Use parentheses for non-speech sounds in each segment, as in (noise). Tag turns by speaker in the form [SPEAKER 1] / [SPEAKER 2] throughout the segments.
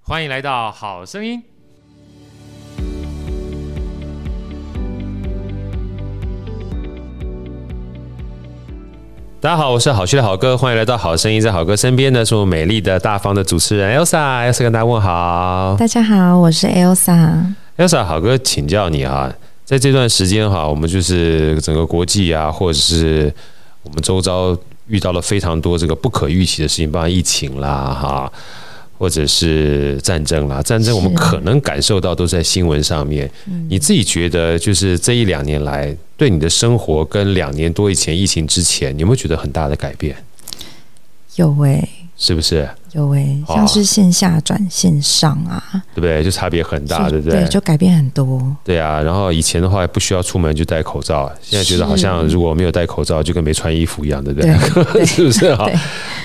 [SPEAKER 1] 欢迎来到《好声音》。大家好，我是好趣的好哥，欢迎来到《好声音》。在好哥身边呢，是我美丽的、大方的主持人 Elsa。Elsa 跟大家问好。
[SPEAKER 2] 大家好，我是 Elsa。
[SPEAKER 1] Elsa，好哥请教你啊，在这段时间哈、我们就是整个国际啊，或者是我们周遭遇到了非常多这个不可预期的事情，包括疫情啦哈，或者是战争啦，战争我们
[SPEAKER 2] 是
[SPEAKER 1] 可能感受到都是在新闻上面。你自己觉得，就是这一两年来，对你的生活跟两年多以前疫情之前，你有没有觉得很大的改变？
[SPEAKER 2] 有喂、
[SPEAKER 1] 是不是？
[SPEAKER 2] 有喂、
[SPEAKER 1] 哦
[SPEAKER 2] 像是线下转线上啊，
[SPEAKER 1] 对不对？就差别很大，
[SPEAKER 2] 是
[SPEAKER 1] 啊对不
[SPEAKER 2] 对，就改变很多。
[SPEAKER 1] 对啊，然后以前的话不需要出门就戴口罩，啊现在觉得好像如果没有戴口罩就跟没穿衣服一样，对不对？ (laughs) 是不是啊
[SPEAKER 2] 对？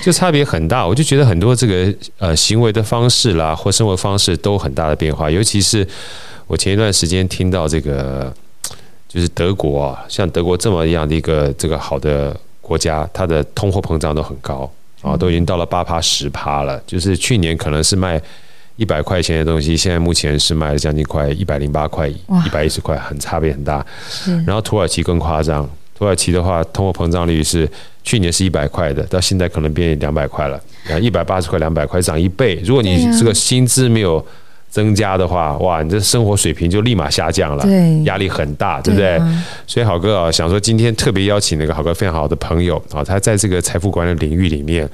[SPEAKER 1] 就差别很大，我就觉得很多这个呃行为的方式啦，或生活方式都很大的变化，尤其是我前一段时间听到这个，就是德国啊，像德国这么样的一个这个好的国家，它的通货膨胀都很高
[SPEAKER 2] 嗯
[SPEAKER 1] 啊，都已经到了八趴十趴了，就是去年可能是卖。一百块钱的东西，现在目前是卖了将近快一百零八块，
[SPEAKER 2] 哇
[SPEAKER 1] 一百一十块，很差别很大。
[SPEAKER 2] 是
[SPEAKER 1] 然后土耳其更夸张，土耳其的话，通货膨胀率是去年是一百块的，到现在可能变两百块了，然后一百八十块、两百块涨一倍。如果你
[SPEAKER 2] 对啊
[SPEAKER 1] 这个薪资没有增加的话，哇，你这生活水平就立马下降了。
[SPEAKER 2] 对，
[SPEAKER 1] 压力很大，对不对？
[SPEAKER 2] 啊
[SPEAKER 1] 所以好哥啊，想说今天特别邀请那个好哥非常好的朋友啊，他在这个财富管理领域里面，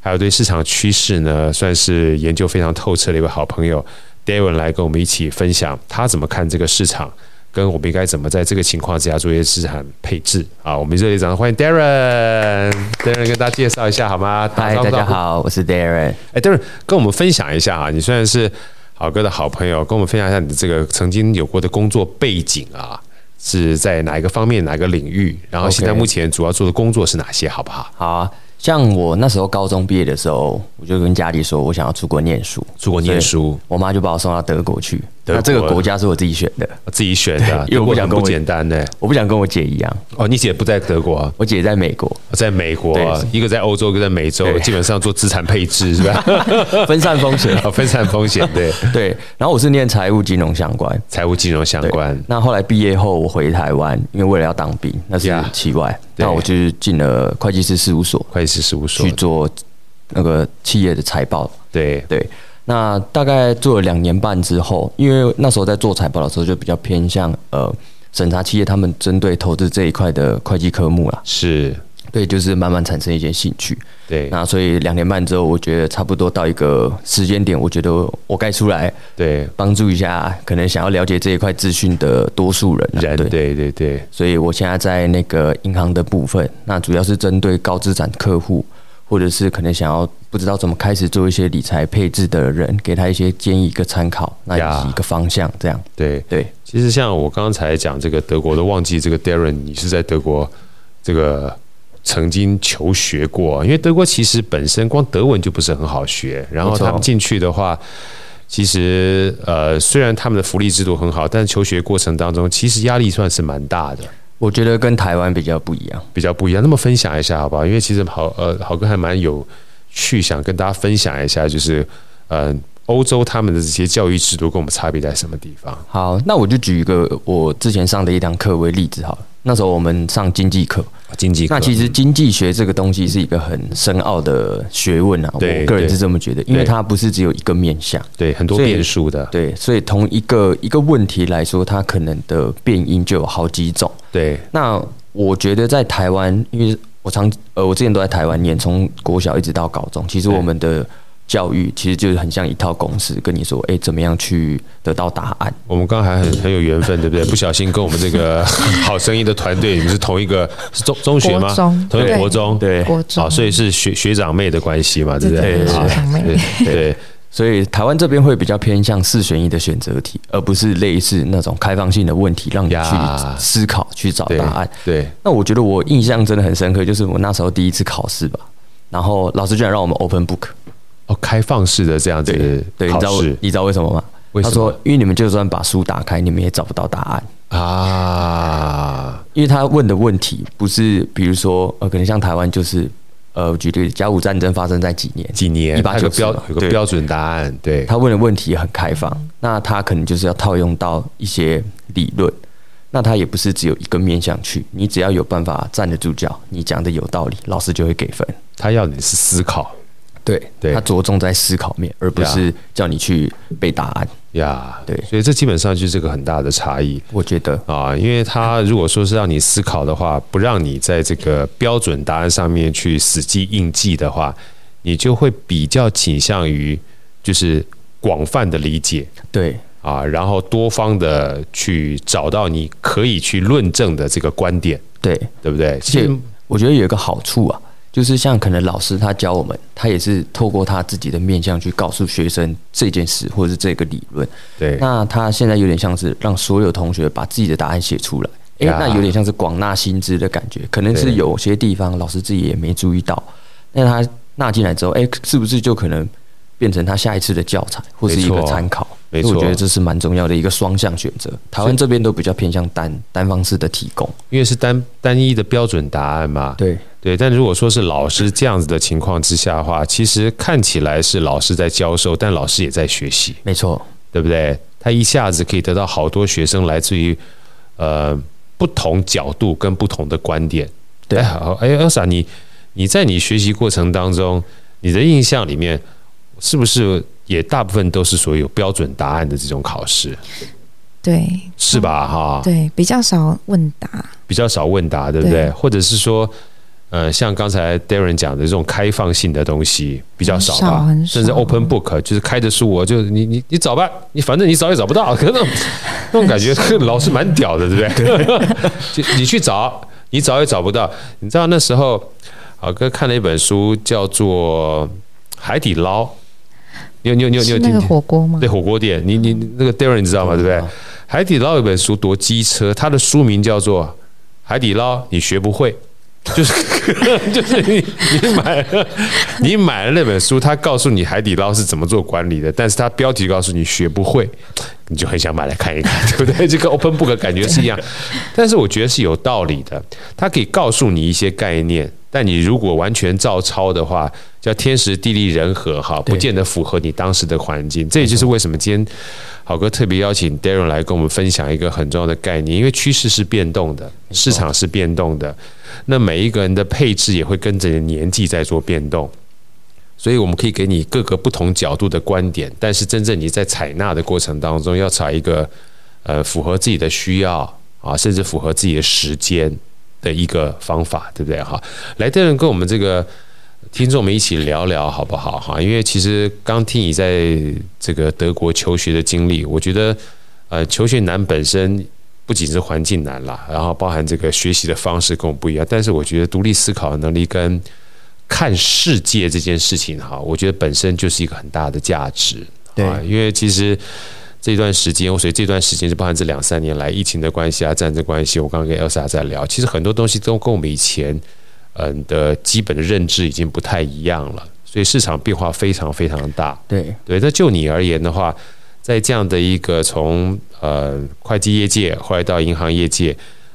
[SPEAKER 1] 还有对市场趋势呢，算是研究非常透彻的一位好朋友 Darren 来跟我们一起分享他怎么看这个市场，跟我们应该怎么在这个情况之下做一些资产配置啊。我们热烈掌声欢迎 Darren，Darren 跟大家介绍一下好吗？打
[SPEAKER 3] 嗨，
[SPEAKER 1] 招呼
[SPEAKER 3] 大家。好，我是 Darren。
[SPEAKER 1] 哎，Darren 跟我们分享一下啊，你虽然是好哥的好朋友，跟我们分享一下你的这个曾经有过的工作背景啊，是在哪一个方面、哪个领域？然后
[SPEAKER 3] OK
[SPEAKER 1] 现在目前主要做的工作是哪些，好不好？
[SPEAKER 3] 好啊，像我那时候高中毕业的时候，我就跟家里说我想要出国念书，
[SPEAKER 1] 出国念书，
[SPEAKER 3] 我妈就把我送到德国去。
[SPEAKER 1] 德国
[SPEAKER 3] 那这个国家是我自己选的，
[SPEAKER 1] 自己选的，
[SPEAKER 3] (laughs) 因为我不
[SPEAKER 1] 德国很
[SPEAKER 3] 想跟
[SPEAKER 1] 不
[SPEAKER 3] 我
[SPEAKER 1] 简单呢。
[SPEAKER 3] 我不想跟我姐一样，
[SPEAKER 1] 哦，你姐不在德国，
[SPEAKER 3] 我姐在
[SPEAKER 1] (laughs)
[SPEAKER 3] 美国，
[SPEAKER 1] 在美国
[SPEAKER 3] 对，
[SPEAKER 1] 一个在欧洲，一个在美洲，
[SPEAKER 3] 对
[SPEAKER 1] 基本上做资产配置是吧？。
[SPEAKER 3] 分散风险
[SPEAKER 1] (laughs) 啊分散风险，对，
[SPEAKER 3] 对，然后我是念财务金融相关。
[SPEAKER 1] 财务金融相
[SPEAKER 3] 对
[SPEAKER 1] 关，
[SPEAKER 3] 那后来毕业后，我回台湾，因为为了要当兵，那是
[SPEAKER 1] Yeah
[SPEAKER 3] 期外。
[SPEAKER 1] 对
[SPEAKER 3] 那我就进了会计师事务所
[SPEAKER 1] 会计师事务所
[SPEAKER 3] 去，做那个企业的财报
[SPEAKER 1] 对，
[SPEAKER 3] 对，那大概做了两年半之后，因为那时候在做财报的时候，就比较偏向呃审查企业他们针对投资这一块的会计科目啦。
[SPEAKER 1] 是，
[SPEAKER 3] 对，就是慢慢产生一些兴趣。
[SPEAKER 1] 对，
[SPEAKER 3] 那所以两年半之后，我觉得差不多到一个时间点，我觉得我该出来
[SPEAKER 1] 对，
[SPEAKER 3] 帮助一下可能想要了解这一块资讯的多数人、啊。
[SPEAKER 1] 人，对，对，对，
[SPEAKER 3] 所以我现在在那个银行的部分，那主要是针对高资产客户，或者是可能想要不知道怎么开始做一些理财配置的人，给他一些建议、一个参考，那
[SPEAKER 1] 呀
[SPEAKER 3] 也是一个方向。这样，
[SPEAKER 1] 对。
[SPEAKER 3] 对，
[SPEAKER 1] 其实像我刚才讲这个德国，都忘记这个 Darren，你是在德国这个曾经求学过，因为德国其实本身光德文就不是很好学，然后
[SPEAKER 3] 没错
[SPEAKER 1] 他们进去的话。其实，呃，虽然他们的福利制度很好，但求学过程当中，其实压力算是蛮大的，
[SPEAKER 3] 我觉得跟台湾比较不一样。
[SPEAKER 1] 比较不一样。那么分享一下好不好？因为其实好，呃，好哥还蛮有趣，想跟大家分享一下，就是，呃，欧洲他们的这些教育制度跟我们差别在什么地方？
[SPEAKER 3] 好，那我就举一个我之前上的一堂课为例子好了。那时候我们上经济课，
[SPEAKER 1] 经济
[SPEAKER 3] 那
[SPEAKER 1] 课
[SPEAKER 3] 其实经济学这个东西是一个很深奥的学问啊，
[SPEAKER 1] 对
[SPEAKER 3] 我个人
[SPEAKER 1] 对
[SPEAKER 3] 是这么觉得，因
[SPEAKER 1] 对
[SPEAKER 3] 为它不是只有一个面向。
[SPEAKER 1] 对很多
[SPEAKER 3] 所以
[SPEAKER 1] 变数的，
[SPEAKER 3] 对，所以同一个一个问题来说，它可能的变因就有好几种。
[SPEAKER 1] 对
[SPEAKER 3] 那我觉得在台湾，因为我常呃，我之前都在台湾念，从国小一直到高中，其实
[SPEAKER 1] 对
[SPEAKER 3] 我们的教育其实就是很像一套公式，跟你说，哎、怎么样去得到答案？
[SPEAKER 1] 我们刚才很很有缘分，对不对？不小心跟我们这个好声音的团队，你们是同一个是中中学吗
[SPEAKER 2] 国中？
[SPEAKER 1] 同一个
[SPEAKER 2] 对
[SPEAKER 1] 国中，啊
[SPEAKER 3] 对
[SPEAKER 2] 国中
[SPEAKER 1] 好，所以是学学长妹的关系嘛，对不对？
[SPEAKER 2] 对对
[SPEAKER 1] 好
[SPEAKER 2] 学长妹
[SPEAKER 1] 对对
[SPEAKER 3] 所以台湾这边会比较偏向四选一的选择题，而不是类似那种开放性的问题，让你去
[SPEAKER 1] 呀
[SPEAKER 3] 思考、去找
[SPEAKER 1] 对
[SPEAKER 3] 答案。
[SPEAKER 1] 对
[SPEAKER 3] 那我觉得我印象真的很深刻，就是我那时候第一次考试吧，然后老师居然让我们 open book。
[SPEAKER 1] 哦，开放式的这样
[SPEAKER 3] 对
[SPEAKER 1] 子
[SPEAKER 3] 对，你知道
[SPEAKER 1] 考试
[SPEAKER 3] 你知道为什么吗？
[SPEAKER 1] 为什么
[SPEAKER 3] 他说，因为你们就算把书打开，你们也找不到答案，
[SPEAKER 1] 啊，
[SPEAKER 3] 因为他问的问题不是，比如说呃，可能像台湾就是呃，举例，甲午战争发生在几年？
[SPEAKER 1] 几年，它有个
[SPEAKER 3] 1894
[SPEAKER 1] 标
[SPEAKER 3] 嘛
[SPEAKER 1] 有个
[SPEAKER 3] 对
[SPEAKER 1] 标准答案，对，
[SPEAKER 3] 他问的问题很开放，那他可能就是要套用到一些理论，那他也不是只有一个面向去，你只要有办法站得住脚，你讲的有道理，老师就会给分。
[SPEAKER 1] 它要你是思考
[SPEAKER 3] 对，
[SPEAKER 1] 对
[SPEAKER 3] 他着重在思考面，而不是叫你去背答案。
[SPEAKER 1] 呀，
[SPEAKER 3] 对
[SPEAKER 1] 所以这基本上就是个很大的差异。
[SPEAKER 3] 我觉得
[SPEAKER 1] 啊，因为他如果说是让你思考的话，不让你在这个标准答案上面去死记硬记的话，你就会比较倾向于就是广泛的理解
[SPEAKER 3] 对，
[SPEAKER 1] 啊，然后多方的去找到你可以去论证的这个观点，
[SPEAKER 3] 对，
[SPEAKER 1] 对不对？其
[SPEAKER 3] 且
[SPEAKER 1] 实
[SPEAKER 3] 我觉得有一个好处啊，就是像可能老师他教我们，他也是透过他自己的面向去告诉学生这件事或者是这个理论。
[SPEAKER 1] 对
[SPEAKER 3] 那他现在有点像是让所有同学把自己的答案写出来，诶，
[SPEAKER 1] 呀
[SPEAKER 3] 那有点像是广纳新知的感觉。可能
[SPEAKER 1] 对
[SPEAKER 3] 是有些地方老师自己也没注意到，那他纳进来之后，诶，是不是就可能变成他下一次的教材或是一
[SPEAKER 1] 没
[SPEAKER 3] 个
[SPEAKER 1] 错
[SPEAKER 3] 参考？
[SPEAKER 1] 没
[SPEAKER 3] 所以
[SPEAKER 1] 错
[SPEAKER 3] 我觉得这是蛮重要的一个双向选择。台湾这边都比较偏向单单方式的提供，
[SPEAKER 1] 因为是单单一的标准答案嘛，
[SPEAKER 3] 对
[SPEAKER 1] 对，但如果说是老师这样子的情况之下的话，其实看起来是老师在教授，但老师也在学习。
[SPEAKER 3] 没错，
[SPEAKER 1] 对不对？他一下子可以得到好多学生来自于呃不同角度跟不同的观点。
[SPEAKER 3] 对
[SPEAKER 1] 哎好，哎，Elsa，你你在你学习过程当中，你的印象里面是不是也大部分都是所有标准答案的这种考试，
[SPEAKER 2] 对
[SPEAKER 1] 是吧？哈、
[SPEAKER 2] 对，比较少问答，
[SPEAKER 1] 比较少问答，对不对？
[SPEAKER 2] 对
[SPEAKER 1] 或者是说，呃，像刚才 Darren 讲的这种开放性的东西比较少吧，
[SPEAKER 2] 很少很少
[SPEAKER 1] 甚至 open book 就是开着书，我就你你你找吧，你反正你找也找不到，可是那种 (laughs) 那种感觉， (laughs) 老师蛮屌的，对不对？ (laughs) 就你去找，你找也找不到。你知道那时候，好哥看了一本书，叫做《海底捞》，你有你有你有你有
[SPEAKER 2] 是
[SPEAKER 1] 听
[SPEAKER 2] 那个
[SPEAKER 1] 听？
[SPEAKER 2] 火锅吗
[SPEAKER 1] 对？火锅店，你你你那个 Darren 你知道吗？对不对？海底捞有本书多机车，它的书名叫做《海底捞你学不会》，就是就是 (laughs) 你你买了你买了那本书，它告诉你海底捞是怎么做管理的，但是它标题告诉你学不会，你就很想买来看一看，对不对？这个 Open Book 感觉是一样，但是我觉得是有道理的，它可以告诉你一些概念。但你如果完全照抄的话，叫天时地利人和哈，不
[SPEAKER 3] 对
[SPEAKER 1] 见得符合你当时的环境。这也就是为什么今天好哥特别邀请 Darren 来跟我们分享一个很重要的概念，因为趋势是变动的，市场是变动的，那每一个人的配置也会跟着你的年纪在做变动。所以我们可以给你各个不同角度的观点，但是真正你在采纳的过程当中，要采一个呃符合自己的需要啊，甚至符合自己的时间的一个方法，对不对？哈，来的人跟我们这个听众们一起聊聊好不好？哈，因为其实刚听你在这个德国求学的经历，我觉得呃求学难本身。不仅是环境难啦，然后包含这个学习的方式跟我不一样，但是我觉得独立思考的能力跟看世界这件事情哈，我觉得本身就是一个很大的价值。
[SPEAKER 3] 对
[SPEAKER 1] 啊因为其实这段时间，所以这段时间就包含这两三年来疫情的关系啊、战争关系，我刚刚跟 Elsa 在聊，其实很多东西都跟我们以前嗯的基本的认知已经不太一样了，所以市场变化非常非常大。
[SPEAKER 3] 对
[SPEAKER 1] 对，那就你而言的话，在这样的一个从呃会计业界，后来到银行业界，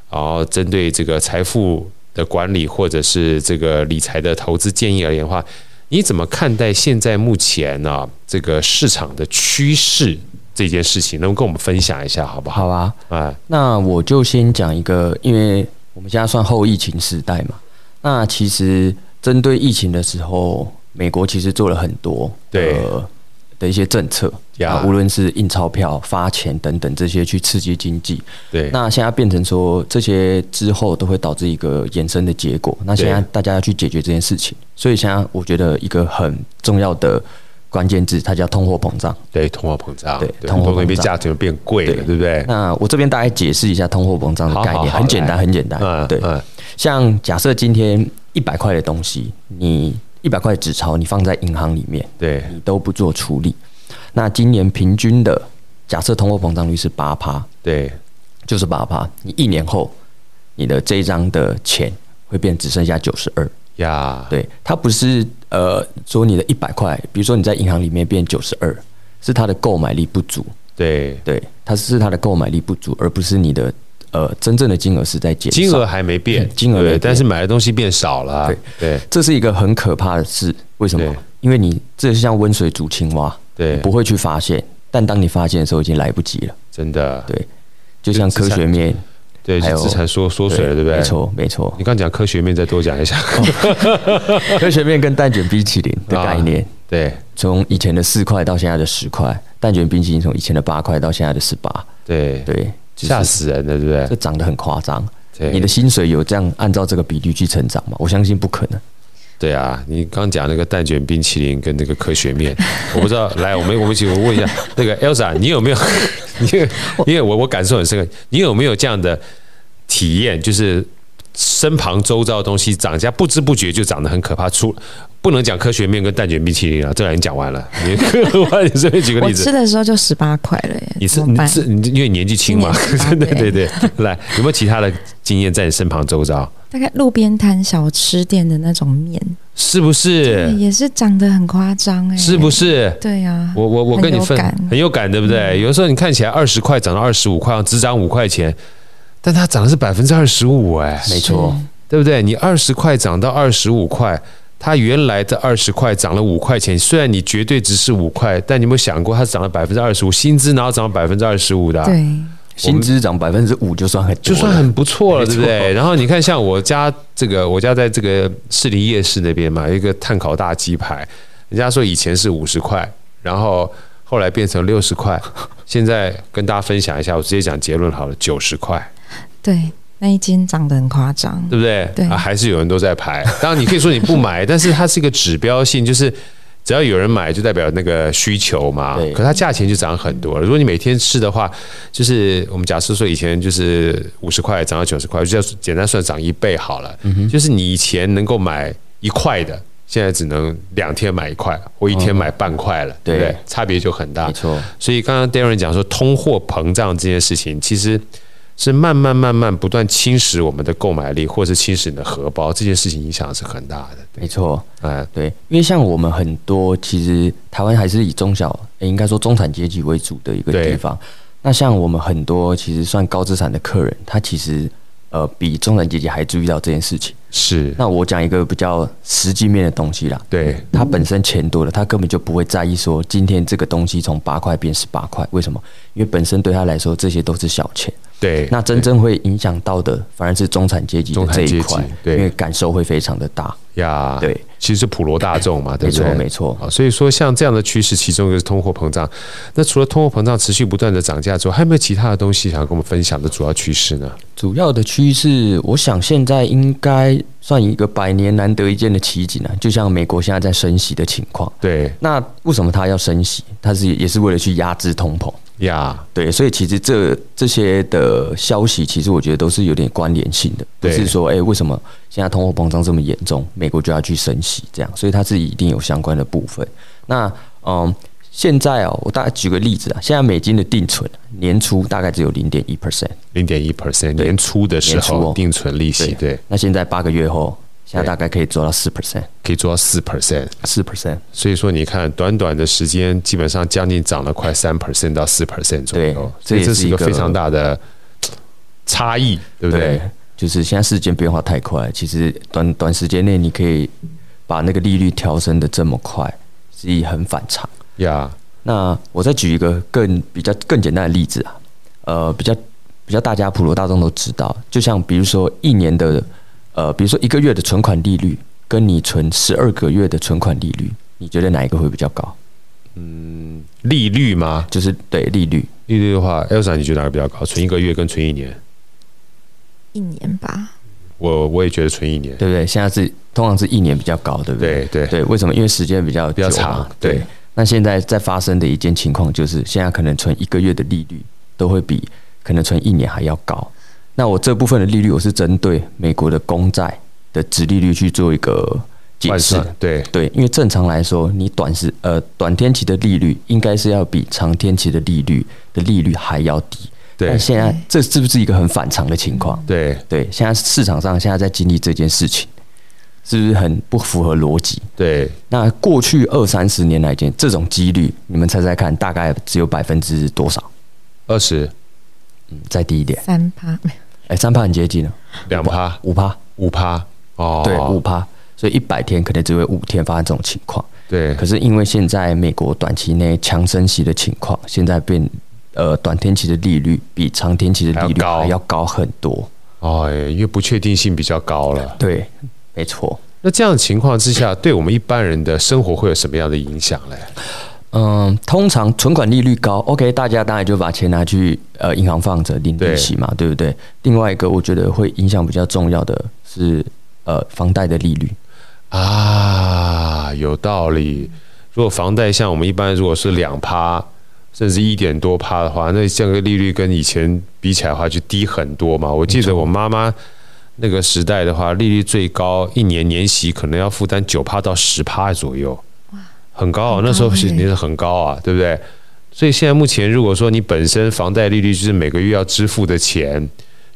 [SPEAKER 1] 然后针对这个财富的管理或者是这个理财的投资建议而言的话，你怎么看待现在目前呢、这个市场的趋势这件事情？能不能跟我们分享一下，好不好？
[SPEAKER 3] 好啊。
[SPEAKER 1] 啊，
[SPEAKER 3] 那我就先讲一个，因为我们现在算后疫情时代嘛。那其实针对疫情的时候，美国其实做了很多
[SPEAKER 1] 对
[SPEAKER 3] 呃的一些政策
[SPEAKER 1] 呀
[SPEAKER 3] 啊，无论是印钞票、发钱等等这些去刺激经济。
[SPEAKER 1] 对，
[SPEAKER 3] 那现在变成说这些之后都会导致一个衍生的结果。那现在
[SPEAKER 1] 对
[SPEAKER 3] 大家要去解决这件事情，所以现在我觉得一个很重要的关键字，它叫通货膨胀。
[SPEAKER 1] 对通货膨胀，
[SPEAKER 3] 对
[SPEAKER 1] 通
[SPEAKER 3] 通
[SPEAKER 1] 货
[SPEAKER 3] 货
[SPEAKER 1] 膨
[SPEAKER 3] 膨
[SPEAKER 1] 胀
[SPEAKER 3] 胀
[SPEAKER 1] 价钱变贵了，
[SPEAKER 3] 对
[SPEAKER 1] 对不对？
[SPEAKER 3] 那我这边大概解释一下通货膨胀的概
[SPEAKER 1] 哎好
[SPEAKER 3] 念，
[SPEAKER 1] 好好
[SPEAKER 3] 很简
[SPEAKER 1] 来
[SPEAKER 3] 单，很简单。对，
[SPEAKER 1] 嗯，
[SPEAKER 3] 像假设今天一百块的东西，你一百块纸钞你放在银行里面，
[SPEAKER 1] 对，
[SPEAKER 3] 你都不做处理，那今年平均的假设通货膨胀率是八趴，
[SPEAKER 1] 对，
[SPEAKER 3] 就是八趴，你一年后你的这一张的钱会变只剩下九十二。
[SPEAKER 1] 呀，
[SPEAKER 3] 对，它不是呃说你的一百块，比如说你在银行里面变九十二，是它的购买力不足。
[SPEAKER 1] 对，
[SPEAKER 3] 对，它是它的购买力不足，而不是你的呃，真正的金额是在减少，
[SPEAKER 1] 金额还没变，
[SPEAKER 3] 嗯 (laughs) 金额没
[SPEAKER 1] 对，
[SPEAKER 3] 变
[SPEAKER 1] 但是买的东西变少了啊、对
[SPEAKER 3] 这是一个很可怕的事。为什么
[SPEAKER 1] 对？
[SPEAKER 3] 因为你这就像温水煮青蛙，
[SPEAKER 1] 对
[SPEAKER 3] 不会去发现，但当你发现的时候，已经来不及了。
[SPEAKER 1] 真的
[SPEAKER 3] 对就像科学面，
[SPEAKER 1] 对，
[SPEAKER 3] 还有
[SPEAKER 1] 资产缩缩水了，对不对？
[SPEAKER 3] 没。错，哦没错。 (laughs)
[SPEAKER 1] 你刚讲科学面，再多讲一下。
[SPEAKER 3] 科学面跟蛋卷冰淇淋的概念，
[SPEAKER 1] (laughs) 对
[SPEAKER 3] (laughs) 从以前的四块到现在的十块，蛋卷冰淇淋从以前的八块到现在的十八，
[SPEAKER 1] 对，
[SPEAKER 3] 对，就是
[SPEAKER 1] 吓死人了，对不
[SPEAKER 3] 这
[SPEAKER 1] 对？
[SPEAKER 3] 涨得很夸张。
[SPEAKER 1] 对，
[SPEAKER 3] 你的薪水有这样按照这个比例去成长吗？我相信不可能。
[SPEAKER 1] 对啊，你刚讲那个蛋卷冰淇淋跟那个科学面， (laughs) 我不知道。来，我们我们一起我问一下 (laughs) 那个 Elsa，你有没有？ (laughs) 你有因为我我感受很深刻，你有没有这样的体验？就是身旁周遭的东西涨价，不知不觉就涨得很可怕。出不能讲科学面跟蛋卷冰淇淋了，啊这两个已经讲完了。 (laughs) 你我你随便举个
[SPEAKER 2] 我
[SPEAKER 1] 例子
[SPEAKER 2] 吃，的时候就十八块了耶，
[SPEAKER 1] 你是
[SPEAKER 2] 怎么
[SPEAKER 1] 你
[SPEAKER 2] 办？
[SPEAKER 1] 是你因为年纪轻嘛，
[SPEAKER 2] 今
[SPEAKER 1] 对
[SPEAKER 2] 年
[SPEAKER 1] (laughs) 对对。来，有没有其他的经验在你身旁周遭？
[SPEAKER 2] 大概路边摊小吃店的那种面，
[SPEAKER 1] 是不
[SPEAKER 2] 对
[SPEAKER 1] 是？
[SPEAKER 2] 也是涨得很夸张哎，
[SPEAKER 1] 是不？是？
[SPEAKER 2] 对啊呀，
[SPEAKER 1] 我我我
[SPEAKER 2] 很
[SPEAKER 1] 跟你
[SPEAKER 2] 有
[SPEAKER 1] 分
[SPEAKER 2] 感嗯
[SPEAKER 1] 很有感，对不对？有的时候你看起来二十块涨到二十五块，只涨五块钱，但它涨的是百分之二十五，哎，
[SPEAKER 3] 没错，
[SPEAKER 1] 对不对？你二十块涨到二十五块，它原来的二十块涨了五块钱，虽然你绝对值是五块，但你有没有想过它涨了百分之二十五？薪资哪有涨到百分之二十五的啊、
[SPEAKER 2] 对，
[SPEAKER 3] 薪资涨百分之五就算很多
[SPEAKER 1] 就
[SPEAKER 3] 了，
[SPEAKER 1] 算很不错了，对不
[SPEAKER 3] 没
[SPEAKER 1] 对？
[SPEAKER 3] 错
[SPEAKER 1] 然后你看，像我家这个，我家在这个士林夜市那边嘛，有一个碳烤大鸡排，人家说以前是五十块，然后后来变成六十块，现在跟大家分享一下，我直接讲结论好了，九十块，
[SPEAKER 2] 对，那一斤涨得很夸张，
[SPEAKER 1] 对不对？
[SPEAKER 2] 嗯对
[SPEAKER 1] 啊，还是有人都在排。当然，你可以说你不买，但是它是一个指标性，就是。只要有人买，就代表那个需求嘛
[SPEAKER 3] 对。
[SPEAKER 1] 可它价钱就涨很多了。如果你每天吃的话，就是我们假设说以前就是五十块涨到九十块，就要简单算涨一倍好了。就是你以前能够买一块的，现在只能两天买一块或一天买半块了，对不对
[SPEAKER 3] 对？
[SPEAKER 1] 差别就很大
[SPEAKER 3] 没。错，
[SPEAKER 1] 啊所以刚刚 Darren 讲说，通货膨胀这件事情，其实是慢慢慢慢不断侵蚀我们的购买力，或是侵蚀你的荷包，这件事情影响是很大的。
[SPEAKER 3] 没错。
[SPEAKER 1] 哎，
[SPEAKER 3] 对，因为像我们很多其实台湾还是以中小，诶应该说中产阶级为主的一个
[SPEAKER 1] 对
[SPEAKER 3] 地方。那像我们很多其实算高资产的客人，他其实呃比中产阶级还注意到这件事情。
[SPEAKER 1] 是，
[SPEAKER 3] 那我讲一个比较实际面的东西啦，
[SPEAKER 1] 对，
[SPEAKER 3] 他本身钱多了，他根本就不会在意说今天这个东西从八块变十八块，为什么？因为本身对他来说这些都是小钱。
[SPEAKER 1] 对，
[SPEAKER 3] 那真正会影响到的反而是中产阶级的
[SPEAKER 1] 中产
[SPEAKER 3] 这
[SPEAKER 1] 阶
[SPEAKER 3] 一
[SPEAKER 1] 级
[SPEAKER 3] 块，
[SPEAKER 1] 对
[SPEAKER 3] 因为感受会非常的大。
[SPEAKER 1] 呀，
[SPEAKER 3] 对，
[SPEAKER 1] 其实是普罗大众嘛，对
[SPEAKER 3] 没
[SPEAKER 1] 不对？
[SPEAKER 3] 错，没错。
[SPEAKER 1] 啊，所以说像这样的趋势，其中一个是通货膨胀。那除了通货膨胀持续不断的涨价之外，还有没有其他的东西想要跟我们分享的主要趋势呢？
[SPEAKER 3] 主要的趋势，我想现在应该算一个百年难得一见的奇景啊，就像美国现在在升息的情况。
[SPEAKER 1] 对
[SPEAKER 3] 那为什么它要升息？它是也是为了去压制通膨。
[SPEAKER 1] 呀，
[SPEAKER 3] 对，所以其实这这些的消息，其实我觉得都是有点关联性的，不
[SPEAKER 1] 对
[SPEAKER 3] 是说哎、为什么现在通货膨胀这么严重，美国就要去升息这样，所以它是一定有相关的部分。那嗯，现在哦，我大概举个例子啊，现在美金的定存年初大概只有零点一 percent，
[SPEAKER 1] 零点一 percent
[SPEAKER 3] 对
[SPEAKER 1] 年初的时
[SPEAKER 3] 年初
[SPEAKER 1] 候
[SPEAKER 3] 哦
[SPEAKER 1] 定存利息，对，
[SPEAKER 3] 那现在八个月后，现在
[SPEAKER 1] 对
[SPEAKER 3] 大概可以做到四 percent，
[SPEAKER 1] 可以做到四 percent。
[SPEAKER 3] 四 percent，
[SPEAKER 1] 所以说，你看，短短的时间，基本上将近涨了快三 percent 到四 percent 左
[SPEAKER 3] 对
[SPEAKER 1] 右，所以
[SPEAKER 3] 这也
[SPEAKER 1] 这
[SPEAKER 3] 是
[SPEAKER 1] 是一
[SPEAKER 3] 一
[SPEAKER 1] 个
[SPEAKER 3] 个
[SPEAKER 1] 非常大的嘖差异，对不对？，
[SPEAKER 3] 就是现在事件变化太快，其实短短时间内你可以把那个利率调升的这么快，是一很反常。
[SPEAKER 1] 呀，
[SPEAKER 3] 那我再举一个更比较更简单的例子啊，呃，比较比较大家普罗大众都知道，就像比如说一年的，呃，比如说一个月的存款利率，跟你存十二个月的存款利率，你觉得哪一个会比较高？
[SPEAKER 1] 利率吗？
[SPEAKER 3] 就是对利率，
[SPEAKER 1] 利率的话，Elsa，你觉得哪个比较高？存一个月跟存一年？
[SPEAKER 2] 一年吧，
[SPEAKER 1] 我我也觉得存一年。
[SPEAKER 3] 对不对？现在是通常是一年比较高，对不对？
[SPEAKER 1] 对对
[SPEAKER 3] 对，为什么？因为时间比较
[SPEAKER 1] 比较
[SPEAKER 3] 久嘛
[SPEAKER 1] 长对。
[SPEAKER 3] 那现在在发生的一件情况就是，现在可能存一个月的利率都会比可能存一年还要高。那我这部分的利率，我是针对美国的公债的值利率去做一个解
[SPEAKER 1] 换
[SPEAKER 3] 释。
[SPEAKER 1] 算对
[SPEAKER 3] 对，因为正常来说，你短时呃短天期的利率应该是要比长天期的利率的利率还要低。
[SPEAKER 1] 对
[SPEAKER 3] 但现在这是不是一个很反常的情况？
[SPEAKER 1] 对
[SPEAKER 3] 对，现在市场上现在在经历这件事情，是不是很不符合逻辑？
[SPEAKER 1] 对，
[SPEAKER 3] 那过去二三十年来间，这种几率，你们猜猜看，大概只有百分之多少？
[SPEAKER 1] 二十
[SPEAKER 3] 嗯，再低一点，
[SPEAKER 2] 三趴，
[SPEAKER 3] 哎，三趴很接近了，
[SPEAKER 1] 两趴、
[SPEAKER 3] 五趴，
[SPEAKER 1] 五趴哦，
[SPEAKER 3] 对，五趴，所以一百天可能只会五天发生这种情况。
[SPEAKER 1] 对
[SPEAKER 3] 可是因为现在美国短期内强升息的情况，现在变呃短天期的利率比长天期的利率
[SPEAKER 1] 还要高
[SPEAKER 3] 还要高很多。
[SPEAKER 1] 哦，哎因为不确定性比较高了。
[SPEAKER 3] 对，没错。
[SPEAKER 1] 那这样的情况之下，对我们一般人的生活会有什么样的影响嘞？
[SPEAKER 3] 嗯，通常存款利率高，OK，大家当然就把钱拿去呃银行放着领利息嘛，对不对？另外一个我觉得会影响比较重要的是呃房贷的利率，
[SPEAKER 1] 啊，有道理。如果房贷像我们一般，如果是两趴，甚至一点多趴的话，那这个利率跟以前比起来的话，就低很多嘛。我记得我妈妈那个时代的话，利率最高一年年息可能要负担九趴到十趴左右，很高、啊。
[SPEAKER 2] 很高
[SPEAKER 1] 那时候
[SPEAKER 2] 欸
[SPEAKER 1] 肯定是很高啊，对不对？所以现在目前，如果说你本身房贷利率就是每个月要支付的钱，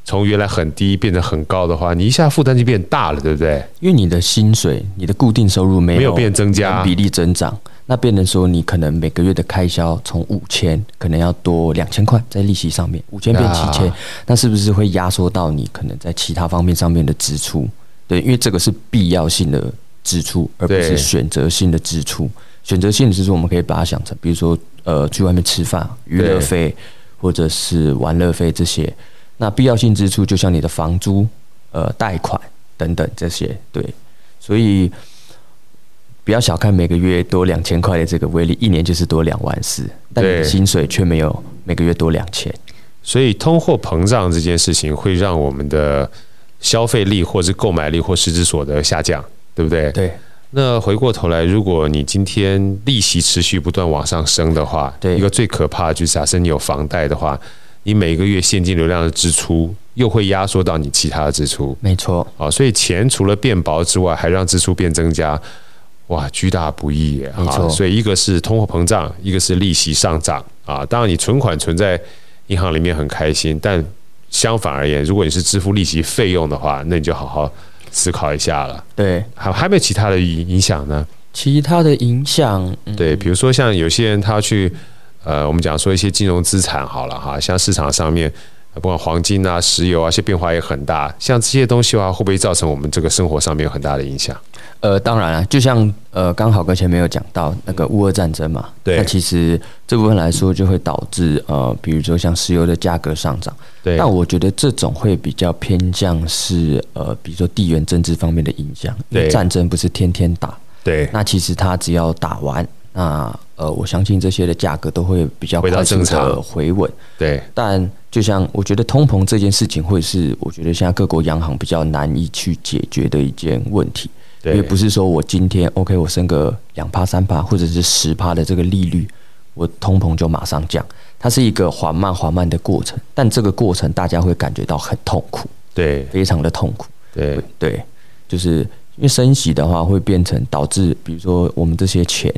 [SPEAKER 1] 从原来很低变得很高的话，你一下负担就变大了，对不对？
[SPEAKER 3] 因为你的薪水、你的固定收入没有
[SPEAKER 1] 没有变增加
[SPEAKER 3] 按比例增长，那变成说你可能每个月的开销从五千可能要多两千块在利息上面，五千变七
[SPEAKER 1] 啊
[SPEAKER 3] 千，那是不是会压缩到你可能在其他方面上面的支出？对，因为这个是必要性的支出，而不
[SPEAKER 1] 对
[SPEAKER 3] 是选择性的支出。选择性的支出，我们可以把它想成，比如说呃去外面吃饭、娱乐
[SPEAKER 1] 对
[SPEAKER 3] 费或者是玩乐费这些。那必要性支出就像你的房租、呃贷款等等这些，对，所以不要小看每个月多两千块的这个威力，一年就是多两万四，但你的
[SPEAKER 1] 对
[SPEAKER 3] 薪水却没有每个月多两千。
[SPEAKER 1] 所以通货膨胀这件事情会让我们的消费力或是购买力或实质所得下降，对不对？
[SPEAKER 3] 对
[SPEAKER 1] 那回过头来，如果你今天利息持续不断往上升的话，
[SPEAKER 3] 对
[SPEAKER 1] 一个最可怕的就是假设你有房贷的话，你每个月现金流量的支出又会压缩到你其他的支出
[SPEAKER 3] 没错，
[SPEAKER 1] 啊，所以钱除了变薄之外，还让支出变增加。哇，居大不易耶！
[SPEAKER 3] 没
[SPEAKER 1] 啊，
[SPEAKER 3] 错
[SPEAKER 1] 所以一个是通货膨胀，一个是利息上涨啊。当然，你存款存在银行里面很开心，但相反而言，如果你是支付利息费用的话，那你就好好思考一下了。
[SPEAKER 3] 对。
[SPEAKER 1] 还还没有其他的影影响呢？
[SPEAKER 3] 其他的影响，嗯，
[SPEAKER 1] 对，比如说像有些人他去，呃，我们讲说一些金融资产好了哈，像市场上面，呃不管黄金啊、石油啊，一些变化也很大。像这些东西的话，会不会造成我们这个生活上面有很大的影响？
[SPEAKER 3] 呃，当然了，就像呃，刚好跟前面有讲到那个乌俄战争嘛，
[SPEAKER 1] 嗯对
[SPEAKER 3] 那其实这部分来说就会导致呃，比如说像石油的价格上涨，
[SPEAKER 1] 对，
[SPEAKER 3] 但我觉得这种会比较偏向是呃，比如说地缘政治方面的影响，因为
[SPEAKER 1] 对
[SPEAKER 3] 战争不是天天打，
[SPEAKER 1] 对
[SPEAKER 3] 那其实它只要打完，那呃，我相信这些的价格都会比较
[SPEAKER 1] 回到
[SPEAKER 3] 快速
[SPEAKER 1] 正
[SPEAKER 3] 的
[SPEAKER 1] 常
[SPEAKER 3] 回稳。
[SPEAKER 1] 对
[SPEAKER 3] 但就像我觉得通膨这件事情，会是我觉得现在各国央行比较难以去解决的一件问题，因
[SPEAKER 1] 对，
[SPEAKER 3] 为不是说我今天 OK 我升个两趴三趴或者是十趴的这个利率，我通膨就马上降，它是一个缓慢缓慢的过程，但这个过程大家会感觉到很痛苦，
[SPEAKER 1] 对
[SPEAKER 3] 非常的痛苦。
[SPEAKER 1] 对
[SPEAKER 3] 对，就是因为升息的话，会变成导致，比如说我们这些钱，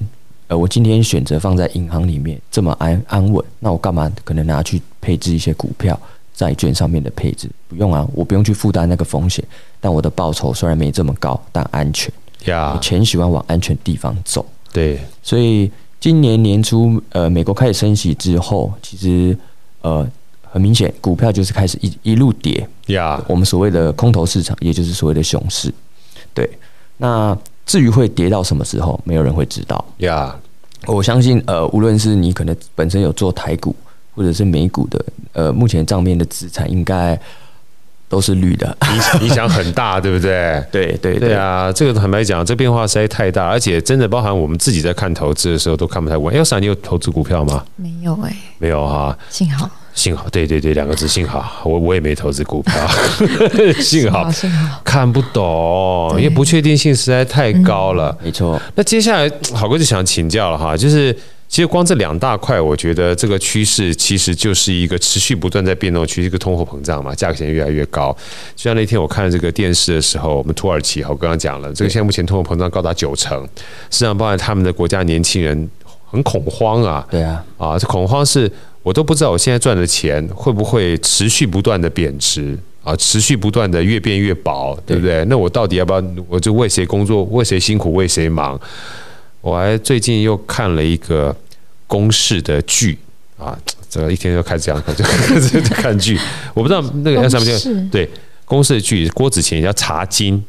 [SPEAKER 3] 呃，我今天选择放在银行里面这么安安稳，那我干嘛可能拿去配置一些股票、债券上面的配置？不用啊，我不用去负担那个风险，但我的报酬虽然没这么高，但安全，我
[SPEAKER 1] 呀，
[SPEAKER 3] 钱喜欢往安全地方走。
[SPEAKER 1] 对
[SPEAKER 3] 所以今年年初，呃，美国开始升息之后，其实，呃，很明显，股票就是开始一一路跌，
[SPEAKER 1] 呀，
[SPEAKER 3] 我们所谓的空头市场，也就是所谓的熊市。对，那至于会跌到什么时候，没有人会知道。
[SPEAKER 1] 呀，
[SPEAKER 3] 我相信，呃，无论是你可能本身有做台股或者是美股的，呃，目前账面的资产应该都是绿的。 (laughs)
[SPEAKER 1] 影响影响很大，对不对？
[SPEAKER 3] 对
[SPEAKER 1] (laughs)
[SPEAKER 3] 对
[SPEAKER 1] 对，啊，这个坦白讲，这变化实在太大，而且真的包含我们自己在看投资的时候都看不太稳。要闪，你有投资股票吗？
[SPEAKER 2] 没有哎、
[SPEAKER 1] 没有哈、
[SPEAKER 2] 幸好，
[SPEAKER 1] 幸好，对对对，两个字，幸好，我我也没投资股票， (laughs) 幸好
[SPEAKER 2] 幸好，
[SPEAKER 1] 看不懂，因为
[SPEAKER 2] 对
[SPEAKER 1] 不确定性实在太高了。
[SPEAKER 3] 没错，
[SPEAKER 1] 那接下来，好哥就想请教了哈，就是其实光这两大块，我觉得这个趋势其实就是一个持续不断在变动的趋势，一个通货膨胀嘛，价钱越来越高。就像那天我看这个电视的时候，我们土耳其，我刚刚讲了，这个现在目前通货膨胀高达九成，实际上包含他们的国家年轻人很恐慌啊，
[SPEAKER 3] 对啊，
[SPEAKER 1] 啊，这恐慌是我都不知道我现在赚的钱会不会持续不断的贬值啊，持续不断的越变越薄，对不对？那我到底要不要？我就为谁工作，为谁辛苦，为谁忙？我还最近又看了一个公式的剧啊，这个一天就开始这样，就 (laughs) 就就看剧。我不知道那个什么叫
[SPEAKER 2] 是
[SPEAKER 1] 公式的剧，郭子乾叫茶经，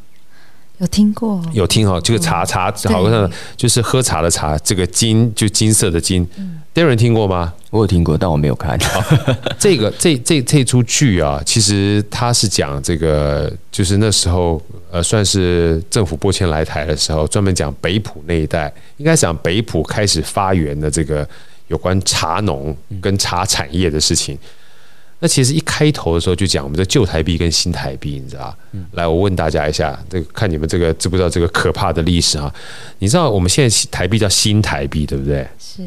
[SPEAKER 2] 有听过，
[SPEAKER 1] 有听哈、这个茶茶好像就是喝茶的茶，这个金就金色的金。Darren 听过吗？
[SPEAKER 3] 我有听过，但我没有看。
[SPEAKER 1] (laughs) 这个这这这出剧啊，其实它是讲这个，就是那时候呃，算是政府拨迁来台的时候，专门讲北浦那一带，应该讲北浦开始发源的这个有关茶农跟茶产业的事情。那其实一开头的时候就讲我们的旧台币跟新台币，你知道吧？来，我问大家一下，这个看你们这个知不知道这个可怕的历史啊？你知道我们现在台币叫新台币，对不对？
[SPEAKER 2] 是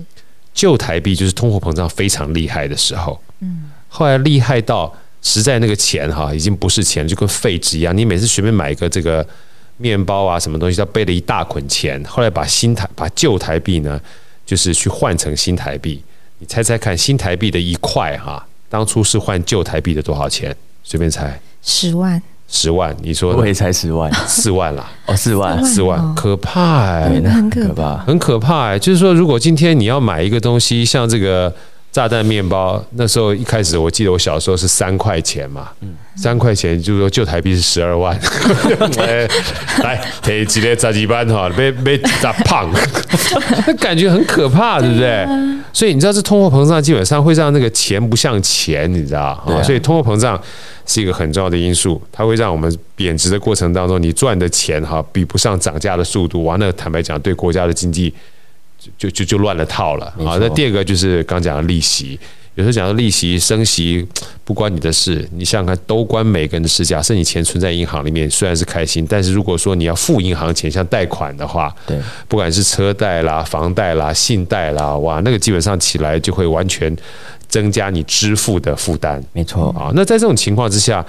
[SPEAKER 1] 旧台币就是通货膨胀非常厉害的时候，
[SPEAKER 2] 嗯，
[SPEAKER 1] 后来厉害到实在那个钱哈，已经不是钱，就跟废纸一样。你每次随便买一个这个面包啊，什么东西，要背了一大捆钱。后来把新台把旧台币呢，就是去换成新台币。你猜猜看，新台币的一块哈，当初是换旧台币的多少钱？随便猜，
[SPEAKER 2] 十万，
[SPEAKER 1] 十万。你
[SPEAKER 3] 我
[SPEAKER 1] 说
[SPEAKER 3] 也才十万
[SPEAKER 1] 四万啦，
[SPEAKER 3] 哦，四万，
[SPEAKER 1] 四万，
[SPEAKER 2] 哦
[SPEAKER 1] 可怕哎、
[SPEAKER 3] 对，那
[SPEAKER 2] 很可
[SPEAKER 3] 怕。
[SPEAKER 1] 很可怕哎、就是说，如果今天你要买一个东西，像这个炸弹面包，那时候一开始我记得我小时候是三块钱嘛，三块钱就是说旧台币是十二
[SPEAKER 3] (laughs)
[SPEAKER 1] 万， (laughs) 哎来提几个炸鸡班哈，被被炸
[SPEAKER 3] (laughs)
[SPEAKER 1] 胖，那感觉很可怕，对不对？
[SPEAKER 3] 啊
[SPEAKER 1] 所以你知道，这通货膨胀基本上会让那个钱不像钱，你知道哦
[SPEAKER 3] 对啊
[SPEAKER 1] 所以通货膨胀是一个很重要的因素，它会让我们贬值的过程当中，你赚的钱哈比不上涨价的速度，完了，坦白讲，对国家的经济就就就就乱了套了
[SPEAKER 3] 没
[SPEAKER 1] 啊
[SPEAKER 3] 错。
[SPEAKER 1] 那第二个就是刚讲的利息。有时候讲到利息、升息，不关你的事。你想想看，都关每个人的事。假设你钱存在银行里面，虽然是开心，但是如果说你要付银行钱，像贷款的话，
[SPEAKER 3] 对，
[SPEAKER 1] 不管是车贷啦、房贷啦、信贷啦，哇，那个基本上起来就会完全增加你支付的负担
[SPEAKER 3] 没错，
[SPEAKER 1] 啊。那在这种情况之下，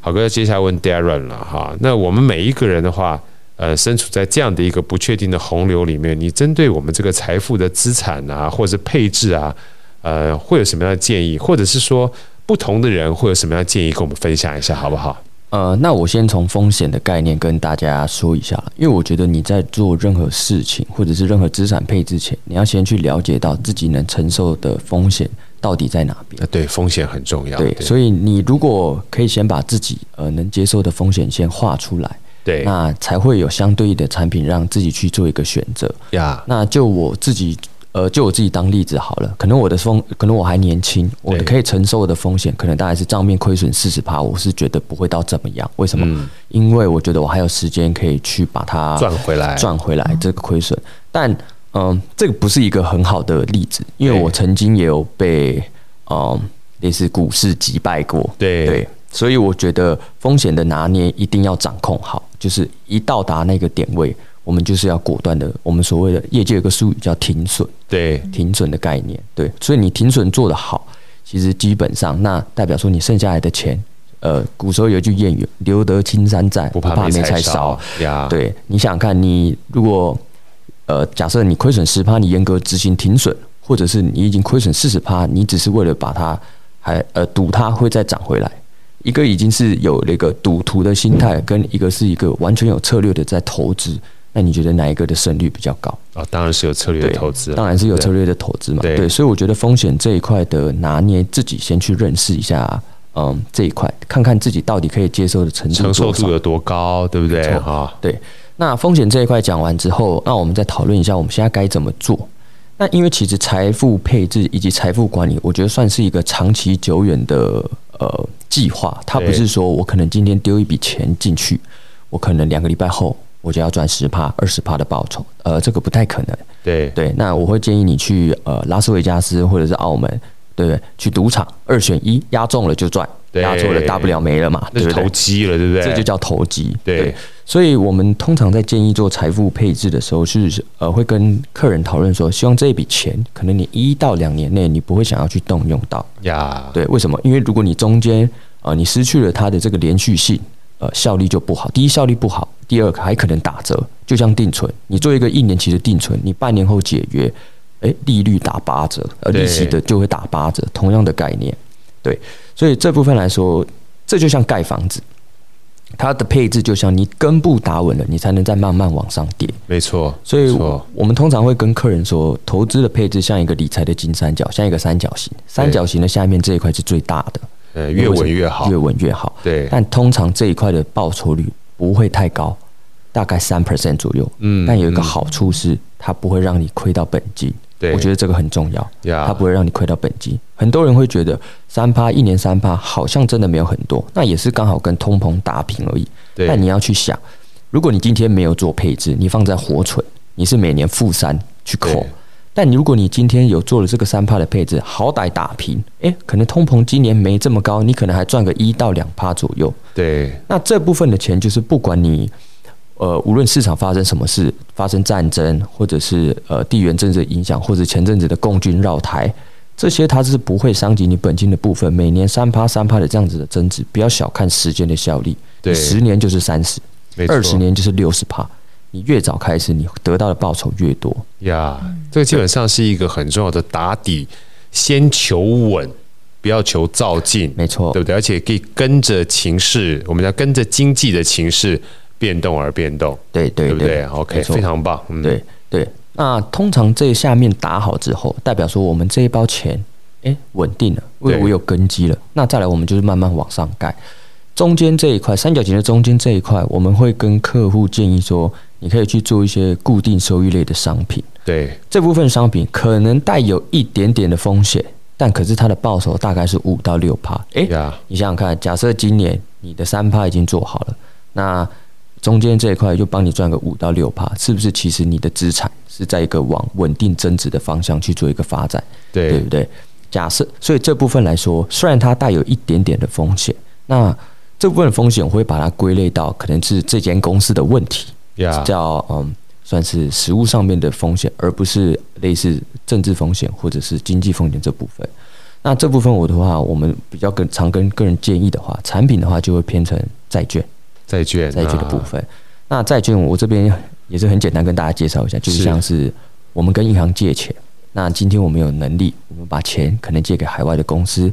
[SPEAKER 1] 好哥接下来问 Darren 了哈。那我们每一个人的话，呃，身处在这样的一个不确定的洪流里面，你针对我们这个财富的资产啊，或者是配置啊，呃，会有什么样的建议，或者是说不同的人会有什么样的建议，跟我们分享一下好不好？
[SPEAKER 3] 呃，那我先从风险的概念跟大家说一下，因为我觉得你在做任何事情或者是任何资产配置前，你要先去了解到自己能承受的风险到底在哪边。
[SPEAKER 1] 呃，对，风险很重要，
[SPEAKER 3] 对，
[SPEAKER 1] 对
[SPEAKER 3] 所以你如果可以先把自己呃能接受的风险先画出来，
[SPEAKER 1] 对
[SPEAKER 3] 那才会有相对应的产品让自己去做一个选择。
[SPEAKER 1] 呀，
[SPEAKER 3] 那就我自己，呃，就我自己当例子好了。可能我的风，可能我还年轻，我
[SPEAKER 1] 对
[SPEAKER 3] 可以承受的风险，可能大概是账面亏损四十趴，我是觉得不会到怎么样。为什么？因为我觉得我还有时间可以去把它
[SPEAKER 1] 嗯赚回来，
[SPEAKER 3] 赚回来这个亏损。但嗯，这个不是一个很好的例子，因为
[SPEAKER 1] 对
[SPEAKER 3] 我曾经也有被嗯类似股市击败过。
[SPEAKER 1] 对
[SPEAKER 3] 对，所以我觉得风险的拿捏一定要掌控好，就是一到达那个点位，我们就是要果断的。我们所谓的业界有个术语叫停损，
[SPEAKER 1] 对
[SPEAKER 3] 停损的概念。对，所以你停损做得好，其实基本上那代表说你剩下来的钱。呃，古时候有一句谚语：“留得青山在，
[SPEAKER 1] 不
[SPEAKER 3] 怕
[SPEAKER 1] 怕没
[SPEAKER 3] 没
[SPEAKER 1] 柴
[SPEAKER 3] 柴烧。”
[SPEAKER 1] 呀，，
[SPEAKER 3] 对，你想想看，你如果呃，假设你亏损十趴，你严格执行停损，或者是你已经亏损四十趴，你只是为了把它还呃赌它会再涨回来，一个已经是有那个赌徒的心态，跟一个是一个完全有策略的在投资，那你觉得哪一个的胜率比较高？
[SPEAKER 1] 哦，当然是有策略的
[SPEAKER 3] 对
[SPEAKER 1] 投资了，啊
[SPEAKER 3] 当然是有
[SPEAKER 1] 对
[SPEAKER 3] 策略的投资嘛。
[SPEAKER 1] 对
[SPEAKER 3] 对，所以我觉得风险这一块的拿捏，自己先去认识一下，嗯，这一块看看自己到底可以接受的程度
[SPEAKER 1] 承受
[SPEAKER 3] 多少
[SPEAKER 1] 度有多高，对不对
[SPEAKER 3] 没？错
[SPEAKER 1] 哈，
[SPEAKER 3] 对，那风险这一块讲完之后，那我们再讨论一下我们现在该怎么做。那因为其实财富配置以及财富管理，我觉得算是一个长期久远的呃计划，它不
[SPEAKER 1] 对
[SPEAKER 3] 是说我可能今天丢一笔钱进去，我可能两个礼拜后我就要赚十趴、二十趴的报酬，呃，这个不太可能。
[SPEAKER 1] 对
[SPEAKER 3] 对，那我会建议你去呃拉斯维加斯或者是澳门，对不对？去赌场二选一，压中了就赚，
[SPEAKER 1] 对
[SPEAKER 3] 压错了大不了没了嘛，
[SPEAKER 1] 那
[SPEAKER 3] 对
[SPEAKER 1] 是
[SPEAKER 3] 不对
[SPEAKER 1] 投？机了，对不对？
[SPEAKER 3] 这就叫投机。
[SPEAKER 1] 对
[SPEAKER 3] 所以我们通常在建议做财富配置的时候是，呃会跟客人讨论说，希望这一笔钱，可能你一到两年内你不会想要去动用到。
[SPEAKER 1] 呀，
[SPEAKER 3] 对，为什么？因为如果你中间呃你失去了它的这个连续性，呃效率就不好。第一效率不好，第二还可能打折。就像定存，你做一个一年期的定存，你半年后解约，诶，利率打八折，呃
[SPEAKER 1] 对
[SPEAKER 3] 利息的就会打八折，同样的概念。对，所以这部分来说，这就像盖房子。它的配置就像你根部打稳了，你才能再慢慢往上跌。
[SPEAKER 1] 没错，
[SPEAKER 3] 所以
[SPEAKER 1] 没错，
[SPEAKER 3] 我们通常会跟客人说，投资的配置像一个理财的金三角，像一个三角形。三角形的下面这一块是最大的，
[SPEAKER 1] 呃，越稳越好
[SPEAKER 3] 越。稳越好。
[SPEAKER 1] 对，
[SPEAKER 3] 但通常这一块的报酬率不会太高，大概三 percent 左右。
[SPEAKER 1] 嗯
[SPEAKER 3] 但有一个
[SPEAKER 1] 嗯
[SPEAKER 3] 好处是，它不会让你亏到本金。
[SPEAKER 1] 对，啊
[SPEAKER 3] 我觉得这个很重要，
[SPEAKER 1] 得呀，
[SPEAKER 3] 它不会让你亏到本金。很多人会觉得三趴一年三趴好像真的没有很多，那也是刚好跟通膨打平而已。
[SPEAKER 1] 对，
[SPEAKER 3] 但你要去想，如果你今天没有做配置，你放在活存，你是每年负三去扣
[SPEAKER 1] 对。
[SPEAKER 3] 但你如果你今天有做了这个三趴的配置，好歹打平，诶，可能通膨今年没这么高，你可能还赚个一到两趴左右。
[SPEAKER 1] 对
[SPEAKER 3] 那这部分的钱就是不管你呃，无论市场发生什么事，发生战争，或者是呃地缘政治的影响，或者前阵子的共军绕台，这些它是不会伤及你本金的部分。每年三趴三趴的这样子的增值，不要小看时间的效力，
[SPEAKER 1] 对，
[SPEAKER 3] 十年就是三十，
[SPEAKER 1] 没错
[SPEAKER 3] 二十年就是六十趴。你越早开始，你得到的报酬越多。
[SPEAKER 1] 呀，这个基本上是一个很重要的打底，先求稳，不要求造进，
[SPEAKER 3] 没错
[SPEAKER 1] 对，不对？而且可以跟着情势，我们要跟着经济的情势变动而变动，
[SPEAKER 3] 对对
[SPEAKER 1] 对不对？OK，
[SPEAKER 3] 没错
[SPEAKER 1] 非常棒，嗯，
[SPEAKER 3] 对对，那通常这下面打好之后，代表说我们这一包钱，哎，稳定了，因为
[SPEAKER 1] 对
[SPEAKER 3] 我有根基了。那再来，我们就是慢慢往上盖。中间这一块，三角形的中间这一块，我们会跟客户建议说，你可以去做一些固定收益类的商品。
[SPEAKER 1] 对
[SPEAKER 3] 这部分商品可能带有一点点的风险，但可是它的报酬大概是五到六趴。哎，
[SPEAKER 1] 呀，
[SPEAKER 3] 你想想看，假设今年你的三趴已经做好了，那中间这一块就帮你赚个五到六趴，是不是？其实你的资产是在一个往稳定增值的方向去做一个发展，对
[SPEAKER 1] 对
[SPEAKER 3] 不对？假设，所以这部分来说，虽然它带有一点点的风险，那这部分的风险我会把它归类到可能是这间公司的问题，
[SPEAKER 1] 呀，
[SPEAKER 3] 叫嗯，算是实物上面的风险，而不是类似政治风险或者是经济风险这部分。那这部分我的话，我们比较跟常跟个人建议的话，产品的话就会偏成债券，
[SPEAKER 1] 债券，
[SPEAKER 3] 债券的部
[SPEAKER 1] 啊，
[SPEAKER 3] 分。那债券我这边也是很简单跟大家介绍一下，就是
[SPEAKER 1] 是
[SPEAKER 3] 像是我们跟银行借钱，那今天我们有能力，我们把钱可能借给海外的公司，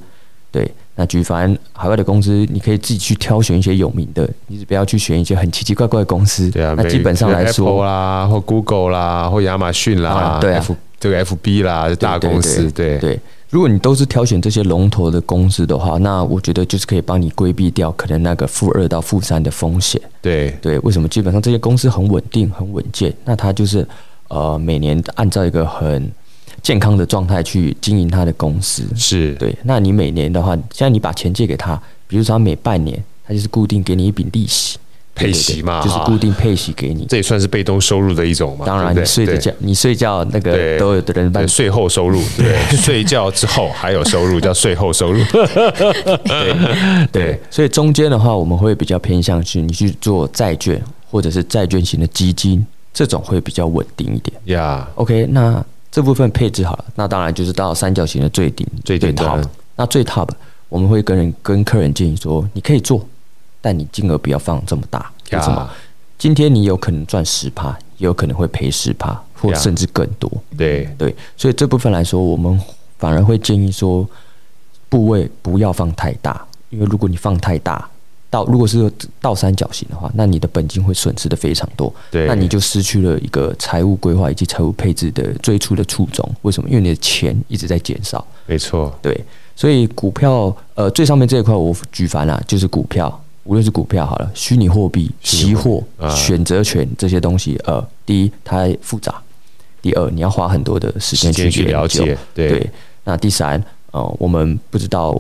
[SPEAKER 3] 对。那举凡海外的公司，你可以自己去挑选一些有名的，你只不要去选一些很奇奇怪怪的公司。
[SPEAKER 1] 对啊，
[SPEAKER 3] 那基本上来说，
[SPEAKER 1] Apple 啊啦，或 Google 啦，或亚马逊啦
[SPEAKER 3] 啊，对啊
[SPEAKER 1] F- 这个 FB 啦，大公司，对
[SPEAKER 3] 对，如果你都是挑选这些龙头的公司的话，那我觉得就是可以帮你规避掉可能那个负二到负三的风险。
[SPEAKER 1] 对
[SPEAKER 3] 对，为什么？基本上这些公司很稳定、很稳健，那它就是呃每年按照一个很健康的状态去经营它的公司。
[SPEAKER 1] 是，
[SPEAKER 3] 对，那你每年的话，现在你把钱借给他，比如说他每半年，他就是固定给你一笔利息，对
[SPEAKER 1] 配息嘛
[SPEAKER 3] 对对就是
[SPEAKER 1] 哈
[SPEAKER 3] 固定配息给你。
[SPEAKER 1] 这也算是被动收入的一种嘛，
[SPEAKER 3] 当
[SPEAKER 1] 对
[SPEAKER 3] 然，
[SPEAKER 1] 不对
[SPEAKER 3] 你睡着
[SPEAKER 1] 对
[SPEAKER 3] 觉，你睡觉那
[SPEAKER 1] 对
[SPEAKER 3] 个都有的人帮
[SPEAKER 1] 对，
[SPEAKER 3] 你
[SPEAKER 1] 税后
[SPEAKER 3] (laughs)
[SPEAKER 1] 收入，对，睡觉之后还有收入，叫税后收入。对
[SPEAKER 3] 对，所以中间的话，我们会比较偏向去你去做债券或者是债券型的基金，这种会比较稳定一点。
[SPEAKER 1] 呀，
[SPEAKER 3] OK，那这部分配置好了，那当然就是到三角形的最顶
[SPEAKER 1] 最顶端
[SPEAKER 3] top。那最 top 我们会跟人跟客人建议说，你可以做，但你金额不要放这么大。为什么
[SPEAKER 1] 呀？，
[SPEAKER 3] 今天你有可能赚十趴，也有可能会赔十趴，或
[SPEAKER 1] 呀
[SPEAKER 3] 甚至更多。
[SPEAKER 1] 对
[SPEAKER 3] 对，所以这部分来说，我们反而会建议说，部位不要放太大，因为如果你放太大，到如果是倒三角形的话，那你的本金会损失的非常多，
[SPEAKER 1] 对，
[SPEAKER 3] 那你就失去了一个财务规划以及财务配置的最初的初衷。为什么？因为你的钱一直在减少，
[SPEAKER 1] 没错，
[SPEAKER 3] 对，所以股票呃最上面这一块我举凡啦、就是股票，无论是股票好了，虚拟货币、
[SPEAKER 1] 虚拟
[SPEAKER 3] 期
[SPEAKER 1] 货
[SPEAKER 3] 货、
[SPEAKER 1] 啊
[SPEAKER 3] 选择权这些东西，呃，第一它复杂，第二你要花很多的时
[SPEAKER 1] 时
[SPEAKER 3] 间
[SPEAKER 1] 间去
[SPEAKER 3] 研
[SPEAKER 1] 了
[SPEAKER 3] 究
[SPEAKER 1] 解，对
[SPEAKER 3] 对，那第三呃我们不知道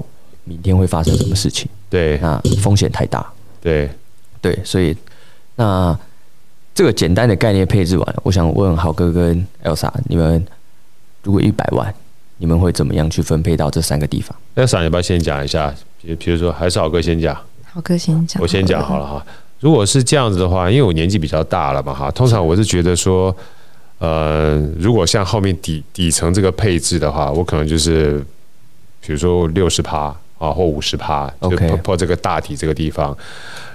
[SPEAKER 3] 明天会发生什么事情，
[SPEAKER 1] 对
[SPEAKER 3] 那风险太大，
[SPEAKER 1] 对，
[SPEAKER 3] 对，所以那这个简单的概念配置完了，我想问豪哥跟 Elsa，你们如果一百万，你们会怎么样去分配到这三个地方？
[SPEAKER 1] 那闪，你要不要先讲一下？比比如说，还是好哥先讲，
[SPEAKER 2] 豪哥先讲，
[SPEAKER 1] 我先讲好了哈。如果是这样子的话，因为我年纪比较大了嘛哈，通常我是觉得说，呃，如果像后面底底层这个配置的话，我可能就是，比如说六十趴啊，或五十趴，就
[SPEAKER 3] OK
[SPEAKER 1] 破破这个大体这个地方，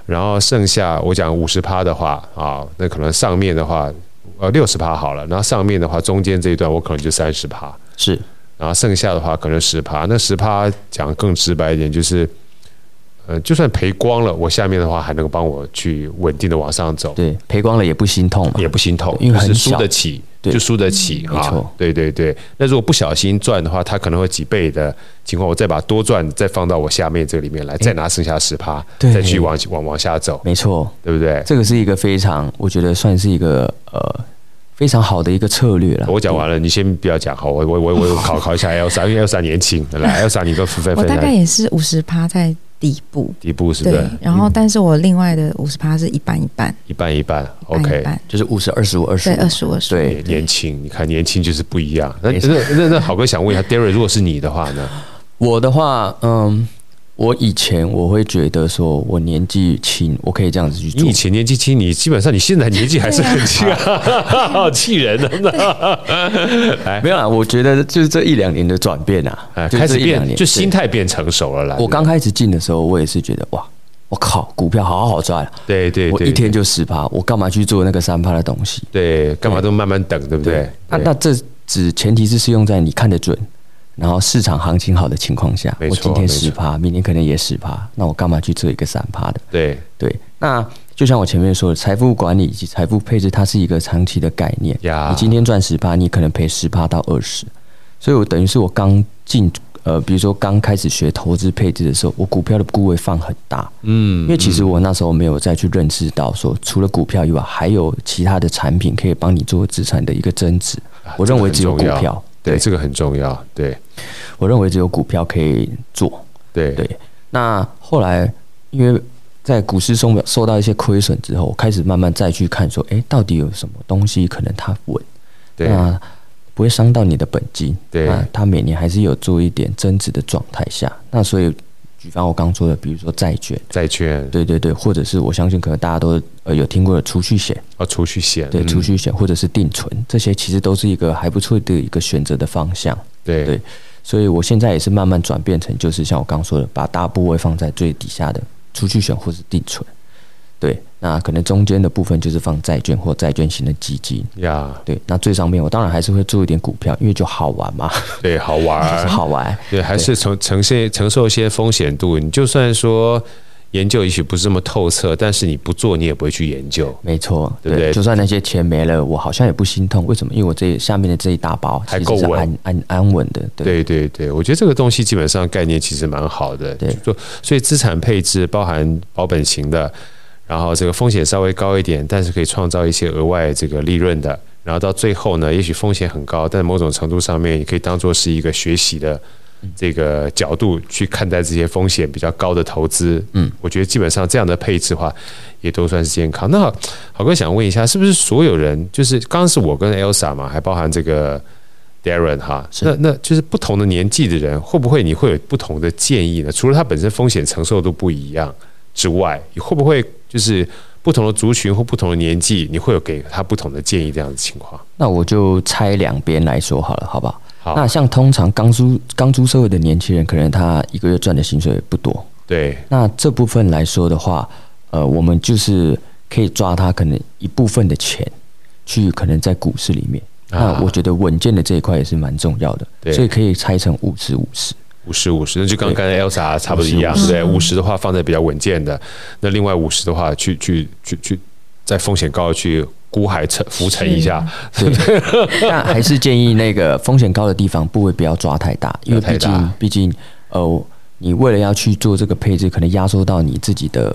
[SPEAKER 1] 然后剩下我讲五十趴的话啊，那可能上面的话，呃，六十趴好了，然后上面的话，中间这一段我可能就三十趴，
[SPEAKER 3] 是
[SPEAKER 1] 然后剩下的话可能十趴，那十趴讲更直白一点，就是呃，就算赔光了，我下面的话还能帮我去稳定的往上走，
[SPEAKER 3] 对，赔光了也不心痛嘛
[SPEAKER 1] 也。不心痛，
[SPEAKER 3] 因为
[SPEAKER 1] 就是
[SPEAKER 3] 很
[SPEAKER 1] 输
[SPEAKER 3] 小
[SPEAKER 1] 得起，
[SPEAKER 3] 对嗯
[SPEAKER 1] 就输得起
[SPEAKER 3] 没
[SPEAKER 1] 啊
[SPEAKER 3] 错。
[SPEAKER 1] 对对对，那如果不小心赚的话，它可能会几倍的情况，我再把多赚再放到我下面这个里面来，再拿剩下十趴，
[SPEAKER 3] 对
[SPEAKER 1] 再去往往往下走，
[SPEAKER 3] 没错，
[SPEAKER 1] 对不对？
[SPEAKER 3] 这个是一个非常，我觉得算是一个呃非常好的一个策略了。
[SPEAKER 1] 我讲完了，你先不要讲好，我我我我考考一下 L 三，因为 L 三年轻，来 L 三你跟分分
[SPEAKER 2] 我
[SPEAKER 1] 分
[SPEAKER 2] 大
[SPEAKER 1] 享
[SPEAKER 2] 概也是五十趴在底部，
[SPEAKER 1] 第一步是不嗯
[SPEAKER 2] 对
[SPEAKER 1] 是？，
[SPEAKER 2] 然后但是我另外的五十趴是一半一半，
[SPEAKER 1] 一半一半
[SPEAKER 2] 一半
[SPEAKER 1] ，OK
[SPEAKER 2] 一。半，
[SPEAKER 3] 就是五十、二十五、二十
[SPEAKER 2] 对，，二十五二十五。
[SPEAKER 3] 对
[SPEAKER 1] 对，年轻，你看年轻就是不一样。那
[SPEAKER 3] 没
[SPEAKER 1] 那
[SPEAKER 3] 错
[SPEAKER 1] 那那好哥想 (laughs) 问一下，Derry，如果是你的话呢？
[SPEAKER 3] 我的话，嗯，我以前我会觉得说我年纪轻，我可以这样子去
[SPEAKER 1] 你
[SPEAKER 3] 做
[SPEAKER 1] 以。前年纪轻，你基本上你现在年纪还是很轻啊， (laughs) 好气人 (laughs) 的。
[SPEAKER 3] 没有啦，我觉得就是这一两年的转变啊
[SPEAKER 1] 哎，
[SPEAKER 3] 就
[SPEAKER 1] 开
[SPEAKER 3] 这
[SPEAKER 1] 始
[SPEAKER 3] 一两
[SPEAKER 1] 变，
[SPEAKER 3] 年
[SPEAKER 1] 就
[SPEAKER 3] 对
[SPEAKER 1] 心态变成熟了啦。
[SPEAKER 3] 我刚开始进的时候，我也是觉得哇，我靠，股票好好赚啊，
[SPEAKER 1] 对对，
[SPEAKER 3] 我
[SPEAKER 1] 对
[SPEAKER 3] 一天就十趴，我干嘛去做那个三趴的东西？
[SPEAKER 1] 对，干嘛都慢慢等，对不对？
[SPEAKER 3] 那
[SPEAKER 1] 对
[SPEAKER 3] 那这只前提是适用在你看得准，然后市场行情好的情况下。
[SPEAKER 1] 没
[SPEAKER 3] 我
[SPEAKER 1] 错
[SPEAKER 3] 今天
[SPEAKER 1] 没
[SPEAKER 3] 十
[SPEAKER 1] 错
[SPEAKER 3] 趴，明天可能也十趴，那我干嘛去做一个三趴的？
[SPEAKER 1] 对
[SPEAKER 3] 对，那就像我前面说的，财富管理以及财富配置，它是一个长期的概念。
[SPEAKER 1] 呀
[SPEAKER 3] 你今天赚十趴，你可能赔十趴到二十，所以我等于是我刚进呃，比如说刚开始学投资配置的时候，我股票的部位放很大，嗯，因为其实我那时候没有再去认识到说，除了股票以外，还有其他的产品可以帮你做资产的一个增值。
[SPEAKER 1] 啊
[SPEAKER 3] 我
[SPEAKER 1] 这
[SPEAKER 3] 认
[SPEAKER 1] 个
[SPEAKER 3] 为
[SPEAKER 1] 很
[SPEAKER 3] 只有
[SPEAKER 1] 重
[SPEAKER 3] 股
[SPEAKER 1] 要
[SPEAKER 3] 票，
[SPEAKER 1] 对，这个很重要。对
[SPEAKER 3] 我认为只有股票可以做。
[SPEAKER 1] 对
[SPEAKER 3] 对，那后来因为在股市受受到一些亏损之后，我开始慢慢再去看说，诶，到底有什么东西可能它稳，
[SPEAKER 1] 对
[SPEAKER 3] 那不会伤到你的本金，
[SPEAKER 1] 对
[SPEAKER 3] 那它每年还是有做一点增值的状态下，那所以举凡我刚说的，比如说债券。
[SPEAKER 1] 债券
[SPEAKER 3] 对对对，或者是我相信可能大家都呃有听过的储蓄险，
[SPEAKER 1] 要储蓄险，
[SPEAKER 3] 对
[SPEAKER 1] 嗯
[SPEAKER 3] 储蓄险或者是定存，这些其实都是一个还不错的一个选择的方向。
[SPEAKER 1] 对
[SPEAKER 3] 对所以我现在也是慢慢转变成，就是像我刚说的，把大部位放在最底下的储蓄险或是定存。对，那可能中间的部分就是放债券或债券型的基金。
[SPEAKER 1] 呀，
[SPEAKER 3] 对，那最上面我当然还是会做一点股票，因为就好玩嘛，
[SPEAKER 1] 对，好玩
[SPEAKER 3] 就
[SPEAKER 1] 儿
[SPEAKER 3] 是。 (laughs) 好玩。
[SPEAKER 1] 对，还是承承受承受一些风险度。你就算说研究也许不是那么透彻，但是你不做，你也不会去研究，
[SPEAKER 3] 没错，
[SPEAKER 1] 对不对
[SPEAKER 3] 就算那些钱没了，我好像也不心痛。为什么？因为我这下面的这一大包
[SPEAKER 1] 还
[SPEAKER 3] 其
[SPEAKER 1] 够
[SPEAKER 3] 实是
[SPEAKER 1] 稳
[SPEAKER 3] 安安安稳的。
[SPEAKER 1] 对
[SPEAKER 3] 对，
[SPEAKER 1] 对对，我觉得这个东西基本上概念其实蛮好的。
[SPEAKER 3] 对
[SPEAKER 1] 就所以资产配置包含保本型的，然后这个风险稍微高一点，但是可以创造一些额外这个利润的。然后到最后呢，也许风险很高，但某种程度上面也可以当做是一个学习的
[SPEAKER 3] 嗯
[SPEAKER 1] 这个角度去看待这些风险比较高的投资。嗯，我觉得基本上这样的配置的话，也都算是健康。那好好哥想问一下，是不是所有人就是刚刚是我跟 Elsa 嘛，还包含这个 Darren 哈？那那就是不同的年纪的人，会不会你会有不同的建议呢？除了他本身风险承受度不一样之外，你会不会就是不同的族群或不同的年纪，你会有给他不同的建议这样的情况？
[SPEAKER 3] 那我就拆两边来说好了，好不好？那
[SPEAKER 1] 好，
[SPEAKER 3] 像通常刚出刚出社会的年轻人，可能他一个月赚的薪水不多，
[SPEAKER 1] 对
[SPEAKER 3] 那这部分来说的话，呃，我们就是可以抓他可能一部分的钱，去可能在股市里面。
[SPEAKER 1] 啊
[SPEAKER 3] 那我觉得稳健的这一块也是蛮重要
[SPEAKER 1] 对
[SPEAKER 3] 的，所以可以拆成五十五十。
[SPEAKER 1] 五十五十，那就跟刚才 Elsa 啊差不多一样，对
[SPEAKER 2] 50
[SPEAKER 1] 不对？五十的话放在比较稳健的，那另外五十的话去去去去在风险高的去孤海沉浮沉一下，
[SPEAKER 3] 但还是建议那个风险高的地方部位不要抓太
[SPEAKER 1] (laughs)
[SPEAKER 3] 大，因为
[SPEAKER 1] 不要太
[SPEAKER 3] 毕
[SPEAKER 1] 大
[SPEAKER 3] 竟毕竟呃，你为了要去做这个配置，可能压缩到你自己的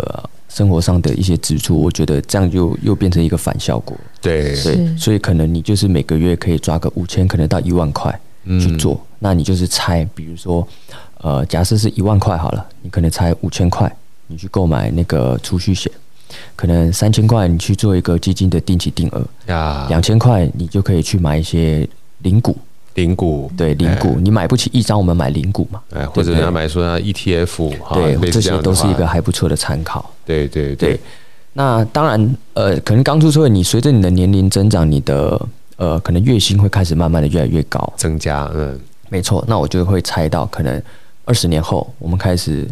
[SPEAKER 3] 生活上的一些支出，我觉得这样就又变成一个反效果。
[SPEAKER 1] (laughs) 对
[SPEAKER 3] 对，
[SPEAKER 2] 是
[SPEAKER 3] 所以可能你就是每个月可以抓个五千，可能到一万块
[SPEAKER 1] 嗯
[SPEAKER 3] 去做。那你就是拆，比如说，呃，假设是一万块好了，你可能拆五千块，你去购买那个储蓄险，可能三千块你去做一个基金的定期定额，
[SPEAKER 1] 呀，
[SPEAKER 3] 两千块你就可以去买一些零股，
[SPEAKER 1] 零股
[SPEAKER 3] 对，零股，你买不起一张，我们买零股嘛，
[SPEAKER 1] 嗯哎，或者
[SPEAKER 3] 对不对
[SPEAKER 1] 人家买说啊 ETF 哈，类似
[SPEAKER 3] 对，这
[SPEAKER 1] 这
[SPEAKER 3] 些
[SPEAKER 1] 样的
[SPEAKER 3] 都是一
[SPEAKER 1] 话
[SPEAKER 3] 个还不错的参考。
[SPEAKER 1] 对对
[SPEAKER 3] 对，那当然，呃，可能刚出社会，你随着你的年龄增长，你的呃，可能月薪会开始慢慢的越来越高。
[SPEAKER 1] 增加嗯
[SPEAKER 3] 没错，那我就会猜到，可能二十年后我们开始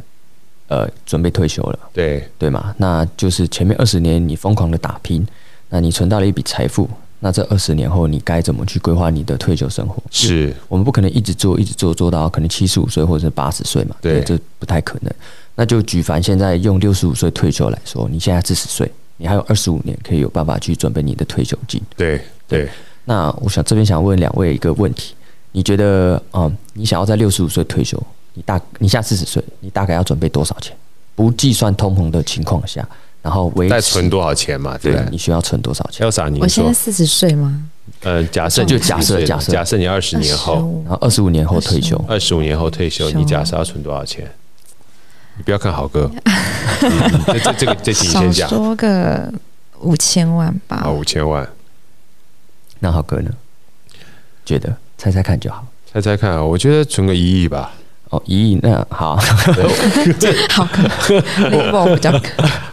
[SPEAKER 3] 呃准备退休了，
[SPEAKER 1] 对
[SPEAKER 3] 对吗？那就是前面二十年你疯狂的打拼，那你存到了一笔财富，那这二十年后你该怎么去规划你的退休生活？
[SPEAKER 1] 是
[SPEAKER 3] 我们不可能一直做，一直做做到可能七十五岁或者是八十岁嘛，
[SPEAKER 1] 对
[SPEAKER 3] 这不太可能。那就举凡现在用六十五岁退休来说，你现在四十岁，你还有二十五年可以有办法去准备你的退休金。
[SPEAKER 1] 对对，
[SPEAKER 3] 那我想这边想问两位一个问题：你觉得，嗯，你想要在六十五岁退休，你大你现在四十岁，你大概要准备多少钱？不计算通膨的情况下，然后维
[SPEAKER 1] 再
[SPEAKER 3] 持
[SPEAKER 1] 存多少钱嘛？对
[SPEAKER 3] 对
[SPEAKER 1] 不对
[SPEAKER 3] 你需要存多少钱？
[SPEAKER 1] ？Elsa，
[SPEAKER 2] 我
[SPEAKER 1] 您
[SPEAKER 2] 现在
[SPEAKER 1] 说，
[SPEAKER 2] 四十岁吗？
[SPEAKER 1] 呃，假设
[SPEAKER 3] 这就假设
[SPEAKER 1] 你
[SPEAKER 3] 假设
[SPEAKER 1] 假设你二十年后，
[SPEAKER 2] 25
[SPEAKER 3] 然后二十五年后退休，
[SPEAKER 1] 二十五年后退休，
[SPEAKER 2] 是
[SPEAKER 1] 你假设要存多少钱？你不要看好哥，嗯这这这个这题你
[SPEAKER 2] 少
[SPEAKER 1] 先讲
[SPEAKER 2] 说个五千万吧
[SPEAKER 1] 啊，。五千万，
[SPEAKER 3] 那浩哥呢？觉得猜猜看就好。
[SPEAKER 1] 猜猜看啊，我觉得存个一亿吧。
[SPEAKER 3] 哦，一亿那好， (laughs)
[SPEAKER 2] 好，我比较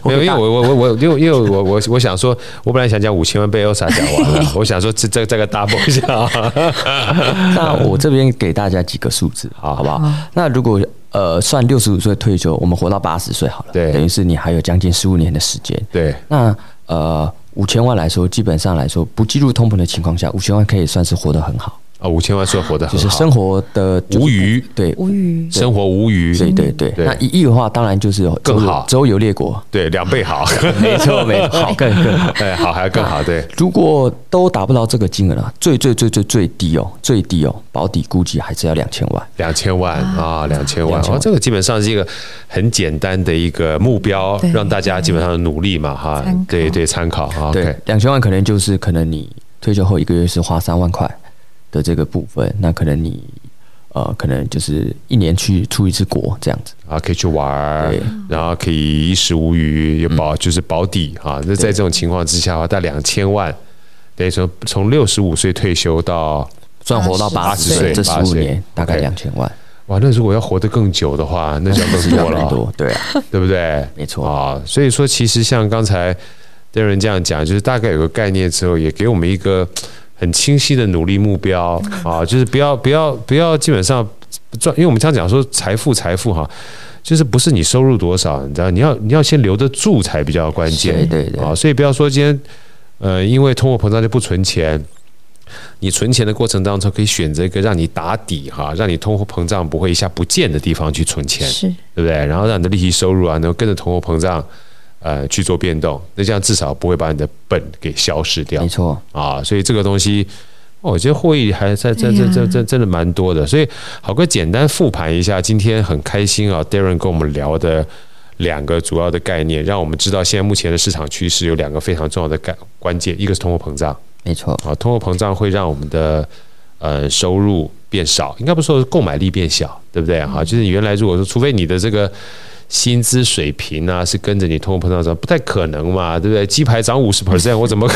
[SPEAKER 1] 没有，
[SPEAKER 3] 给
[SPEAKER 1] 因
[SPEAKER 3] 大
[SPEAKER 1] 为我我我我因为因为我我我想说，我本来想讲五千万被 Elsa 讲完
[SPEAKER 3] (laughs)
[SPEAKER 1] 了，我想说这这这个 double 一下啊，
[SPEAKER 3] 那我这边给大家几个数字，好好不好？那如果呃算六十五岁退休，我们活到八十岁好了，
[SPEAKER 1] 对
[SPEAKER 3] 等于是你还有将近十五年的时间。
[SPEAKER 1] 对
[SPEAKER 3] 那呃五千万来说，基本上来说，不计入通膨的情况下，五千万可以算是活得很好，
[SPEAKER 1] 啊，五千万算活得
[SPEAKER 3] 就
[SPEAKER 1] 很
[SPEAKER 3] 是
[SPEAKER 1] 好，
[SPEAKER 3] 生活的就是
[SPEAKER 1] 无余，
[SPEAKER 3] 对。
[SPEAKER 1] (laughs)
[SPEAKER 2] 无语。
[SPEAKER 1] 生活无余，
[SPEAKER 3] 对对对，
[SPEAKER 1] 对
[SPEAKER 3] 那一亿的话，当然就是有
[SPEAKER 1] 更好
[SPEAKER 3] 周游周游列国，
[SPEAKER 1] 对两倍好，
[SPEAKER 3] (laughs) 没错没
[SPEAKER 1] (laughs)
[SPEAKER 3] 错，好更更好。
[SPEAKER 1] 哎，好还更好，对，
[SPEAKER 3] 如果都达不到这个金额了，最最最最最低哦，最低哦，保底估计还是要两千万。
[SPEAKER 1] 两千万啊，两千万，
[SPEAKER 3] 2000万
[SPEAKER 1] 哦，这个基本上是一个很简单的一个目标
[SPEAKER 2] 对，
[SPEAKER 1] 让大家基本上努力嘛，哈
[SPEAKER 2] 参考，
[SPEAKER 1] 对对，参考啊
[SPEAKER 3] 对
[SPEAKER 1] ，OK，，
[SPEAKER 3] 两千万可能就是可能你退休后一个月是花三万块的这个部分，那可能你呃可能就是一年去出一次国这样子。
[SPEAKER 1] 啊，可以去玩儿
[SPEAKER 3] 对，嗯
[SPEAKER 1] 然后可以衣食无余，有保就是保底啊。那在这种情况之下的话，大概两千万，等于说从六十五岁退休到
[SPEAKER 3] 算活到八
[SPEAKER 2] 80
[SPEAKER 3] 十岁，
[SPEAKER 1] 岁
[SPEAKER 3] 这十
[SPEAKER 1] 80
[SPEAKER 3] 五
[SPEAKER 1] 岁
[SPEAKER 3] 年大概
[SPEAKER 1] OK
[SPEAKER 3] 两千万，
[SPEAKER 1] 哇，那如果要活得更久的话，那就要
[SPEAKER 3] 是
[SPEAKER 1] 更
[SPEAKER 3] 要
[SPEAKER 1] 多
[SPEAKER 3] 很
[SPEAKER 1] 了，
[SPEAKER 3] 多，对啊， (laughs)
[SPEAKER 1] 对不对？
[SPEAKER 3] 没错，
[SPEAKER 1] 啊，所以说其实像刚才 Darren 这样讲，就是大概有个概念之后，也给我们一个很清晰的努力目
[SPEAKER 3] (laughs)
[SPEAKER 1] 标啊，就是不要不要不要，基本上赚，因为我们常讲说财富财富哈，就是不是你收入多少，你知道你要你要先留得住才比较关键
[SPEAKER 3] 对对对
[SPEAKER 1] 啊，所以不要说今天呃，因为通货膨胀就不存钱。你存钱的过程当中，可以选择一个让你打底哈，让你通货膨胀不会一下不见的地方去存钱。
[SPEAKER 2] 是
[SPEAKER 1] 对不对？然后让你的利息收入啊，能够跟着通货膨胀，呃，去做变动，那这样至少不会把你的本给消失掉
[SPEAKER 3] 没错，
[SPEAKER 1] 啊。所以这个东西，哦我觉得获益还在在在在在真的蛮多的。所以好哥简单复盘一下，今天很开心啊，Darren 跟我们聊的两个主要的概念，让我们知道现在目前的市场趋势有两个非常重要的概关键，一个是通货膨胀。
[SPEAKER 3] 没错，
[SPEAKER 1] 啊，通货膨胀会让我们的呃收入变少，应该不是说购买力变小，对不对？哈、就是你原来如果说，除非你的这个薪资水平啊是跟着你通货膨胀涨，不太可能嘛，对不对？鸡排涨五十 percent，我怎么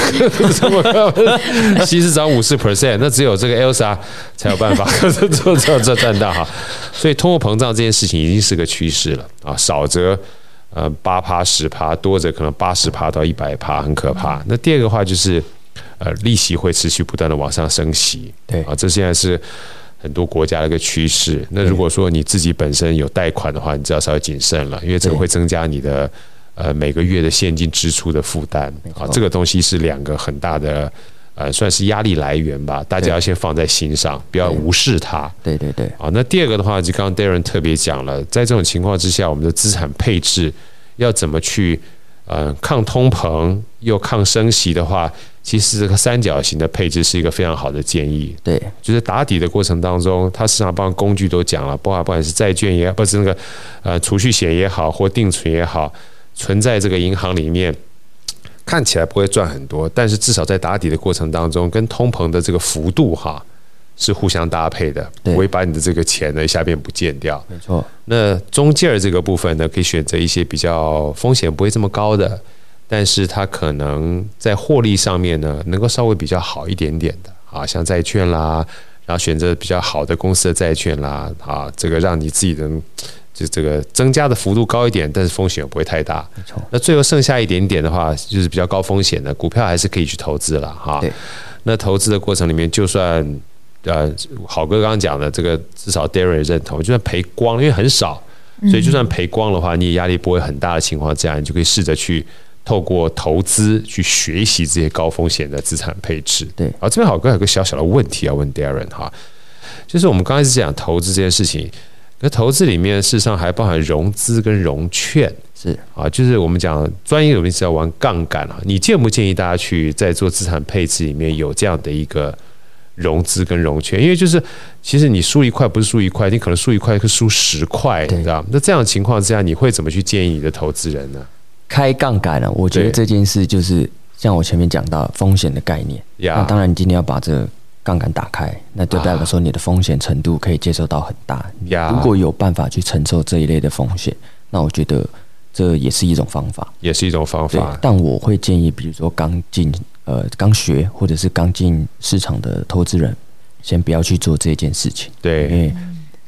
[SPEAKER 1] 怎么看薪资涨五十 percent？那只有这个 Elsa 才有办法 (laughs) 这这这这赚到哈。所以通货膨胀这件事情已经是个趋势了啊，少则。呃，八趴十趴，多则可能八十趴到一百趴，很可怕。那第二个话就是，呃，利息会持续不断的往上升息，
[SPEAKER 3] 对
[SPEAKER 1] 啊，这现在是很多国家的一个趋势。那如果说你自己本身有贷款的话，你就要稍微谨慎了，因为这个
[SPEAKER 3] 对
[SPEAKER 1] 会增加你的呃每个月的现金支出的负担啊
[SPEAKER 3] 错，
[SPEAKER 1] 这个东西是两个很大的呃算是压力来源吧，大家
[SPEAKER 3] 对
[SPEAKER 1] 要先放在心上，不要
[SPEAKER 3] 对
[SPEAKER 1] 无视它。
[SPEAKER 3] 对对对，
[SPEAKER 1] 啊，那第二个的话，就刚刚 Darren 特别讲了，在这种情况之下，我们的资产配置要怎么去呃抗通膨又抗升息的话，其实这个三角形的配置是一个非常好的建议。
[SPEAKER 3] 对
[SPEAKER 1] 就是打底的过程当中，它市场帮工具都讲了，包含不管是债券也不是那个呃储蓄险也好，或定存也好，存在这个银行里面。看起来不会赚很多，但是至少在打底的过程当中，跟通膨的这个幅度哈是互相搭配的，
[SPEAKER 3] 对
[SPEAKER 1] 不会把你的这个钱呢一下变不见掉。
[SPEAKER 3] 没错，
[SPEAKER 1] 那中介儿这个部分呢，可以选择一些比较风险不会这么高的，但是它可能在获利上面呢，能够稍微比较好一点点的啊，像债券啦，然后选择比较好的公司的债券啦，啊，这个让你自己能就这个增加的幅度高一点，但是风险也不会太大。
[SPEAKER 3] 没错，
[SPEAKER 1] 那最后剩下一点点的话，就是比较高风险的股票还是可以去投资了哈
[SPEAKER 3] 对。
[SPEAKER 1] 那投资的过程里面，就算呃，好哥刚刚讲的这个，至少 Darren 也认同，就算赔光了，因为很少，所以就算赔光的话，你也压力不会很大的情况之下，你就可以试着去透过投资去学习这些高风险的资产配置。
[SPEAKER 3] 对
[SPEAKER 1] 啊，这边好哥有个小小的问题要问 Darren 哈，就是我们刚开始讲投资这件事情，那投资里面事实上还包含融资跟融券
[SPEAKER 3] 是
[SPEAKER 1] 啊，就是我们讲专业有名词叫玩杠杆啊。你建不建议大家去在做资产配置里面有这样的一个融资跟融券？因为就是其实你输一块不是输一块，你可能输一块可输十块，
[SPEAKER 3] 对
[SPEAKER 1] 你知道吗？那这样的情况之下，你会怎么去建议你的投资人呢？
[SPEAKER 3] 开杠杆啊，我觉得
[SPEAKER 1] 对
[SPEAKER 3] 这件事就是像我前面讲到风险的概念。那
[SPEAKER 1] 呀、
[SPEAKER 3] 当然，你今天要把这个杠杆打开，那就代表说你的风险程度可以接受到很大。
[SPEAKER 1] 呀，
[SPEAKER 3] 如果有办法去承受这一类的风险，那我觉得这也是一种方法。
[SPEAKER 1] 也是一种方
[SPEAKER 3] 对
[SPEAKER 1] 法，
[SPEAKER 3] 但我会建议，比如说刚进呃刚学或者是刚进市场的投资人，先不要去做这件事情，因
[SPEAKER 1] 对
[SPEAKER 3] 为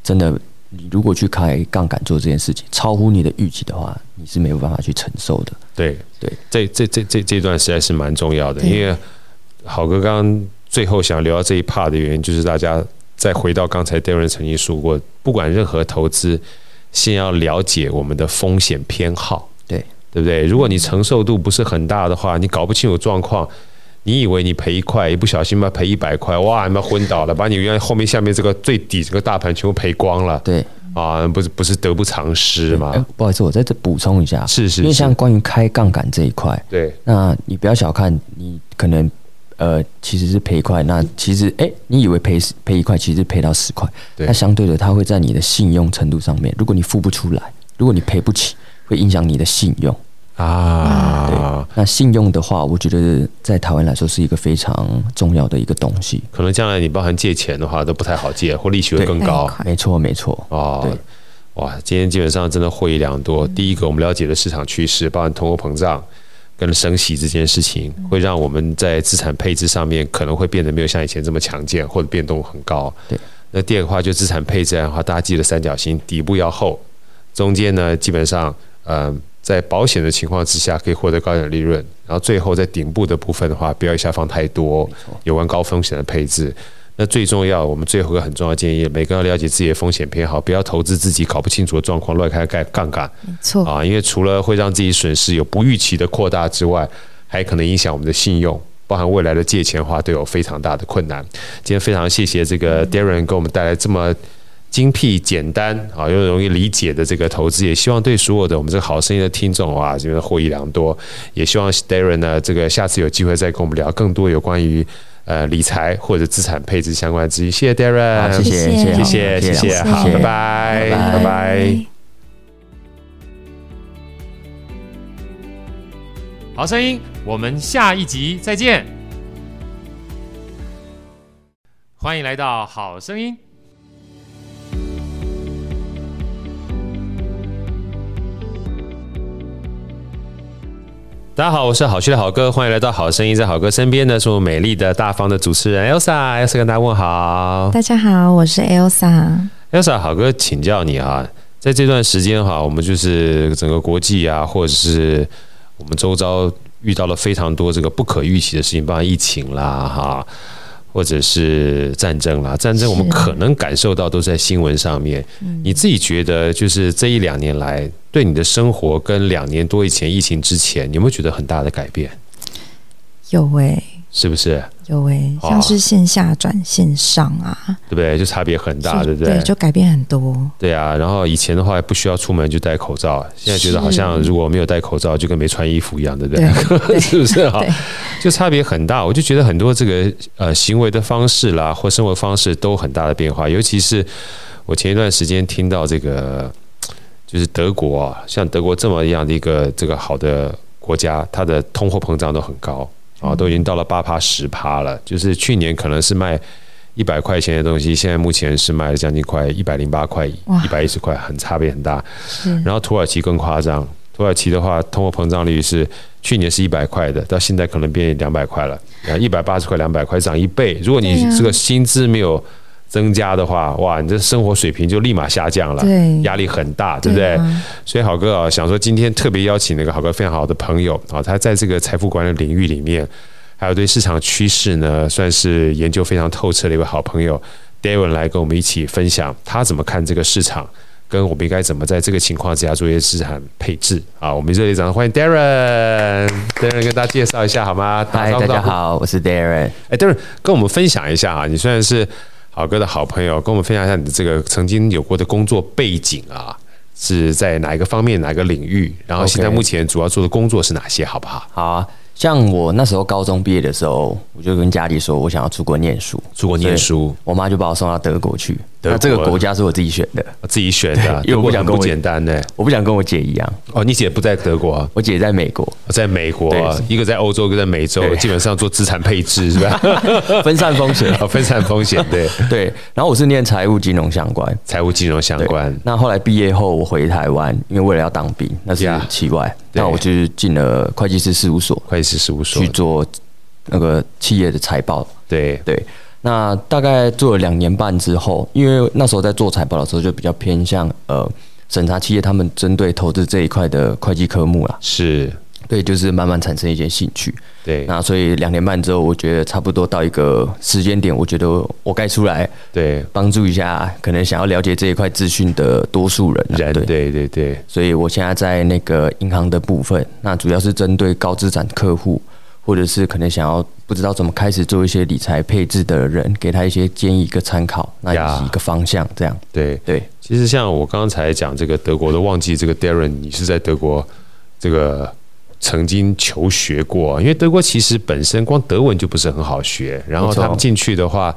[SPEAKER 3] 真的，你如果去开杠杆做这件事情，超乎你的预期的话，你是没有办法去承受的。
[SPEAKER 1] 对
[SPEAKER 3] 对，
[SPEAKER 1] 这这这这这段实在是蛮重要的，
[SPEAKER 2] 对
[SPEAKER 1] 因为好哥刚刚最后想聊到这一 part 的原因，就是大家再回到刚才 Darren 曾经说过，不管任何投资，先要了解我们的风险偏好，
[SPEAKER 3] 对
[SPEAKER 1] 对不对？如果你承受度不是很大的话，你搞不清楚状况。你以为你赔一块，一不小心嘛赔一百块，哇，你妈昏倒了，把你原来后面下面这个最底这个大盘全部赔光了
[SPEAKER 3] 对，
[SPEAKER 1] 啊，不是不是得不偿失嘛
[SPEAKER 3] 哎？不好意思，我在这补充一下，
[SPEAKER 1] 是
[SPEAKER 3] 因
[SPEAKER 1] 是
[SPEAKER 3] 为
[SPEAKER 1] 是
[SPEAKER 3] 像，关于开杠杆这一块，
[SPEAKER 1] 对
[SPEAKER 3] 那你不要小看，你可能呃其实是赔一块，那其实哎、你以为赔十赔一块，其实赔到十块，
[SPEAKER 1] 对
[SPEAKER 3] 那相对的，它会在你的信用程度上面，如果你付不出来，如果你赔不起，会影响你的信用。
[SPEAKER 1] 啊，
[SPEAKER 3] 那信用的话，我觉得在台湾来说是一个非常重要的一个东西。
[SPEAKER 1] 可能将来你包含借钱的话都不太好借，或利息会更
[SPEAKER 2] 贷
[SPEAKER 1] 高
[SPEAKER 2] 款
[SPEAKER 3] 没错，没错，
[SPEAKER 1] 哦
[SPEAKER 3] 对。
[SPEAKER 1] 哇，今天基本上真的获益良多。第一个，我们了解了市场趋势，包含通货膨胀跟升息这件事情，会让我们在资产配置上面可能会变得没有像以前这么强健，或者变动很高。
[SPEAKER 3] 对。
[SPEAKER 1] 那第二个话，就资产配置的话，大家记得三角形底部要厚，中间呢基本上呃在保险的情况之下可以获得高点利润，然后最后在顶部的部分的话，不要一下放太多有关高风险的配置。那最重要，我们最后一个很重要的建议，每个人要了解自己的风险偏好，不要投资自己搞不清楚的状况乱开杠杠杆
[SPEAKER 2] 没错，
[SPEAKER 1] 啊！因为除了会让自己损失有不预期的扩大之外，还可能影响我们的信用，包含未来的借钱的话都有非常大的困难。今天非常谢谢这个 Darren 给我们带来这么。精辟、简单啊，又容易理解的这个投资，也希望对所有的我们这个好声音的听众啊，这个获益良多。也希望 Darren 呢，这个下次有机会再跟我们聊更多有关于呃理财或者资产配置相关的资讯。谢谢 Darren，
[SPEAKER 3] 好，谢谢，
[SPEAKER 2] 谢谢
[SPEAKER 1] 呃谢
[SPEAKER 3] 谢
[SPEAKER 1] 谢，谢
[SPEAKER 2] 谢
[SPEAKER 1] 谢，
[SPEAKER 2] 谢
[SPEAKER 1] 好，
[SPEAKER 2] 谢谢
[SPEAKER 1] 拜拜，
[SPEAKER 3] 拜拜。
[SPEAKER 4] 好声音，我们下一集再见。欢迎来到《好声音》。
[SPEAKER 1] 大家好，我是好趣的好哥，欢迎来到好声音，在好哥身边呢是我美丽的、大方的主持人 Elsa，Elsa 跟大家问好。
[SPEAKER 2] 大家好，我是 Elsa。
[SPEAKER 1] Elsa，好哥请教你啊，在这段时间哈、我们就是整个国际啊，或者是我们周遭遇到了非常多这个不可预期的事情，包括疫情啦哈、或者是战争啦，战争我们
[SPEAKER 2] 是嗯
[SPEAKER 1] 可能感受到都在新闻上面。你自己觉得，就是这一两年来，对你的生活跟两年多以前疫情之前，你有没有觉得很大的改变？
[SPEAKER 2] 有诶、
[SPEAKER 1] 是不是？
[SPEAKER 2] 有诶、
[SPEAKER 1] 哦
[SPEAKER 2] 像是线下转线上啊，
[SPEAKER 1] 对不对？就差别很大，啊
[SPEAKER 2] 所以
[SPEAKER 1] 对不
[SPEAKER 2] 对？就改变很多。
[SPEAKER 1] 对啊，然后以前的话不需要出门就戴口罩，现在觉得好像如果没有戴口罩就跟没穿衣服一样，对不对？ (laughs) 是不是啊
[SPEAKER 2] 对？
[SPEAKER 1] 就差别很大。我就觉得很多这个呃行为的方式啦，或生活方式都很大的变化，尤其是我前一段时间听到这个，就是德国啊，像德国这么样的一个这个好的国家，它的通货膨胀都很高啊，都已经到了八趴十趴了，就是去年可能是卖。一百块钱的东西，现在目前是卖了将近快一百零八块，
[SPEAKER 2] 哇
[SPEAKER 1] 一百一十块，很差别很大。
[SPEAKER 2] 是啊
[SPEAKER 1] 然后土耳其更夸张，土耳其的话，通货膨胀率是去年是一百块的，到现在可能变两百块了，啊，一百八十块、两百块涨一倍。如果你
[SPEAKER 2] 对啊
[SPEAKER 1] 这个薪资没有增加的话，哇，你这生活水平就立马下降了，
[SPEAKER 2] 对，
[SPEAKER 1] 压力很大，对不对？
[SPEAKER 2] 啊
[SPEAKER 1] 所以好哥啊，想说今天特别邀请那个好哥非常好的朋友啊，他在这个财富管理领域里面，还有对市场趋势呢，算是研究非常透彻的一位好朋友 Darren 来跟我们一起分享他怎么看这个市场，跟我们应该怎么在这个情况之下做一些资产配置啊。我们热烈掌声欢迎 Darren，Darren 跟大家介绍一下好吗？打
[SPEAKER 3] 嗨，
[SPEAKER 1] 招呼
[SPEAKER 3] 大家。好，我是 Darren。
[SPEAKER 1] 哎，Darren 跟我们分享一下啊，你虽然是。好哥的好朋友，跟我们分享一下你的这个曾经有过的工作背景啊，是在哪一个方面、哪一个领域？然后
[SPEAKER 3] OK
[SPEAKER 1] 现在目前主要做的工作是哪些，好不好？
[SPEAKER 3] 好啊，像我那时候高中毕业的时候，我就跟家里说我想要出国念书，
[SPEAKER 1] 出国念书，
[SPEAKER 3] 我妈就把我送到德国去。
[SPEAKER 1] 德
[SPEAKER 3] 那这个
[SPEAKER 1] 国
[SPEAKER 3] 国家是我自己选的，
[SPEAKER 1] 自己选
[SPEAKER 3] (laughs)
[SPEAKER 1] 的，
[SPEAKER 3] 因为我不
[SPEAKER 1] 德国很
[SPEAKER 3] 想跟
[SPEAKER 1] 不
[SPEAKER 3] 我
[SPEAKER 1] 简单呢。
[SPEAKER 3] 我不想跟我姐一样，
[SPEAKER 1] 哦，你姐不在德国，啊
[SPEAKER 3] 我姐在
[SPEAKER 1] (laughs)
[SPEAKER 3] 美国，
[SPEAKER 1] 在美国啊
[SPEAKER 3] 对，
[SPEAKER 1] 一个在欧洲，一个在美洲，
[SPEAKER 3] 对
[SPEAKER 1] 基本上做资产配置是吧？
[SPEAKER 3] 分散风险。
[SPEAKER 1] 啊 (laughs) 分散风
[SPEAKER 3] (laughs)
[SPEAKER 1] 险，对，
[SPEAKER 3] 对，然后我是念财务金融相关。
[SPEAKER 1] 财务金融相
[SPEAKER 3] 对
[SPEAKER 1] 关，
[SPEAKER 3] 那后来毕业后，我回台湾，因为为了要当兵，那是
[SPEAKER 1] Yeah
[SPEAKER 3] 期外。
[SPEAKER 1] 对
[SPEAKER 3] 那我就是进了会计师事务所
[SPEAKER 1] 会计师事务所
[SPEAKER 3] 去，做那个企业的财报。
[SPEAKER 1] 对，
[SPEAKER 3] 对，那大概做了两年半之后，因为那时候在做财报的时候，就比较偏向呃审查企业他们针对投资这一块的会计科目啦。
[SPEAKER 1] 是，
[SPEAKER 3] 对，就是慢慢产生一些兴趣。
[SPEAKER 1] 对，
[SPEAKER 3] 那所以两年半之后，我觉得差不多到一个时间点，我觉得我该出来
[SPEAKER 1] 对，
[SPEAKER 3] 帮助一下可能想要了解这一块资讯的多数人啊。
[SPEAKER 1] 人，对，对，对，
[SPEAKER 3] 所以我现在在那个银行的部分，那主要是针对高资产客户，或者是可能想要不知道怎么开始做一些理财配置的人，给他一些建议、一个参考，那也
[SPEAKER 1] 呀
[SPEAKER 3] 是一个方向。这样，
[SPEAKER 1] 对。
[SPEAKER 3] 对，
[SPEAKER 1] 其实像我刚才讲这个德国的，忘记这个 Darren，你是在德国这个曾经求学过，因为德国其实本身光德文就不是很好学，然后
[SPEAKER 3] 没错
[SPEAKER 1] 他们进去的话。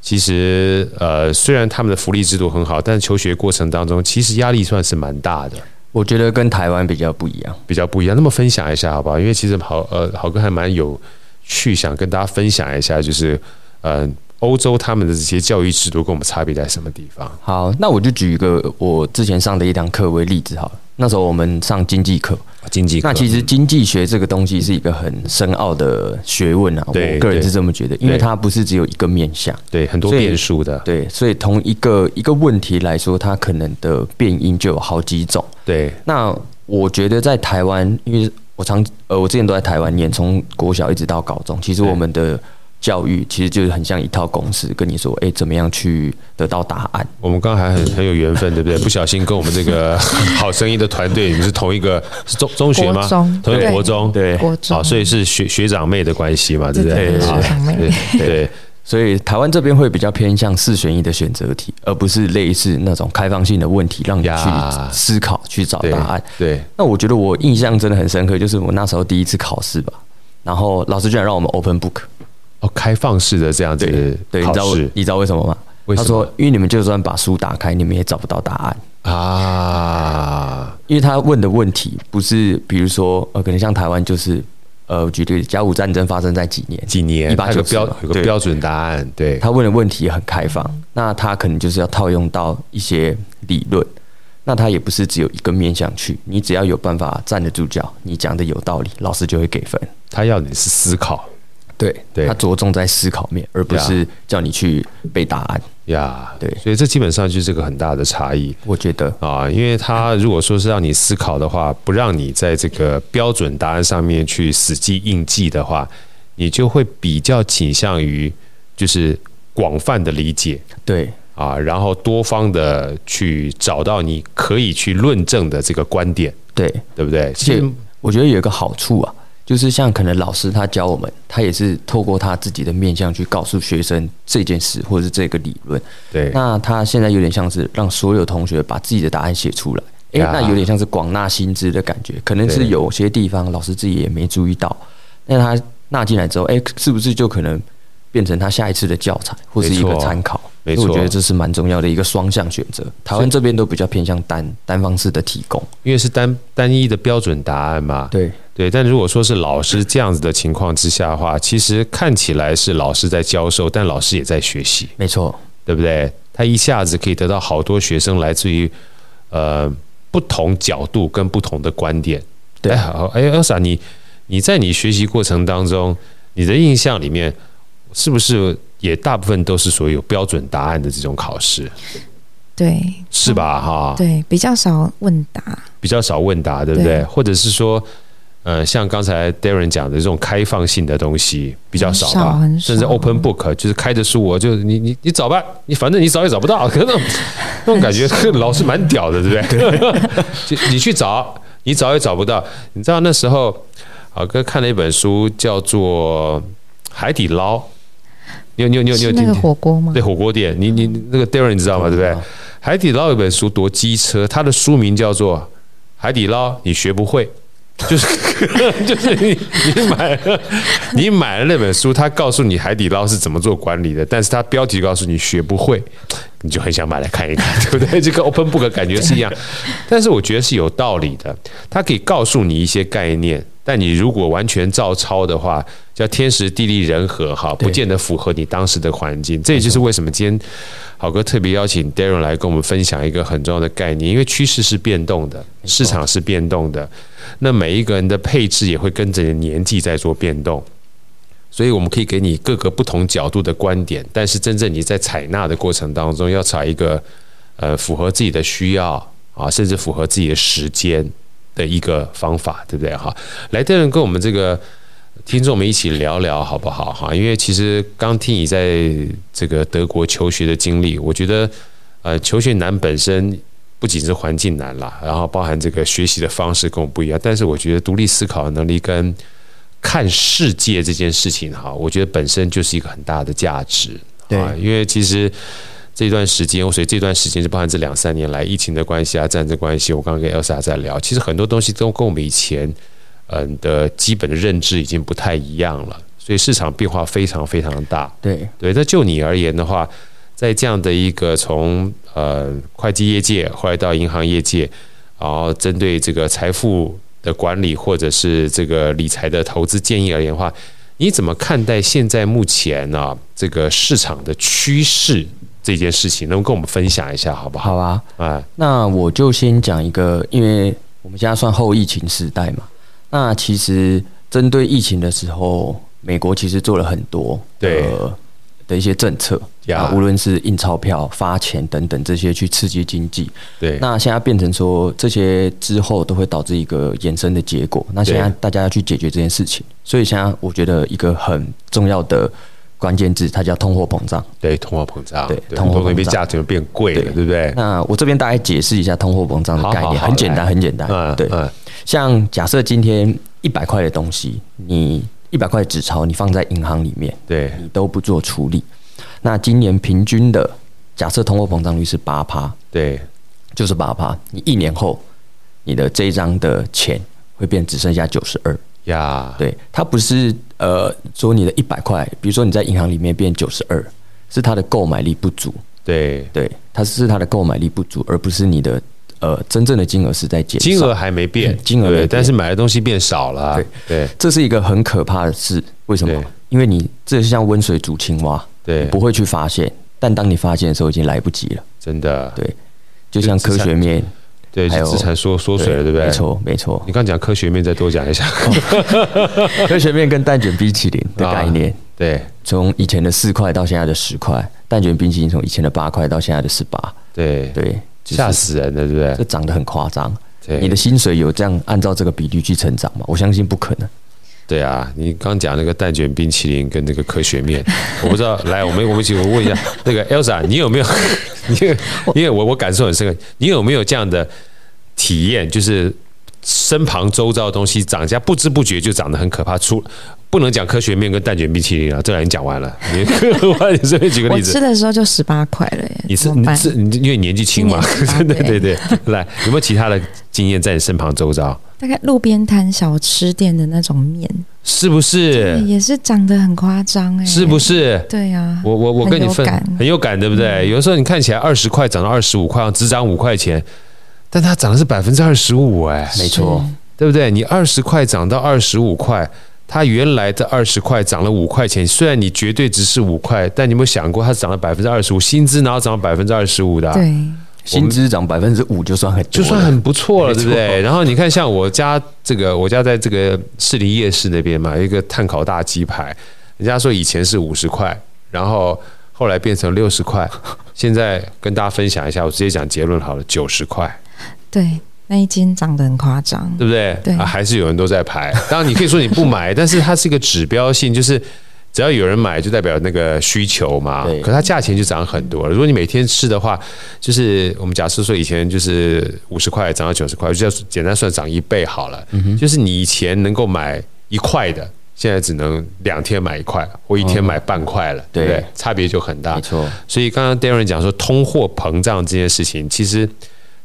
[SPEAKER 1] 其实，呃，虽然他们的福利制度很好，但求学过程当中，其实压力算是蛮大的，
[SPEAKER 3] 我觉得跟台湾比较不一样。
[SPEAKER 1] 比较不一样。那么分享一下好不好？因为其实好，呃，好哥还蛮有趣，想跟大家分享一下，就是，呃，欧洲他们的这些教育制度跟我们差别在什么地方？
[SPEAKER 3] 好，那我就举一个我之前上的一堂课为例子好了。那时候我们上经济课，
[SPEAKER 1] 经济课
[SPEAKER 3] 那其实经济学这个东西是一个很深奥的学问啊，
[SPEAKER 1] 对
[SPEAKER 3] 我个人是
[SPEAKER 1] 对
[SPEAKER 3] 这么觉得，因为
[SPEAKER 1] 对
[SPEAKER 3] 它不是只有一个面向。
[SPEAKER 1] 对很多
[SPEAKER 3] 所以
[SPEAKER 1] 变数的，
[SPEAKER 3] 对，所以同一个一个问题来说，它可能的变音就有好几种。
[SPEAKER 1] 对
[SPEAKER 3] 那我觉得在台湾，因为我常呃，我之前都在台湾念，从国小一直到高中，其实
[SPEAKER 1] 对
[SPEAKER 3] 我们的教育其实就是很像一套公式，跟你说，哎、怎么样去得到答案？
[SPEAKER 1] 我们刚才很很有缘分，对不对？不小心跟我们这个 (laughs) 好声音的团队，你们是同一个是中中学吗
[SPEAKER 2] 国？中
[SPEAKER 1] 同一个
[SPEAKER 2] 对
[SPEAKER 1] 国中，
[SPEAKER 3] 对
[SPEAKER 2] 国中
[SPEAKER 1] 好，所以是学学长妹的关系嘛，对不
[SPEAKER 2] 对
[SPEAKER 1] 对？
[SPEAKER 2] 对对
[SPEAKER 1] 好
[SPEAKER 2] 学长妹
[SPEAKER 1] 对对
[SPEAKER 3] 所以台湾这边会比较偏向四选一的选择题，而不是类似那种开放性的问题，让你去
[SPEAKER 1] 呀
[SPEAKER 3] 思考、去找 (laughs)
[SPEAKER 1] 对
[SPEAKER 3] 答案。
[SPEAKER 1] 对
[SPEAKER 3] 那我觉得我印象真的很深刻，就是我那时候第一次考试吧，然后老师居然让我们 open book。
[SPEAKER 1] 哦，开放式的这样子
[SPEAKER 3] 对对，你
[SPEAKER 1] 考
[SPEAKER 3] 知道我
[SPEAKER 1] 试
[SPEAKER 3] 你知道为什么吗？
[SPEAKER 1] 为什么
[SPEAKER 3] 他说，因为你们就算把书打开，你们也找不到答案，
[SPEAKER 1] 啊，
[SPEAKER 3] 因为他问的问题不是，比如说呃，可能像台湾就是呃，举例，甲午战争发生在几年？
[SPEAKER 1] 几年它有个
[SPEAKER 3] 1890
[SPEAKER 1] 标
[SPEAKER 3] 嘛
[SPEAKER 1] 有个
[SPEAKER 3] 对
[SPEAKER 1] 标准答案，对
[SPEAKER 3] 他问的问题很开放，那他可能就是要套用到一些理论，那他也不是只有一个面向去，你只要有办法站得住脚，你讲的有道理，老师就会给分。
[SPEAKER 1] 他要你是思考
[SPEAKER 3] 对，
[SPEAKER 1] 对
[SPEAKER 3] 他着重在思考面，而不
[SPEAKER 1] 对啊
[SPEAKER 3] 是叫你去背答案。
[SPEAKER 1] 呀，
[SPEAKER 3] 对
[SPEAKER 1] 所以这基本上就是这个很大的差异。
[SPEAKER 3] 我觉得
[SPEAKER 1] 啊，因为他如果说是让你思考的话，不让你在这个标准答案上面去死记硬记的话，你就会比较倾向于就是广泛的理解
[SPEAKER 3] 对，
[SPEAKER 1] 啊，然后多方的去找到你可以去论证的这个观点，
[SPEAKER 3] 对，
[SPEAKER 1] 对不对？其
[SPEAKER 3] 且
[SPEAKER 1] 实
[SPEAKER 3] 我觉得有一个好处啊，就是像可能老师他教我们，他也是透过他自己的面向去告诉学生这件事或者是这个理论。
[SPEAKER 1] 对
[SPEAKER 3] 那他现在有点像是让所有同学把自己的答案写出来。诶，
[SPEAKER 1] 呀
[SPEAKER 3] 那有点像是广纳新知的感觉，可能
[SPEAKER 1] 对
[SPEAKER 3] 是有些地方老师自己也没注意到，那他纳进来之后，诶，是不是就可能变成他下一次的教材或是一
[SPEAKER 1] 没
[SPEAKER 3] 个
[SPEAKER 1] 错
[SPEAKER 3] 参考？
[SPEAKER 1] 没
[SPEAKER 3] 所以
[SPEAKER 1] 错
[SPEAKER 3] 我觉得这是蛮重要的一个双向选择。台湾这边都比较偏向单单方式的提供，
[SPEAKER 1] 因为是单单一的标准答案嘛，
[SPEAKER 3] 对，
[SPEAKER 1] 对，但如果说是老师这样子的情况之下的话，其实看起来是老师在教授，但老师也在学习。
[SPEAKER 3] 没错，
[SPEAKER 1] 对不对？他一下子可以得到好多学生来自于呃不同角度跟不同的观点。
[SPEAKER 3] 对
[SPEAKER 1] 哎，好，哎，Elsa，你你在你学习过程当中，你的印象里面是不是也大部分都是所有标准答案的这种考试，
[SPEAKER 2] 对
[SPEAKER 1] 是吧？哈、
[SPEAKER 2] 对，比较少问答，
[SPEAKER 1] 比较少问答，对不对？
[SPEAKER 2] 对
[SPEAKER 1] 或者是说。呃，像刚才 Darren 讲的这种开放性的东西比较少吧，
[SPEAKER 2] 很少很少
[SPEAKER 1] 甚至 open book 就是开着书，我就你你你找吧，你反正你找也找不到，可 (laughs) 能那种那种感觉老师蛮屌的，对不对？ (laughs) 就你去找，你找也找不到。你知道那时候，啊哥看了一本书，叫做《海底捞》，你有你有你有你有
[SPEAKER 2] 是
[SPEAKER 1] 听
[SPEAKER 2] 那个火锅吗
[SPEAKER 1] 对？火锅店，你你那个 Darren 你哦知道吗？对不对？海底捞有本书夺机车，它的书名叫做《海底捞你学不会》，就是 (laughs) 就是你你买了 (laughs) 你买了那本书，它告诉你海底捞是怎么做管理的，但是它标题告诉你学不会，你就很想买来看一看，对不 (laughs) 对？这跟 Open Book 感觉是一样， (laughs) 但是我觉得是有道理的，它可以告诉你一些概念。但你如果完全照抄的话，叫天时地利人和哈，不
[SPEAKER 3] 对
[SPEAKER 1] 见得符合你当时的环境。这也就是为什么今天好哥特别邀请 Darren 来跟我们分享一个很重要的概念，因为趋势是变动的，市场是变动的，那每一个人的配置也会跟着你的年纪在做变动。所以我们可以给你各个不同角度的观点，但是真正你在采纳的过程当中，要采一个呃符合自己的需要啊，甚至符合自己的时间的一个方法，对不对哈？来的人跟我们这个听众们一起聊聊好不好哈？因为其实刚听你在这个德国求学的经历，我觉得呃求学难本身。不仅是环境难啦，然后包含这个学习的方式跟我不一样，但是我觉得独立思考的能力跟看世界这件事情哈，我觉得本身就是一个很大的价值。
[SPEAKER 3] 对
[SPEAKER 1] 啊，因为其实这段时间，所以这段时间是包含这两三年来疫情的关系啊、战争关系，我刚刚跟 Elsa 在聊，其实很多东西都跟我们以前嗯的基本的认知已经不太一样了，所以市场变化非常非常大。
[SPEAKER 3] 对，
[SPEAKER 1] 对，那就你而言的话，在这样的一个从呃会计业界，后来到银行业界，然后针对这个财富的管理或者是这个理财的投资建议而言的话，你怎么看待现在目前呢、啊、这个市场的趋势这件事情？能不能跟我们分享一下，好不好？
[SPEAKER 3] 好啊。
[SPEAKER 1] 啊，
[SPEAKER 3] 那我就先讲一个，因为我们现在算后疫情时代嘛。那其实针对疫情的时候，美国其实做了很多
[SPEAKER 1] 对
[SPEAKER 3] 的的一些政策
[SPEAKER 1] Yeah
[SPEAKER 3] 啊，无论是印钞票、发钱等等这些去刺激经济。
[SPEAKER 1] 对，
[SPEAKER 3] 那现在变成说，这些之后都会导致一个衍生的结果。那现在
[SPEAKER 1] 对
[SPEAKER 3] 大家要去解决这件事情，所以现在我觉得一个很重要的关键字，它叫通货膨胀。
[SPEAKER 1] 对，通货膨胀，
[SPEAKER 3] 对
[SPEAKER 1] 通
[SPEAKER 3] 通
[SPEAKER 1] 货
[SPEAKER 3] 货
[SPEAKER 1] 膨胀
[SPEAKER 3] 膨
[SPEAKER 1] 变
[SPEAKER 3] 胀
[SPEAKER 1] 价钱变贵了，
[SPEAKER 3] 对
[SPEAKER 1] 对不对？
[SPEAKER 3] 那我这边大概解释一下通货膨胀的概
[SPEAKER 1] 好好
[SPEAKER 3] 念，
[SPEAKER 1] 好
[SPEAKER 3] 很简单，
[SPEAKER 1] 来
[SPEAKER 3] 很简单。对，
[SPEAKER 1] 嗯，
[SPEAKER 3] 像假设今天一百块的东西，你一百块纸钞，你放在银行里面，
[SPEAKER 1] 对，
[SPEAKER 3] 你都不做处理，那今年平均的假设通货膨胀率是八趴，
[SPEAKER 1] 对，
[SPEAKER 3] 就是八趴，你一年后你的这一张的钱会变只剩下九十二。
[SPEAKER 1] 呀，
[SPEAKER 3] 对，它不是呃说你的一百块，比如说你在银行里面变九十二，是它的购买力不足。
[SPEAKER 1] 对，
[SPEAKER 3] 对，它是它的购买力不足，而不是你的呃真正的金额是在减少。
[SPEAKER 1] 金额还没变，
[SPEAKER 3] 嗯金额没
[SPEAKER 1] 对，
[SPEAKER 3] 变
[SPEAKER 1] 但是买的东西变少了，啊
[SPEAKER 3] 对
[SPEAKER 1] 对
[SPEAKER 3] 这是一个很可怕的事，为什么
[SPEAKER 1] 对？
[SPEAKER 3] 因为你这就像温水煮青蛙，
[SPEAKER 1] 对
[SPEAKER 3] 你不会去发现，但当你发现的时候已经来不及了。
[SPEAKER 1] 真的，
[SPEAKER 3] 对，就像
[SPEAKER 1] 就
[SPEAKER 3] 科
[SPEAKER 1] 资产
[SPEAKER 3] 学面，
[SPEAKER 1] 对，
[SPEAKER 3] 还有
[SPEAKER 1] 资产缩缩水了，对不对？
[SPEAKER 3] 没。错，没错。
[SPEAKER 1] 你刚讲科学面，再多讲一
[SPEAKER 3] (laughs)
[SPEAKER 1] 下。
[SPEAKER 3] 科学面跟蛋卷冰淇淋的
[SPEAKER 1] 啊
[SPEAKER 3] 概念，
[SPEAKER 1] 对
[SPEAKER 3] 从以前的四块到现在的十块，蛋卷冰淇淋从以前的八块到现在的十八，
[SPEAKER 1] 对，
[SPEAKER 3] 对，就是
[SPEAKER 1] 吓死人了，对不
[SPEAKER 3] 这
[SPEAKER 1] 对？
[SPEAKER 3] 涨得很夸张。
[SPEAKER 1] 对，
[SPEAKER 3] 你的薪水有这样按照这个比例去成长吗？我相信不可能。
[SPEAKER 1] 对啊，你刚讲那个蛋卷冰淇淋跟那个科学面， (laughs) 我不知道。来，我们我们一起我问一下，那个 Elsa，你有没 (laughs) 有？你有因为我我感受很深刻，你有没有这样的体验？就是身旁周遭的东西涨价，不知不觉就涨得很可怕。出不能讲科学面跟蛋卷冰淇淋了，这两个已经讲完了。你我你随便举个
[SPEAKER 2] 我
[SPEAKER 1] 例子
[SPEAKER 2] 吃。的时候就十八块了耶，
[SPEAKER 1] 你是
[SPEAKER 2] 怎
[SPEAKER 1] 你
[SPEAKER 2] 么办？
[SPEAKER 1] 是你，因为你年纪轻嘛，(laughs) 对
[SPEAKER 2] 今年18
[SPEAKER 1] 对对。来，有没有其他的经验在你身旁周遭？
[SPEAKER 2] 大概路边摊小吃店的那种面，
[SPEAKER 1] 是不
[SPEAKER 2] 对
[SPEAKER 1] 是？
[SPEAKER 2] 也是涨得很夸张哎，
[SPEAKER 1] 是不？是？
[SPEAKER 2] 对啊，
[SPEAKER 1] 我我我
[SPEAKER 2] 很
[SPEAKER 1] 跟你
[SPEAKER 2] 有
[SPEAKER 1] 分
[SPEAKER 2] 感嗯
[SPEAKER 1] 很有感，对不对？有的时候你看起来二十块涨到二十五块，只涨五块钱，但它涨的是百分之二十五，哎，
[SPEAKER 3] 没错，
[SPEAKER 1] 对不对？你二十块涨到二十五块，它原来的二十块涨了五块钱，虽然你绝对值是五块，但你有没有想过它涨了百分之二十五？薪资哪有涨百分之二十五的、啊？
[SPEAKER 2] 对，
[SPEAKER 3] 薪资涨百分之五就算很多
[SPEAKER 1] 就
[SPEAKER 3] 了
[SPEAKER 1] 算很不错了，对不
[SPEAKER 3] 没
[SPEAKER 1] 对？
[SPEAKER 3] 错
[SPEAKER 1] 然后你看，像我家这个，我家在这个士林夜市那边嘛，有一个碳烤大鸡排，人家说以前是五十块，然后后来变成六十块，现在跟大家分享一下，我直接讲结论好了，九十块，
[SPEAKER 2] 对，那一斤涨得很夸
[SPEAKER 3] 嗯
[SPEAKER 2] 张，
[SPEAKER 1] 对不对？
[SPEAKER 2] 对
[SPEAKER 1] 啊，还是有人都在排。 (laughs) 当然，你可以说你不
[SPEAKER 3] (laughs)
[SPEAKER 1] 买，但是它是一个指标性，就是。只要有人买，就代表那个需求嘛
[SPEAKER 3] 对。
[SPEAKER 1] 可它价钱就涨很多了。如果你每天吃的话，就是我们假设说以前就是五十块
[SPEAKER 3] 嗯
[SPEAKER 1] 涨到九十块，就要简单算涨一倍好了。就是你以前能够买一块的，现在只能两天买一块，或一天买半块了，对不对
[SPEAKER 3] 哦对？
[SPEAKER 1] 差别就很大
[SPEAKER 3] 没。错，
[SPEAKER 1] 所以刚刚 Darren 讲说，通货膨胀这件事情，其实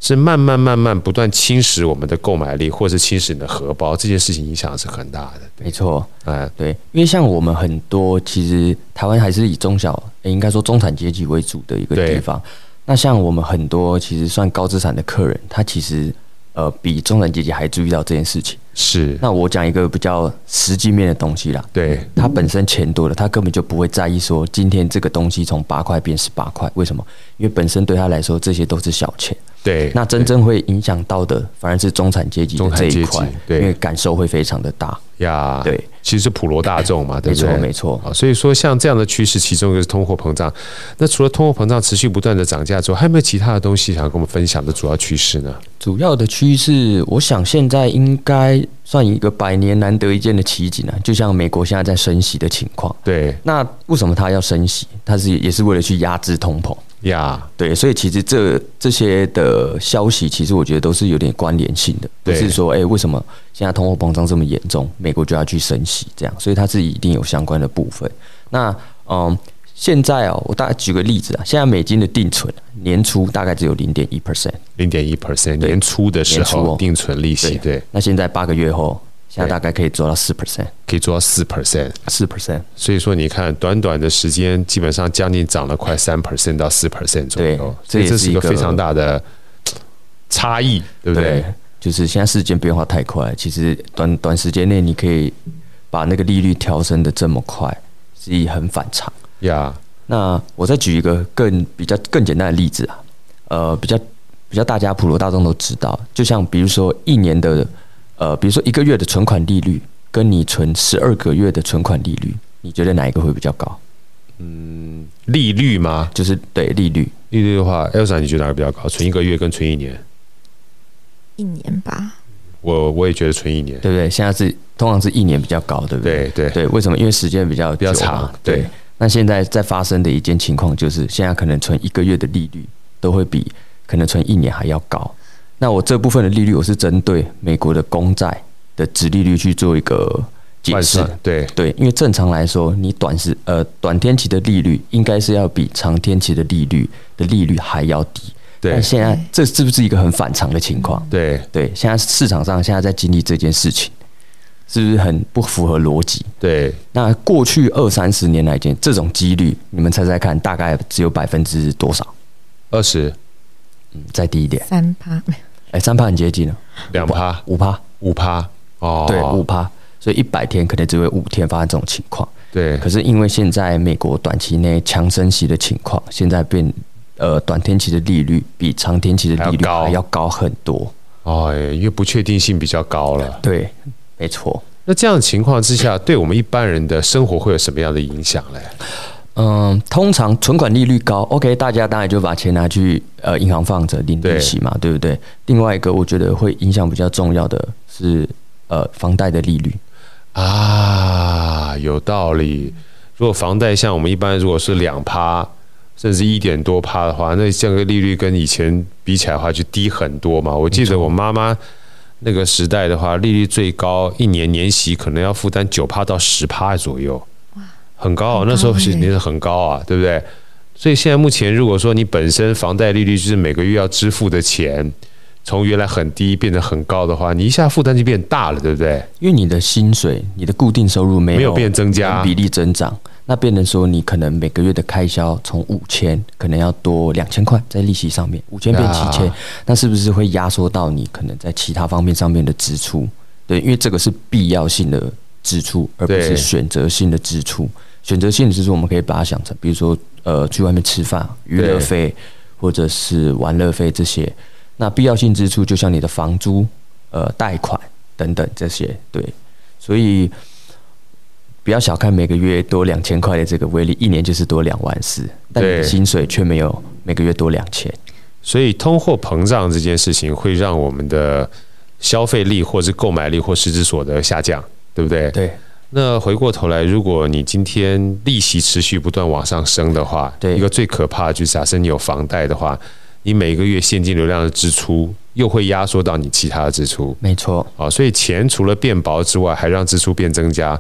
[SPEAKER 1] 是慢慢慢慢不断侵蚀我们的购买力，或是侵蚀你的荷包，这件事情影响是很大的。
[SPEAKER 3] 没错，
[SPEAKER 1] 哎，
[SPEAKER 3] 对，因为像我们很多其实台湾还是以中小，诶应该说中产阶级为主的一个
[SPEAKER 1] 对
[SPEAKER 3] 地方。那像我们很多其实算高资产的客人，他其实呃比中产阶级还注意到这件事情。
[SPEAKER 1] 是，
[SPEAKER 3] 那我讲一个比较实际面的东西啦，
[SPEAKER 1] 对，
[SPEAKER 3] 他本身钱多了，他根本就不会在意说今天这个东西从八块变十八块，为什么？因为本身对他来说这些都是小钱。
[SPEAKER 1] 对。
[SPEAKER 3] 那真正会影响到的反而是中产阶级的
[SPEAKER 1] 中产
[SPEAKER 3] 这
[SPEAKER 1] 阶
[SPEAKER 3] 一
[SPEAKER 1] 级
[SPEAKER 3] 块，因
[SPEAKER 1] 对
[SPEAKER 3] 为感受会非常的大。
[SPEAKER 1] 呀，
[SPEAKER 3] 对，
[SPEAKER 1] 其实是普罗大众嘛，对
[SPEAKER 3] 没
[SPEAKER 1] 不
[SPEAKER 3] 错
[SPEAKER 1] 对？，
[SPEAKER 3] 没错，
[SPEAKER 1] 好，所以说像这样的趋势，其中一个是通货膨胀。那除了通货膨胀持续不断的涨价之后，还有没有其他的东西想要跟我们分享的主要趋势呢？
[SPEAKER 3] 主要的趋势，我想现在应该算一个百年难得一见的奇景啊，就像美国现在在升息的情况。
[SPEAKER 1] 对
[SPEAKER 3] 那为什么它要升息？它是也是为了去压制通膨。
[SPEAKER 1] 呀，
[SPEAKER 3] 对，所以其实这这些的消息，其实我觉得都是有点关联性的，不
[SPEAKER 1] 对
[SPEAKER 3] 是说哎、诶为什么现在通货膨胀这么严重，美国就要去升息这样，所以它是一定有相关的部分。那嗯，现在哦，我大概举个例子啊，现在美金的定存啊年初大概只有零点一 percent，
[SPEAKER 1] 零点一 percent
[SPEAKER 3] 对
[SPEAKER 1] 年初的时
[SPEAKER 3] 年初
[SPEAKER 1] 候
[SPEAKER 3] 哦
[SPEAKER 1] 定存利息，对，
[SPEAKER 3] 那现在八个月后，现在
[SPEAKER 1] 对
[SPEAKER 3] 大概可以做到四 percent，
[SPEAKER 1] 可以做到四 percent。
[SPEAKER 3] 四 percent，
[SPEAKER 1] 所以说你看，短短的时间，基本上将近涨了快三 percent 到四 percent 左右
[SPEAKER 3] 对，
[SPEAKER 1] 所以
[SPEAKER 3] 这也
[SPEAKER 1] 这
[SPEAKER 3] 是
[SPEAKER 1] 是一
[SPEAKER 3] 一
[SPEAKER 1] 个
[SPEAKER 3] 个
[SPEAKER 1] 非常大的差异，对不对？
[SPEAKER 3] 就是现在事件变化太快，其实短短时间内你可以把那个利率调升的这么快，是很反常。
[SPEAKER 1] 呀，
[SPEAKER 3] 那我再举一个更比较更简单的例子啊，呃，比较比较大家普罗大众都知道，就像比如说一年的，呃，比如说一个月的存款利率，跟你存十二个月的存款利率，你觉得哪一个会比较高？
[SPEAKER 1] 利率吗？
[SPEAKER 3] 就是对利率，
[SPEAKER 1] 利率的话，Elsa 你觉得哪个比较高？存一个月跟存一年？
[SPEAKER 2] 一年吧，
[SPEAKER 1] 我我也觉得存一年。
[SPEAKER 3] 对不对？现在是通常是一年比较高，对不对？
[SPEAKER 1] 对对
[SPEAKER 3] 对，为什么？因为时间比较
[SPEAKER 1] 比较
[SPEAKER 3] 久嘛
[SPEAKER 1] 长
[SPEAKER 3] 对
[SPEAKER 1] 对，
[SPEAKER 3] 那现在在发生的一件情况就是，现在可能存一个月的利率都会比可能存一年还要高。那我这部分的利率，我是针对美国的公债的值利率去做一个解
[SPEAKER 1] 换
[SPEAKER 3] 释。
[SPEAKER 1] 算对
[SPEAKER 3] 对，因为正常来说，你短时呃短天期的利率应该是要比长天期的利率的利率还要低。
[SPEAKER 1] 对
[SPEAKER 3] 但现在这是不是一个很反常的情况？
[SPEAKER 1] 对
[SPEAKER 3] 对，现在市场上现在在经历这件事情，是不是很不符合逻辑？
[SPEAKER 1] 对，
[SPEAKER 3] 那过去二三十年来间，这种几率，你们猜猜看，大概只有百分之多少？
[SPEAKER 1] 二十
[SPEAKER 3] 嗯，再低一点，
[SPEAKER 2] 三趴， (laughs)
[SPEAKER 3] 哎，三趴很接近了，
[SPEAKER 1] 两趴
[SPEAKER 3] 五趴，
[SPEAKER 1] 五趴哦，
[SPEAKER 3] 对，五趴，所以一百天可能只会五天发生这种情况。
[SPEAKER 1] 对
[SPEAKER 3] 可是因为现在美国短期内强升息的情况，现在变呃短天期的利率比长天期的利率
[SPEAKER 1] 还要高
[SPEAKER 3] 还要高很多。
[SPEAKER 1] 哦，哎因为不确定性比较高了。
[SPEAKER 3] 对，没错。
[SPEAKER 1] 那这样的情况之下，对我们一般人的生活会有什么样的影响嘞？
[SPEAKER 3] 嗯，通常存款利率高，OK，大家当然就把钱拿去呃银行放着领利息嘛，对不对？另外一个我觉得会影响比较重要的是呃房贷的利率，
[SPEAKER 1] 啊，有道理。如果房贷像我们一般，如果是两趴，甚至一点多趴的话，那这个利率跟以前比起来的话，就低很多嘛。我记得我妈妈那个时代的话，利率最高一年年息可能要负担九趴到十趴左右，很高、啊
[SPEAKER 2] 很高欸
[SPEAKER 1] 那时候
[SPEAKER 2] 耶
[SPEAKER 1] 是年是很高啊，对不对？所以现在目前，如果说你本身房贷利率就是每个月要支付的钱，从原来很低变得很高的话，你一下负担就变大了，对不对？
[SPEAKER 3] 因为你的薪水、你的固定收入没有
[SPEAKER 1] 没有变增加
[SPEAKER 3] 同比例增长，那变成说你可能每个月的开销从五千可能要多两千块在利息上面，五千变七
[SPEAKER 1] 啊
[SPEAKER 3] 千，那是不是会压缩到你可能在其他方面上面的支出？对，因为这个是必要性的支出，而不
[SPEAKER 1] 对
[SPEAKER 3] 是选择性的支出。选择性的支出，我们可以把它想成，比如说呃去外面吃饭、娱乐
[SPEAKER 1] 对
[SPEAKER 3] 费或者是玩乐费这些。那必要性支出就像你的房租、呃贷款等等这些，对，所以不要小看每个月多两千块的这个威力，一年就是多两万四，但你的
[SPEAKER 1] 对
[SPEAKER 3] 薪水却没有每个月多两千。
[SPEAKER 1] 所以通货膨胀这件事情会让我们的消费力或是购买力或实质所得下降，对不对？
[SPEAKER 3] 对
[SPEAKER 1] 那回过头来，如果你今天利息持续不断往上升的话，
[SPEAKER 3] 对
[SPEAKER 1] 一个最可怕的就是假设你有房贷的话，你每个月现金流量的支出又会压缩到你其他的支出
[SPEAKER 3] 没错，
[SPEAKER 1] 啊，所以钱除了变薄之外，还让支出变增加。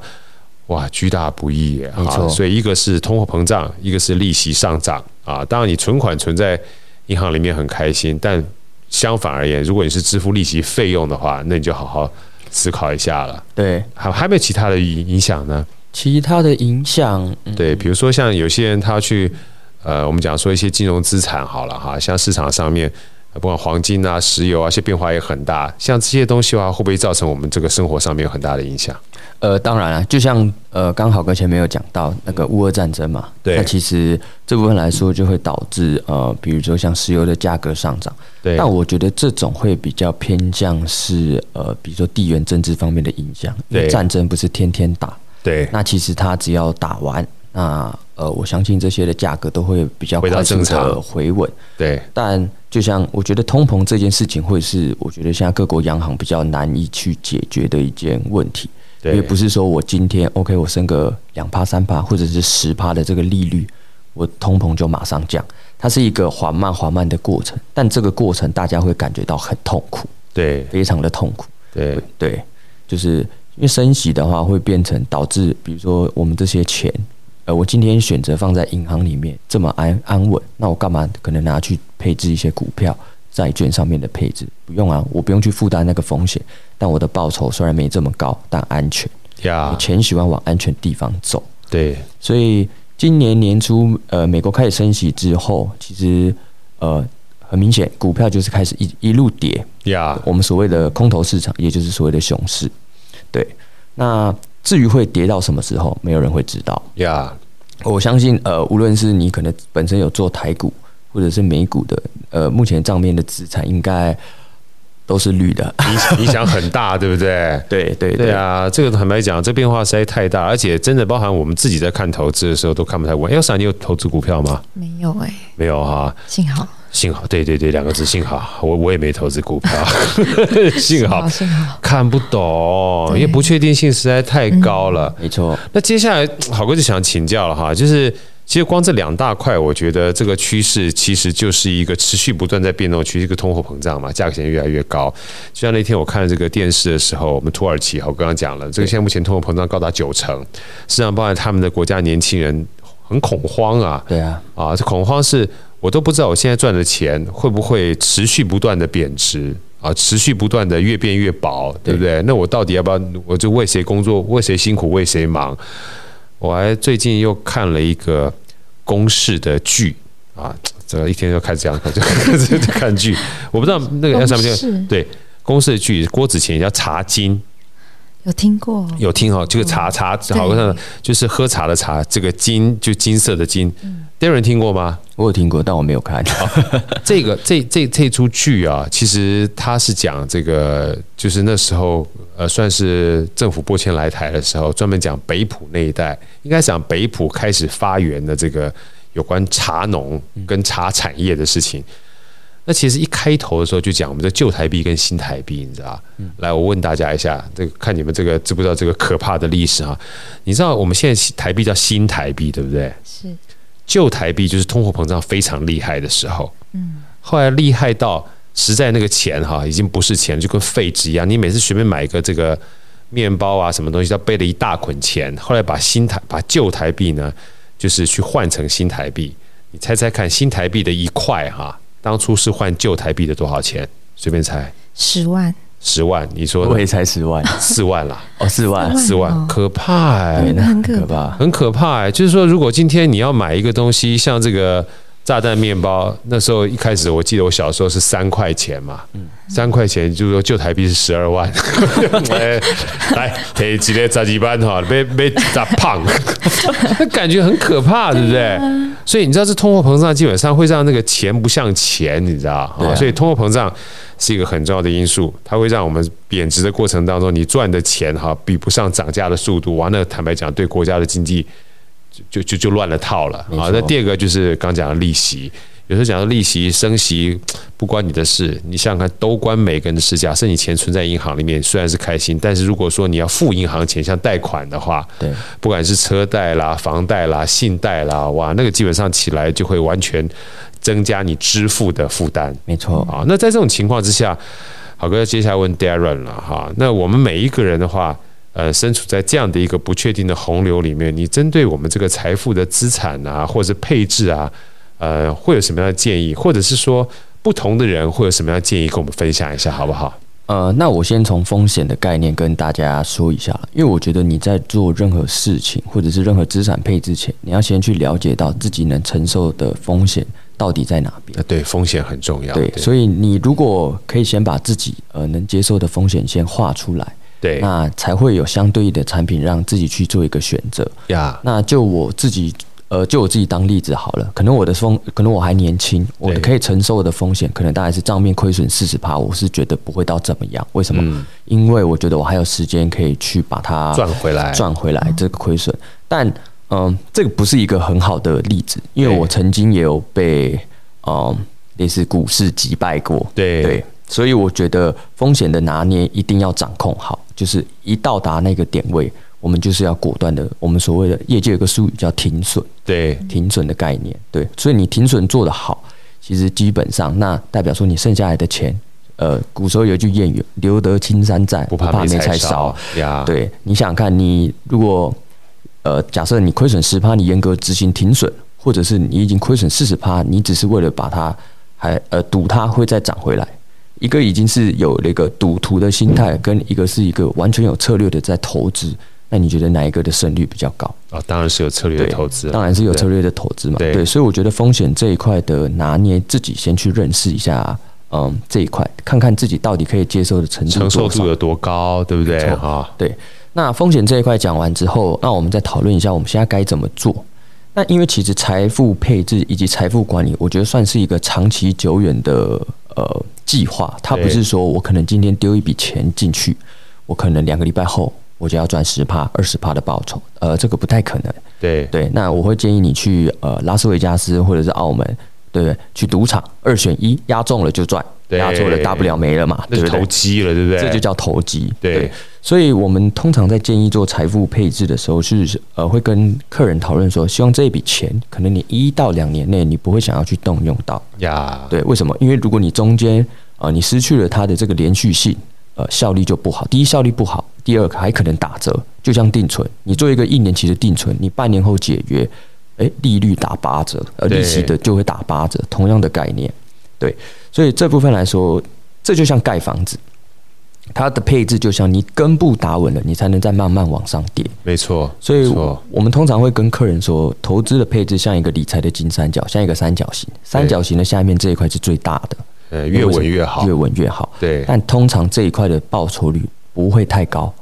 [SPEAKER 1] 哇，巨大不易耶！
[SPEAKER 3] 没错
[SPEAKER 1] 啊，所以一个是通货膨胀，一个是利息上涨啊。当然，你存款存在银行里面很开心，但相反而言，如果你是支付利息费用的话，那你就好好思考一下了。
[SPEAKER 3] 对，
[SPEAKER 1] 还还有没有其他的影影响呢？
[SPEAKER 3] 其他的影响，嗯
[SPEAKER 1] 对，比如说像有些人他去，呃，我们讲说一些金融资产好了哈，像市场上面，呃不管黄金啊、石油啊，一些变化也很大。像这些东西的话，会不会造成我们这个生活上面有很大的影响？
[SPEAKER 3] 呃，当然了，就像呃，刚好哥前面有讲到那个乌俄战争嘛，
[SPEAKER 1] 对
[SPEAKER 3] 那其实这部分来说就会导致呃，比如说像石油的价格上涨，
[SPEAKER 1] 对，
[SPEAKER 3] 但我觉得这种会比较偏向是呃，比如说地缘政治方面的影响，因为
[SPEAKER 1] 对
[SPEAKER 3] 战争不是天天打，
[SPEAKER 1] 对，
[SPEAKER 3] 那其实它只要打完，那呃，我相信这些的价格都会比较
[SPEAKER 1] 回到
[SPEAKER 3] 快速
[SPEAKER 1] 正
[SPEAKER 3] 的
[SPEAKER 1] 常
[SPEAKER 3] 回稳。
[SPEAKER 1] 对，
[SPEAKER 3] 但就像我觉得通膨这件事情，会是我觉得现在各国央行比较难以去解决的一件问题，因
[SPEAKER 1] 对，
[SPEAKER 3] 为不是说我今天 OK 我升个两趴三趴或者是十趴的这个利率，我通膨就马上降，它是一个缓慢缓慢的过程，但这个过程大家会感觉到很痛苦，
[SPEAKER 1] 对，
[SPEAKER 3] 非常的痛苦。
[SPEAKER 1] 对，
[SPEAKER 3] 对，就是因为升息的话，会变成导致，比如说我们这些钱，呃，我今天选择放在银行里面这么安安稳，那我干嘛可能拿去配置一些股票、债券上面的配置？不用啊，我不用去负担那个风险，但我的报酬虽然没这么高，但安全，
[SPEAKER 1] 呀
[SPEAKER 3] 我，钱喜欢往安全地方走。
[SPEAKER 1] 对，
[SPEAKER 3] 所以今年年初，呃，美国开始升息之后，其实呃很明显，股票就是开始一一路跌，
[SPEAKER 1] 呀，
[SPEAKER 3] 我们所谓的空头市场，也就是所谓的熊市。对，那至于会跌到什么时候，没有人会知道。
[SPEAKER 1] 呀，
[SPEAKER 3] 我相信，呃，无论是你可能本身有做台股或者是美股的，呃，目前账面的资产应该都是绿的。
[SPEAKER 1] 影影响很大，对不对？
[SPEAKER 3] (laughs) 对对
[SPEAKER 1] 嗯对啊，这个坦白讲，这变化实在太大，而且真的包含我们自己在看投资的时候都看不太稳。要 a 你有投资股票吗？
[SPEAKER 2] 没有哎、
[SPEAKER 1] 没有哈、
[SPEAKER 2] 幸好，
[SPEAKER 1] 幸好，对对对，两个字幸好，我我也没投资股票， (laughs) 幸好
[SPEAKER 2] 幸好，
[SPEAKER 1] 看不懂，
[SPEAKER 2] 对
[SPEAKER 1] 因为不确定性实在太高了。
[SPEAKER 3] 没错，
[SPEAKER 1] 那接下来好哥就想请教了哈，就是其实光这两大块，我觉得这个趋势其实就是一个持续不断在变动的趋势，一个通货膨胀嘛，价格钱越来越高。就像那天我看这个电视的时候，我们土耳其，好，刚刚讲了，这个现在目前通货膨胀高达九成，实际上包含他们的国家年轻人很恐慌啊，
[SPEAKER 3] 对啊，
[SPEAKER 1] 啊，这恐慌是我都不知道我现在赚的钱会不会持续不断的贬值啊，持续不断的越变越薄，对不对？那我到底要不要？我就为谁工作，为谁辛苦，为谁忙？我还最近又看了一个公式的剧啊，这一天就开始这样看，就就 (laughs) 就看剧。我不知道那个叫什么
[SPEAKER 2] 公
[SPEAKER 1] 叫
[SPEAKER 2] 式
[SPEAKER 1] 对公式的剧，郭子乾叫茶金，
[SPEAKER 2] 有听过，
[SPEAKER 1] 有听哈，这个
[SPEAKER 2] 嗯
[SPEAKER 1] 茶茶好像就是喝茶的茶，这个金就金色的金。Darren
[SPEAKER 2] 嗯
[SPEAKER 1] 听过吗？
[SPEAKER 3] 我有听过，但我没有看。
[SPEAKER 1] 哦这个这这这出剧啊，其实它是讲这个，就是那时候呃，算是政府拨迁来台的时候，专门讲北浦那一带，应该讲北浦开始发源的这个有关茶农跟茶产业的事情。那其实一开头的时候就讲我们的旧台币跟新台币，你知道吧？来，我问大家一下，这个看你们这个知不知道这个可怕的历史啊？你知道我们现在台币叫新台币，对不对？
[SPEAKER 2] 是
[SPEAKER 1] 旧台币就是通货膨胀非常厉害的时候，
[SPEAKER 2] 嗯，
[SPEAKER 1] 后来厉害到实在那个钱哈，已经不是钱，就跟废纸一样。你每次随便买一个这个面包啊，什么东西，都背了一大捆钱。后来把新台把旧台币呢，就是去换成新台币。你猜猜看，新台币的一块哈，当初是换旧台币的多少钱？随便猜，
[SPEAKER 2] 十万，
[SPEAKER 1] 十万。你说
[SPEAKER 3] 我
[SPEAKER 1] 呢
[SPEAKER 3] 也才十万，
[SPEAKER 1] 四万啦，
[SPEAKER 3] 哦，四万，
[SPEAKER 1] 四万，
[SPEAKER 2] 哦
[SPEAKER 1] 可怕哎、
[SPEAKER 3] 对，那
[SPEAKER 2] 很
[SPEAKER 3] 很
[SPEAKER 2] 可
[SPEAKER 3] 可怕。
[SPEAKER 1] 很可怕哎、就是说，如果今天你要买一个东西，像这个炸弹面包，那时候一开始我记得我小时候是三块钱嘛，三块钱就是说旧台币是十二 (laughs) 万，哎来，提几个炸鸡班哈，被被炸胖， (laughs) 那感觉很可怕，对不对？所以你知道，这通货膨胀基本上会让那个钱不像钱，你知道啊、
[SPEAKER 3] 对啊
[SPEAKER 1] 所以通货膨胀是一个很重要的因素，它会让我们贬值的过程当中，你赚的钱哈比不上涨价的速度，哇，那坦白讲，对国家的经济就就就就乱了套了
[SPEAKER 3] 没
[SPEAKER 1] 啊
[SPEAKER 3] 错。
[SPEAKER 1] 那第二个就是刚讲的利息。有时候讲到利息升息不关你的事，你想想看，都关每个人的事。假设你钱存在银行里面，虽然是开心，但是如果说你要付银行钱，像贷款的话，
[SPEAKER 3] 对，
[SPEAKER 1] 不管是车贷啦、房贷啦、信贷啦，哇，那个基本上起来就会完全增加你支付的负担
[SPEAKER 3] 没错，
[SPEAKER 1] 啊。那在这种情况之下，好哥接下来问 Darren 了哈，那我们每一个人的话，呃，身处在这样的一个不确定的洪流里面，你针对我们这个财富的资产啊，或者是配置啊，呃，会有什么样的建议，或者是说不同的人会有什么样的建议，跟我们分享一下，好不好？
[SPEAKER 3] 呃，那我先从风险的概念跟大家说一下，因为我觉得你在做任何事情或者是任何资产配置前，你要先去了解到自己能承受的风险到底在哪边。
[SPEAKER 1] 呃，对，风险很重要，
[SPEAKER 3] 对，
[SPEAKER 1] 对
[SPEAKER 3] 所以你如果可以先把自己呃能接受的风险先画出来，
[SPEAKER 1] 对
[SPEAKER 3] 那才会有相对应的产品让自己去做一个选择。
[SPEAKER 1] 呀，
[SPEAKER 3] 那就我自己，呃，就我自己当例子好了。可能我的风，可能我还年轻，我的可以承受的风险，可能大概是账面亏损四十趴，我是觉得不会到怎么样。为什么？因为我觉得我还有时间可以去把它
[SPEAKER 1] 嗯赚回来，
[SPEAKER 3] 赚回
[SPEAKER 1] 嗯
[SPEAKER 3] 来这个亏损。但嗯、这个不是一个很好的例子，因为
[SPEAKER 1] 对
[SPEAKER 3] 我曾经也有被嗯、类似股市击败过。
[SPEAKER 1] 对
[SPEAKER 3] 对，所以我觉得风险的拿捏一定要掌控好，就是一到达那个点位，我们就是要果断的。我们所谓的业界有个术语叫停损，
[SPEAKER 1] 对
[SPEAKER 3] 停损的概念。对，所以你停损做得好，其实基本上那代表说你剩下来的钱，呃，古时候有一句谚语“留得青山在，
[SPEAKER 1] 不
[SPEAKER 3] 不
[SPEAKER 1] 怕
[SPEAKER 3] 怕
[SPEAKER 1] 没
[SPEAKER 3] 没
[SPEAKER 1] 柴
[SPEAKER 3] 柴烧”。
[SPEAKER 1] 呀，
[SPEAKER 3] 对，你想想看，你如果呃，假设你亏损十趴，你严格执行停损，或者是你已经亏损四十趴，你只是为了把它还呃赌它会再涨回来，一个已经是有那个赌徒的心态，跟一个是一个完全有策略的在投资，那你觉得哪一个的胜率比较高？
[SPEAKER 1] 啊，当然是有策略的
[SPEAKER 3] 对
[SPEAKER 1] 投资，啊
[SPEAKER 3] 当然是有策略的投资嘛。
[SPEAKER 1] 对
[SPEAKER 3] 对，所以我觉得风险这一块的拿捏，自己先去认识一下，嗯，这一块看看自己到底可以接受的程度
[SPEAKER 1] 承受
[SPEAKER 3] 多少
[SPEAKER 1] 度有多高，对不对？
[SPEAKER 3] 没错
[SPEAKER 1] 啊，
[SPEAKER 3] 对，那风险这一块讲完之后，那我们再讨论一下我们现在该怎么做。那因为其实财富配置以及财富管理，我觉得算是一个长期久远的呃计划，它
[SPEAKER 1] 对
[SPEAKER 3] 不是说我可能今天丢一笔钱进去，我可能两个礼拜后我就要赚十趴、二十趴的报酬，呃，这个不太可能。
[SPEAKER 1] 对
[SPEAKER 3] 对，那我会建议你去呃拉斯维加斯或者是澳门，对不对？去赌场二选一，押中了就赚，
[SPEAKER 1] 对
[SPEAKER 3] 押错了大不了没了嘛，
[SPEAKER 1] 那
[SPEAKER 3] 对
[SPEAKER 1] 是
[SPEAKER 3] 不对
[SPEAKER 1] 投？机了，对不对？
[SPEAKER 3] 这就叫投机。
[SPEAKER 1] 对
[SPEAKER 3] 所以我们通常在建议做财富配置的时候是，呃会跟客人讨论说，希望这一笔钱可能你一到两年内你不会想要去动用到。
[SPEAKER 1] 呀，
[SPEAKER 3] 对，为什么？因为如果你中间呃你失去了它的这个连续性，呃效率就不好。第一效率不好，第二还可能打折。就像定存，你做一个一年期的定存，你半年后解约，诶，利率打八折，呃
[SPEAKER 1] 对
[SPEAKER 3] 利息的就会打八折，同样的概念。对，所以这部分来说，这就像盖房子。它的配置就像你根部打稳了，你才能再慢慢往上叠。
[SPEAKER 1] 没错，
[SPEAKER 3] 所以
[SPEAKER 1] 没错，
[SPEAKER 3] 我们通常会跟客人说，投资的配置像一个理财的金三角，像一个三角形。三角形的下面这一块是最大的，
[SPEAKER 1] 呃，越稳越好
[SPEAKER 3] 越，稳越好。
[SPEAKER 1] 对，
[SPEAKER 3] 但通常这一块的报酬率不会太高，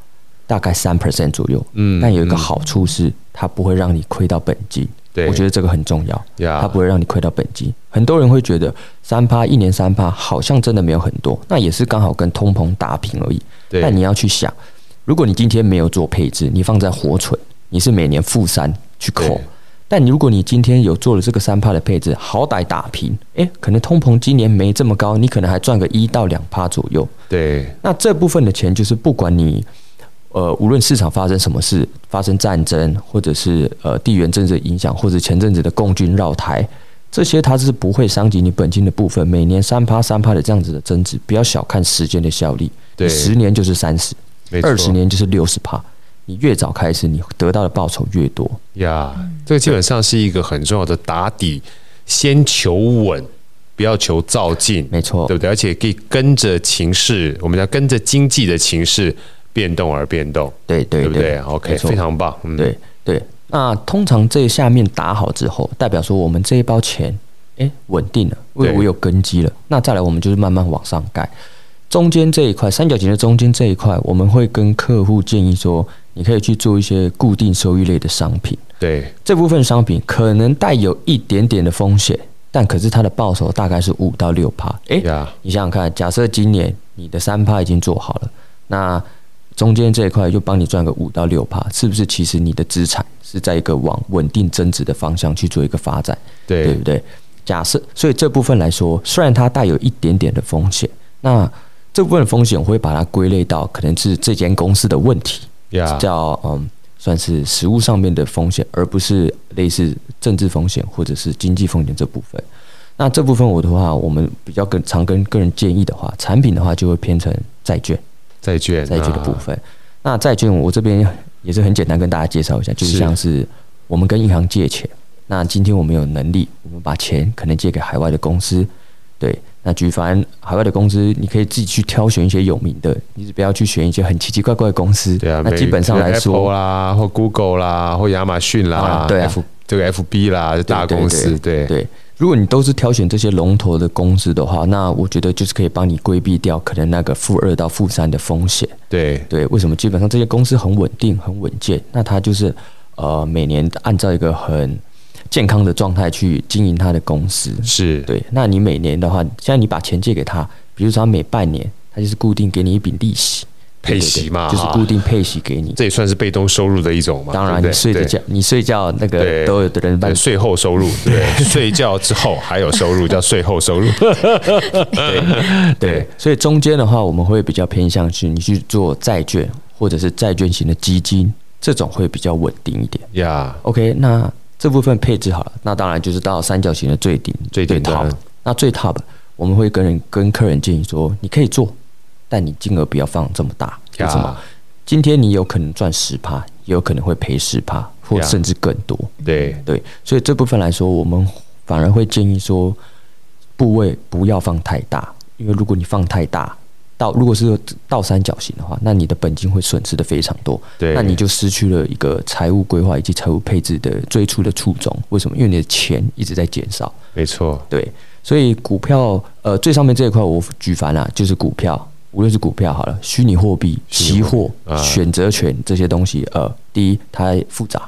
[SPEAKER 3] 大概三 percent 左右。
[SPEAKER 1] 嗯
[SPEAKER 3] 但有一个
[SPEAKER 1] 嗯
[SPEAKER 3] 好处是，它不会让你亏到本金。
[SPEAKER 1] 对
[SPEAKER 3] 我觉得这个很重要。
[SPEAKER 1] 呀，
[SPEAKER 3] 它不会让你亏到本金。很多人会觉得三趴一年三趴好像真的没有很多，那也是刚好跟通膨打平而已。
[SPEAKER 1] 对
[SPEAKER 3] 但你要去想，如果你今天没有做配置，你放在活存，你是每年负三去扣
[SPEAKER 1] 对。
[SPEAKER 3] 但如果你今天有做了这个三趴的配置，好歹打平，诶，可能通膨今年没这么高，你可能还赚个一到两趴左右。
[SPEAKER 1] 对
[SPEAKER 3] 那这部分的钱就是不管你呃，无论市场发生什么事，发生战争，或者是呃地缘政治的影响，或者前阵子的共军绕台，这些它是不会伤及你本金的部分。每年三趴三趴的这样子的增值，不要小看时间的效力，
[SPEAKER 1] 对
[SPEAKER 3] 十年就是三十，
[SPEAKER 1] 没错
[SPEAKER 3] 二十年就是六十趴。你越早开始，你得到的报酬越多。
[SPEAKER 1] 呀，这个基本上是一个很重要的打底，先求稳，不要求造进，
[SPEAKER 3] 没错
[SPEAKER 1] 对，不对？而且可以跟着情势，我们要跟着经济的情势变动而变动，
[SPEAKER 3] 对对
[SPEAKER 1] 对不对？OK，
[SPEAKER 3] 没错
[SPEAKER 1] 非常棒，嗯，
[SPEAKER 3] 对对，那通常这下面打好之后，代表说我们这一包钱，哎，稳定了，因为
[SPEAKER 1] 对
[SPEAKER 3] 我有根基了。那再来，我们就是慢慢往上盖。中间这一块，三角形的中间这一块，我们会跟客户建议说，你可以去做一些固定收益类的商品。
[SPEAKER 1] 对
[SPEAKER 3] 这部分商品可能带有一点点的风险，但可是它的报酬大概是五到六趴。诶，
[SPEAKER 1] 呀，
[SPEAKER 3] 你想想看，假设今年你的三趴已经做好了，那中间这一块就帮你赚个五到六趴，是不是？其实你的资产是在一个往稳定增值的方向去做一个发展，对
[SPEAKER 1] 对
[SPEAKER 3] 不对？假设，所以这部分来说，虽然它带有一点点的风险，那这部分的风险我会把它归类到可能是这间公司的问题，
[SPEAKER 1] 呀，
[SPEAKER 3] 叫嗯，算是实物上面的风险，而不是类似政治风险或者是经济风险这部分。那这部分我的话，我们比较跟常跟个人建议的话，产品的话就会偏成债券，
[SPEAKER 1] 债券
[SPEAKER 3] 债券的部
[SPEAKER 1] 啊
[SPEAKER 3] 分。那债券我这边也是很简单跟大家介绍一下，就是
[SPEAKER 1] 是
[SPEAKER 3] 像是我们跟银行借钱，那今天我们有能力，我们把钱可能借给海外的公司，对，那举凡海外的公司，你可以自己去挑选一些有名的，你只不要去选一些很奇奇怪怪的公司，
[SPEAKER 1] 对啊，
[SPEAKER 3] 那基
[SPEAKER 1] 美
[SPEAKER 3] 本上来
[SPEAKER 1] Apple 啊
[SPEAKER 3] 说，
[SPEAKER 1] 啦，或 Google 啦，或亚马逊啦
[SPEAKER 3] 啊，对啊
[SPEAKER 1] F 这个 FB 啦，大公司，对
[SPEAKER 3] 对，如果你都是挑选这些龙头的公司的话，那我觉得就是可以帮你规避掉可能那个负二到负三的风险。
[SPEAKER 1] 对
[SPEAKER 3] 对，为什么基本上这些公司很稳定、很稳健？那它就是呃每年按照一个很健康的状态去经营它的公司。
[SPEAKER 1] 是，
[SPEAKER 3] 对，那你每年的话，现在你把钱借给他，比如说他每半年，他就是固定给你一笔利息，对
[SPEAKER 1] 配
[SPEAKER 3] 对对
[SPEAKER 1] 息嘛
[SPEAKER 3] 就是
[SPEAKER 1] 哈
[SPEAKER 3] 固定配息给你。
[SPEAKER 1] 这也算是被动收入的一种嘛。
[SPEAKER 3] 当然，
[SPEAKER 1] 对不对
[SPEAKER 3] 你睡着
[SPEAKER 1] 对
[SPEAKER 3] 觉，你睡觉那
[SPEAKER 1] 对
[SPEAKER 3] 个都有的人办
[SPEAKER 1] 对，税后收
[SPEAKER 3] (laughs)
[SPEAKER 1] 入，对不对，睡觉之后还有收入，叫税后收入。 (laughs)
[SPEAKER 3] 对，所以中间的话，我们会比较偏向是你去做债券或者是债券型的基金，这种会比较稳定一点。
[SPEAKER 1] 呀，
[SPEAKER 3] OK，那这部分配置好了，那当然就是到三角形的最顶
[SPEAKER 1] 最顶端
[SPEAKER 3] top。那最 top 我们会跟人跟客人建议说，你可以做，但你金额不要放这么大。为什么
[SPEAKER 1] 呀？
[SPEAKER 3] 今天你有可能赚十趴，也有可能会赔十趴，或
[SPEAKER 1] 呀
[SPEAKER 3] 甚至更多。
[SPEAKER 1] 对，
[SPEAKER 3] 对，所以这部分来说，我们反而会建议说，部位不要放太大，因为如果你放太大，到如果是倒三角形的话，那你的本金会损失的非常多，
[SPEAKER 1] 对
[SPEAKER 3] 那你就失去了一个财务规划以及财务配置的最初的初衷。为什么？因为你的钱一直在减少，
[SPEAKER 1] 没错，
[SPEAKER 3] 对，所以股票呃最上面这一块我举凡啦、就是股票。无论是股票好了，虚拟货币、
[SPEAKER 1] 虚拟
[SPEAKER 3] 期
[SPEAKER 1] 货
[SPEAKER 3] 货、
[SPEAKER 1] 币啊
[SPEAKER 3] 选择权这些东西，呃，第一它复杂，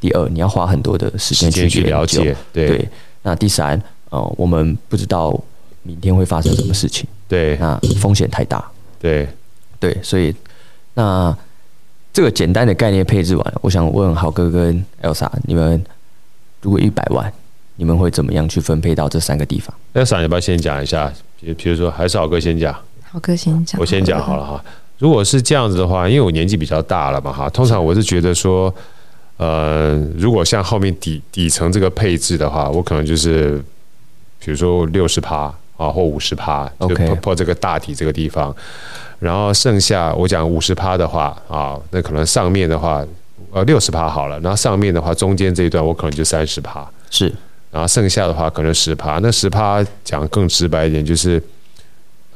[SPEAKER 3] 第二你要花很多的时
[SPEAKER 1] 时
[SPEAKER 3] 间
[SPEAKER 1] 间去
[SPEAKER 3] 研
[SPEAKER 1] 了
[SPEAKER 3] 究
[SPEAKER 1] 解，对
[SPEAKER 3] 对，那第三，呃，我们不知道明天会发生什么事情，
[SPEAKER 1] 对
[SPEAKER 3] 那风险太大，
[SPEAKER 1] 对，
[SPEAKER 3] 对，所以那这个简单的概念配置完了，我想问豪哥跟 Elsa，你们如果一百万，你们会怎么样去分配到这三个地方？
[SPEAKER 1] 那闪要不要先讲一下？比比如说，还是好哥先讲，
[SPEAKER 2] 好哥先讲，
[SPEAKER 1] 我先讲好了哈。如果是这样子的话，因为我年纪比较大了嘛哈，通常我是觉得说，呃，如果像后面底底层这个配置的话，我可能就是，比如说六十趴啊，或五十趴，就
[SPEAKER 3] OK
[SPEAKER 1] 破破这个大体这个地方，然后剩下我讲五十趴的话啊，那可能上面的话，呃，六十趴好了，然后上面的话，中间这一段我可能就三十趴，
[SPEAKER 3] 是
[SPEAKER 1] 然后啊剩下的话可能十趴，那十趴讲更直白一点就是，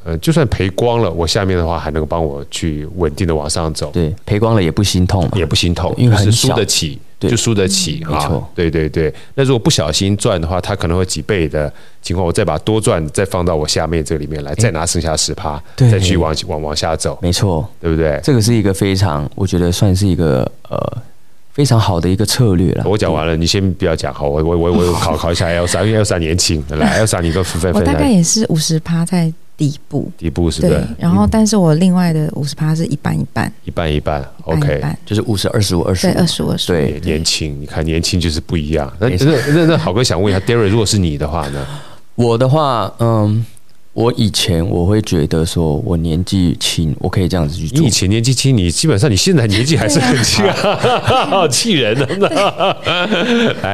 [SPEAKER 1] 呃，就算赔光了，我下面的话还能帮我去稳定的往上走，
[SPEAKER 3] 对，赔光了也不心痛嘛，
[SPEAKER 1] 也不心痛，
[SPEAKER 3] 因为
[SPEAKER 1] 就是
[SPEAKER 3] 很
[SPEAKER 1] 输
[SPEAKER 3] 小
[SPEAKER 1] 得起，
[SPEAKER 3] 对
[SPEAKER 1] 就输得起
[SPEAKER 3] 没
[SPEAKER 1] 哈
[SPEAKER 3] 错
[SPEAKER 1] 对对对，那如果不小心赚的话，它可能会几倍的情况，我再把多赚再放到我下面这里面来，再拿剩下十趴，
[SPEAKER 3] 对
[SPEAKER 1] 再去往往往下走，
[SPEAKER 3] 没错，
[SPEAKER 1] 对不对？
[SPEAKER 3] 这个是一个非常，我觉得算是一个呃非常好的一个策略了。
[SPEAKER 1] 我讲完了，你先不要讲好，我我我我考考一下 Elsa，因为 Elsa 年轻，来 Elsa 你跟分分
[SPEAKER 2] 我
[SPEAKER 1] 分
[SPEAKER 2] 大概
[SPEAKER 1] 享
[SPEAKER 2] 也是五十趴在底部，
[SPEAKER 1] 底部是不嗯
[SPEAKER 2] 对
[SPEAKER 1] 是，
[SPEAKER 2] 然后但是我另外的五十趴是一半一半，
[SPEAKER 1] 一半一半
[SPEAKER 2] 一半一
[SPEAKER 1] ？OK，
[SPEAKER 2] 半，
[SPEAKER 3] 就是五十二十五二十
[SPEAKER 2] 对，二十五二十五。
[SPEAKER 3] 对
[SPEAKER 1] 也年轻，你看年轻就是不一样。那
[SPEAKER 3] 嗯没
[SPEAKER 1] 那
[SPEAKER 3] 错
[SPEAKER 1] 那那好哥想问一下 d a r r y 如果是你的话呢？
[SPEAKER 3] (laughs) 我的话，嗯，我以前我会觉得说我年纪轻，我可以这样子去
[SPEAKER 1] 你
[SPEAKER 3] 做
[SPEAKER 1] 以。前年纪轻，你基本上你现在年纪还是很轻啊，好 (laughs) 气人
[SPEAKER 3] (laughs)
[SPEAKER 1] 啊！